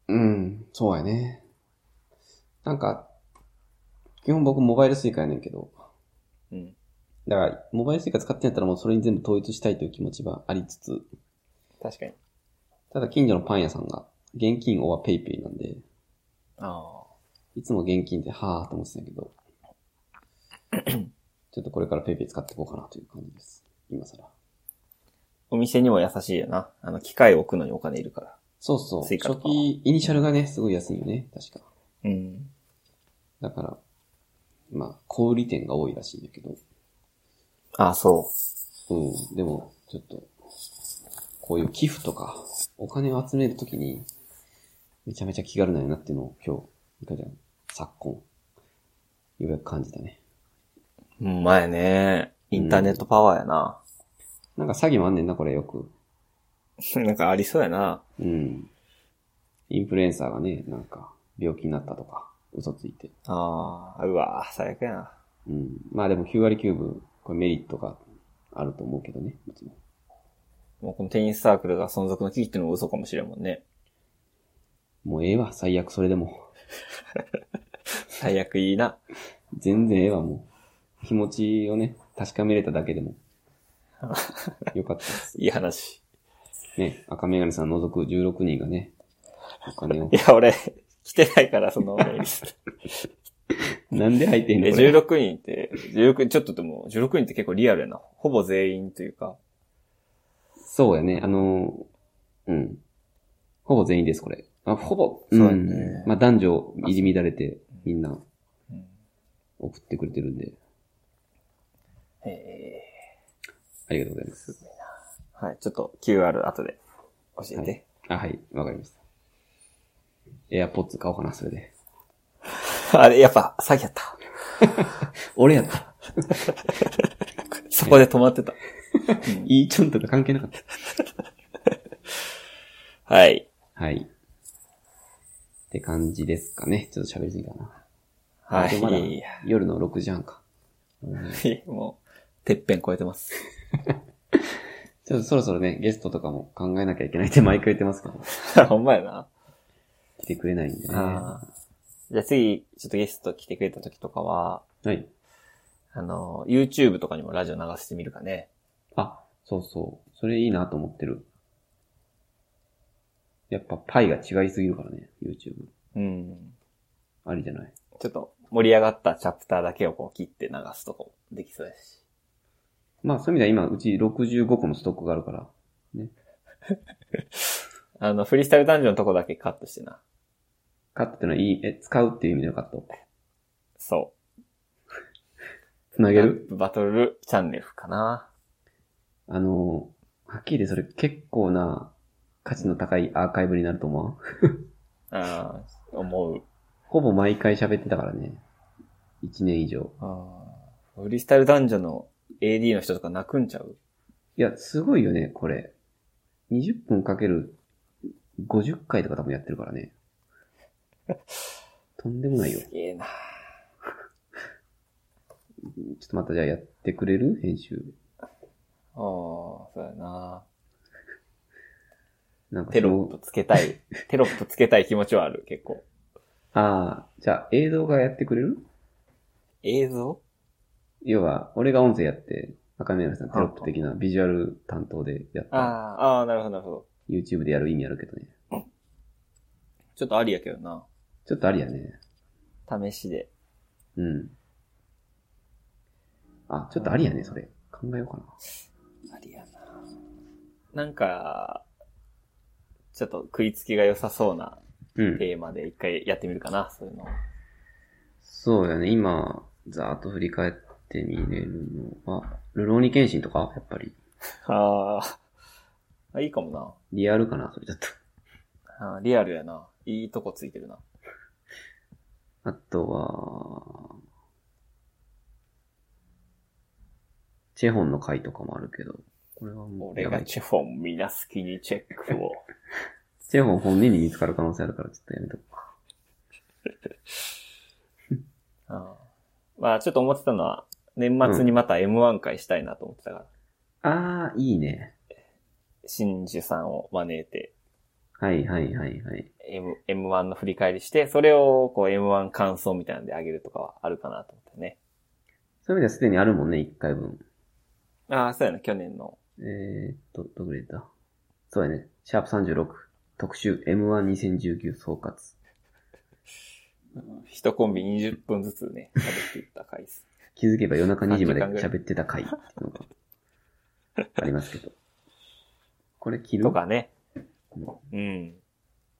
うん、そうやね。なんか、基本僕モバイルスイカやねんけど、
うん。
だから、モバイルスイカ使ってんやったらもうそれに全部統一したいという気持ちはありつつ、
確かに。
ただ近所のパン屋さんが、現金オアペイペイなんで、
あ
いつも現金で、はぁーと思ってたんやけ ど、ちょっとこれからペイペイ使っていこうかなという感じです。今更。
お店にも優しいよな。あの、機械置くのにお金いるから。
そうそう。
スイカと
初
かは
期、イニシャルがね、すごい安いよね、確か。
うん。
だから、まあ、小売店が多いらしいんだけど、
ああ、そ
うん、でも、ちょっと、こういう寄付とか、お金を集めるときに、めちゃめちゃ気軽なんやなっていうのを今日、いかちゃん、昨今、ようやく感じたね。
う。うん、まやね。インターネットパワーやな。
なんか詐欺もあんねんな、これよく。
なん かありそうやな。
うん。インフルエンサーがね、なんか、病気になったとか、嘘ついて。
ああ、うわー最悪やな。
うん。まあでも9割9分、これメリットがあると思うけどね、もちろん。
もうこのテニスサークルが存続の危機っていうのも嘘かもしれんもんね。
もうええわ、最悪それでも。
最悪いいな。
全然ええわ、もう。気持ちをね、確かめれただけ でも。よかったです。
いい話。
ね、赤メガネさん除く16人がね、お金を
い。や、俺、来てないから、そのメール
なんで入ってんの
え、
これ
16人って、16人、ちょっとでも、16人って結構リアルやな。ほぼ全員というか。
そうやね、あのー、うん。ほぼ全員です、これ。あ、ほぼ、
そうやね
んまあ男女入り乱れて、みんな
うん
送ってくれてるんで、
ええ
ありがとうございます。
はい、ちょっと QR 後で教えて。
あ、はい、わかりました。AirPods 買おうかな、それで。
あれ、やっぱ、詐欺や った。
俺やった。
そこで止まってた。
いいちょんとか関係なかった。
はい。
はい。って感じですかね。ちょっと喋りすぎたな。
はい。
まだ
いや
夜の6時半か。
もう、てっぺん超えてます。
ちょっとそろそろね、ゲストとかも考えなきゃいけないって毎回言ってますから、
ほんまやな。
来てくれないんでね。は
あーじゃあ次、ちょっとゲスト来てくれた時とかは、
い。
あの、YouTube とかにもラジオ流してみるかね。
あ、そうそう。それいいなと思ってる。やっぱパイが違いすぎるからね、YouTube。
うん。
ありじゃない。
ちょっと盛り上がったチャプターだけをこう切って流すとかもできそうやし。
まあそういう意味では今、うち65個のストックがあるから。
あの、フリースタイルダンジョンのとこだけカットしてな。
カットってのはいい、え、使うっていう意味でのカット。
そ
つな
う。
げる
ラップバトルチャンネルかな。
あの、はっきり言ってそれ結構な価値の高いアーカイブになると思う。
ああ、思う。
ほぼ毎回喋ってたからね。1年以上。
あーフリースタイルダンジョンの AD の人とか泣くんちゃう
いや、すごいよね、これ。20分かける50回とか多分やってるから ね。とんでもないよ。ちょ
すげえな。
っとまたじゃあやってくれる編集。
ああ、そうやな。
なんか
テロップつけた い。テロップつけたい気持ちはある、結構。
ああ、じゃあ映像がやってくれる
映像
要は、俺が音声やって、赤宮さんテロップ的なビジュアル担当でやっ
あ
た。
あ、ああ、なるほど、なるほど。
YouTube でやる意味あるけどね。
ちょっとありやけどな。
ちょっとありやね。
試しで。
うん。あ、ちょっとありやね、それ。考えようかな。
ありやな。なんか、ちょっと食いつきが良さそうな
うん。
テーマで一回やってみるかな、そういうの。
そうやね、今、ざーっと振り返ってみれるのは、ルローニケンシンとかやっぱり、
あーあ、いいかもな。
リアルかな、それだと。
あーリアルやな。いいとこついてるな。
あとは、チェホンの回とかもあるけど、これはもう、
俺
やば
が
い。
チェフォン、みな好きにチェック を。
チェホン本人に見つかる可能性あるから、ちょっとやめとこうか。
あーまあ、ちょっと思ってたのは、年末にまた M1 回したいなと思ってたから、
あー、いいね。
真珠さんを招いて、
はいはいはいはい。
M、M1 の振り返りして、それをこう M1 感想みたいなんであげるとかはあるかなと思ってね。
そういう意味ではすでにあるもんね、一回分。
ああ、そうやな、去年の。
えーっと、どこでたそうやね。シャープ36。特集 M12019 総括。
一コンビ20分ずつね、喋っていった回数。
気づけば夜中2時まで
3時間ぐらい
喋ってた回っていうのがありますけど。これ切る
とか
う
ね。
ん
うん。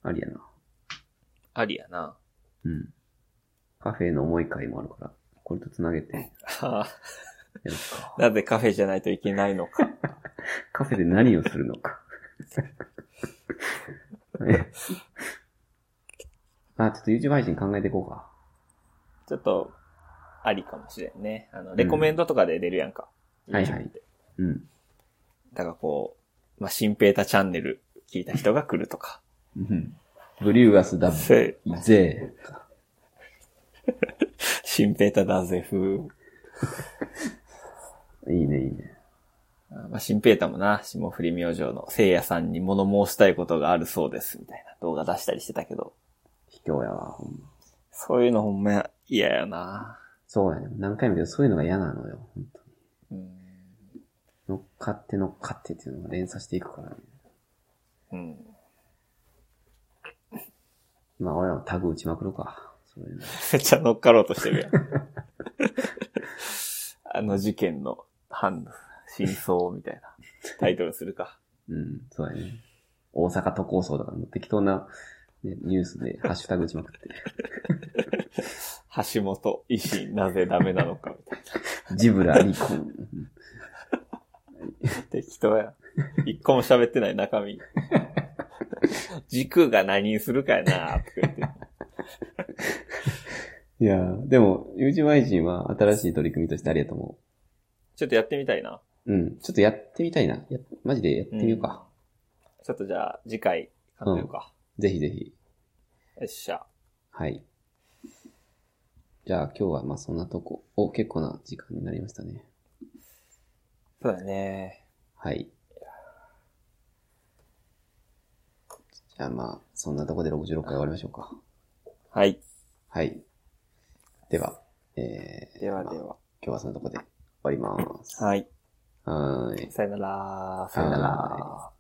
ありやな。
ありやな。
うん。カフェの思い会もあるから、これと繋げてや
あ
るか。
ー なぜカフェじゃないといけないのか。
カフェで何をするのか。 あ、ちょっと YouTube 配信考えていこうか。
ちょっと、ありかもしれんね。あの、レコメンドとかで出るやんか。
うんはいはい
YouTube って
うん。
だからこう、まあ、新ペータチャンネル聞いた人が来るとか。
うんブリューガスダブ。
せ
ぜ
新ペータだぜ風。
いいね、いいね。
あまあ、新ペータもな、霜降り明星の聖夜さんに物申したいことがあるそうです、みたいな動画出したりしてたけど。
卑怯やわ、ほんま。
そういうのほんま嫌やな。
そうやね。何回も言うけど、そういうのが嫌なのよ、本当に。
うん。
乗っかって乗っかってっていうのが連鎖していくからね。
うん。
まあ、俺らもタグ打ちまくるか。そういうの。
めっちゃ乗っかろうとしてるやん。 あの事件の反、真相みたいなタイトルするか。
うん、そうやね。大阪都構想とかの適当な、ね、ニュースでハッシュタグ打ちまくって。
橋本、維新、なぜダメなのかみたい
ジブラ離婚。
な。適当や。一個も喋ってない中身。軸が何にするかやなって言って。
いやーでも、YouTube 配信は新しい取り組みとしてありやと思
ちょっとやってみたいな。
う。うん、ちょっとやってみたいな。やマジでやってみようか。
ちょっとじゃあ次回考えようか。
ぜひぜひ。
よっしゃ。
はい。じゃあ今日はまあそんなとこ、お、結構な時間になりましたね。
そうだね。
はい。じゃあまあ、そんなとこで66回終わりましょうか。
はい。
はい。では、えー、
では
まあ
で
今
は。
日はそんなとこで終わります。
はい。
はーい。
さよなら。
さよなら。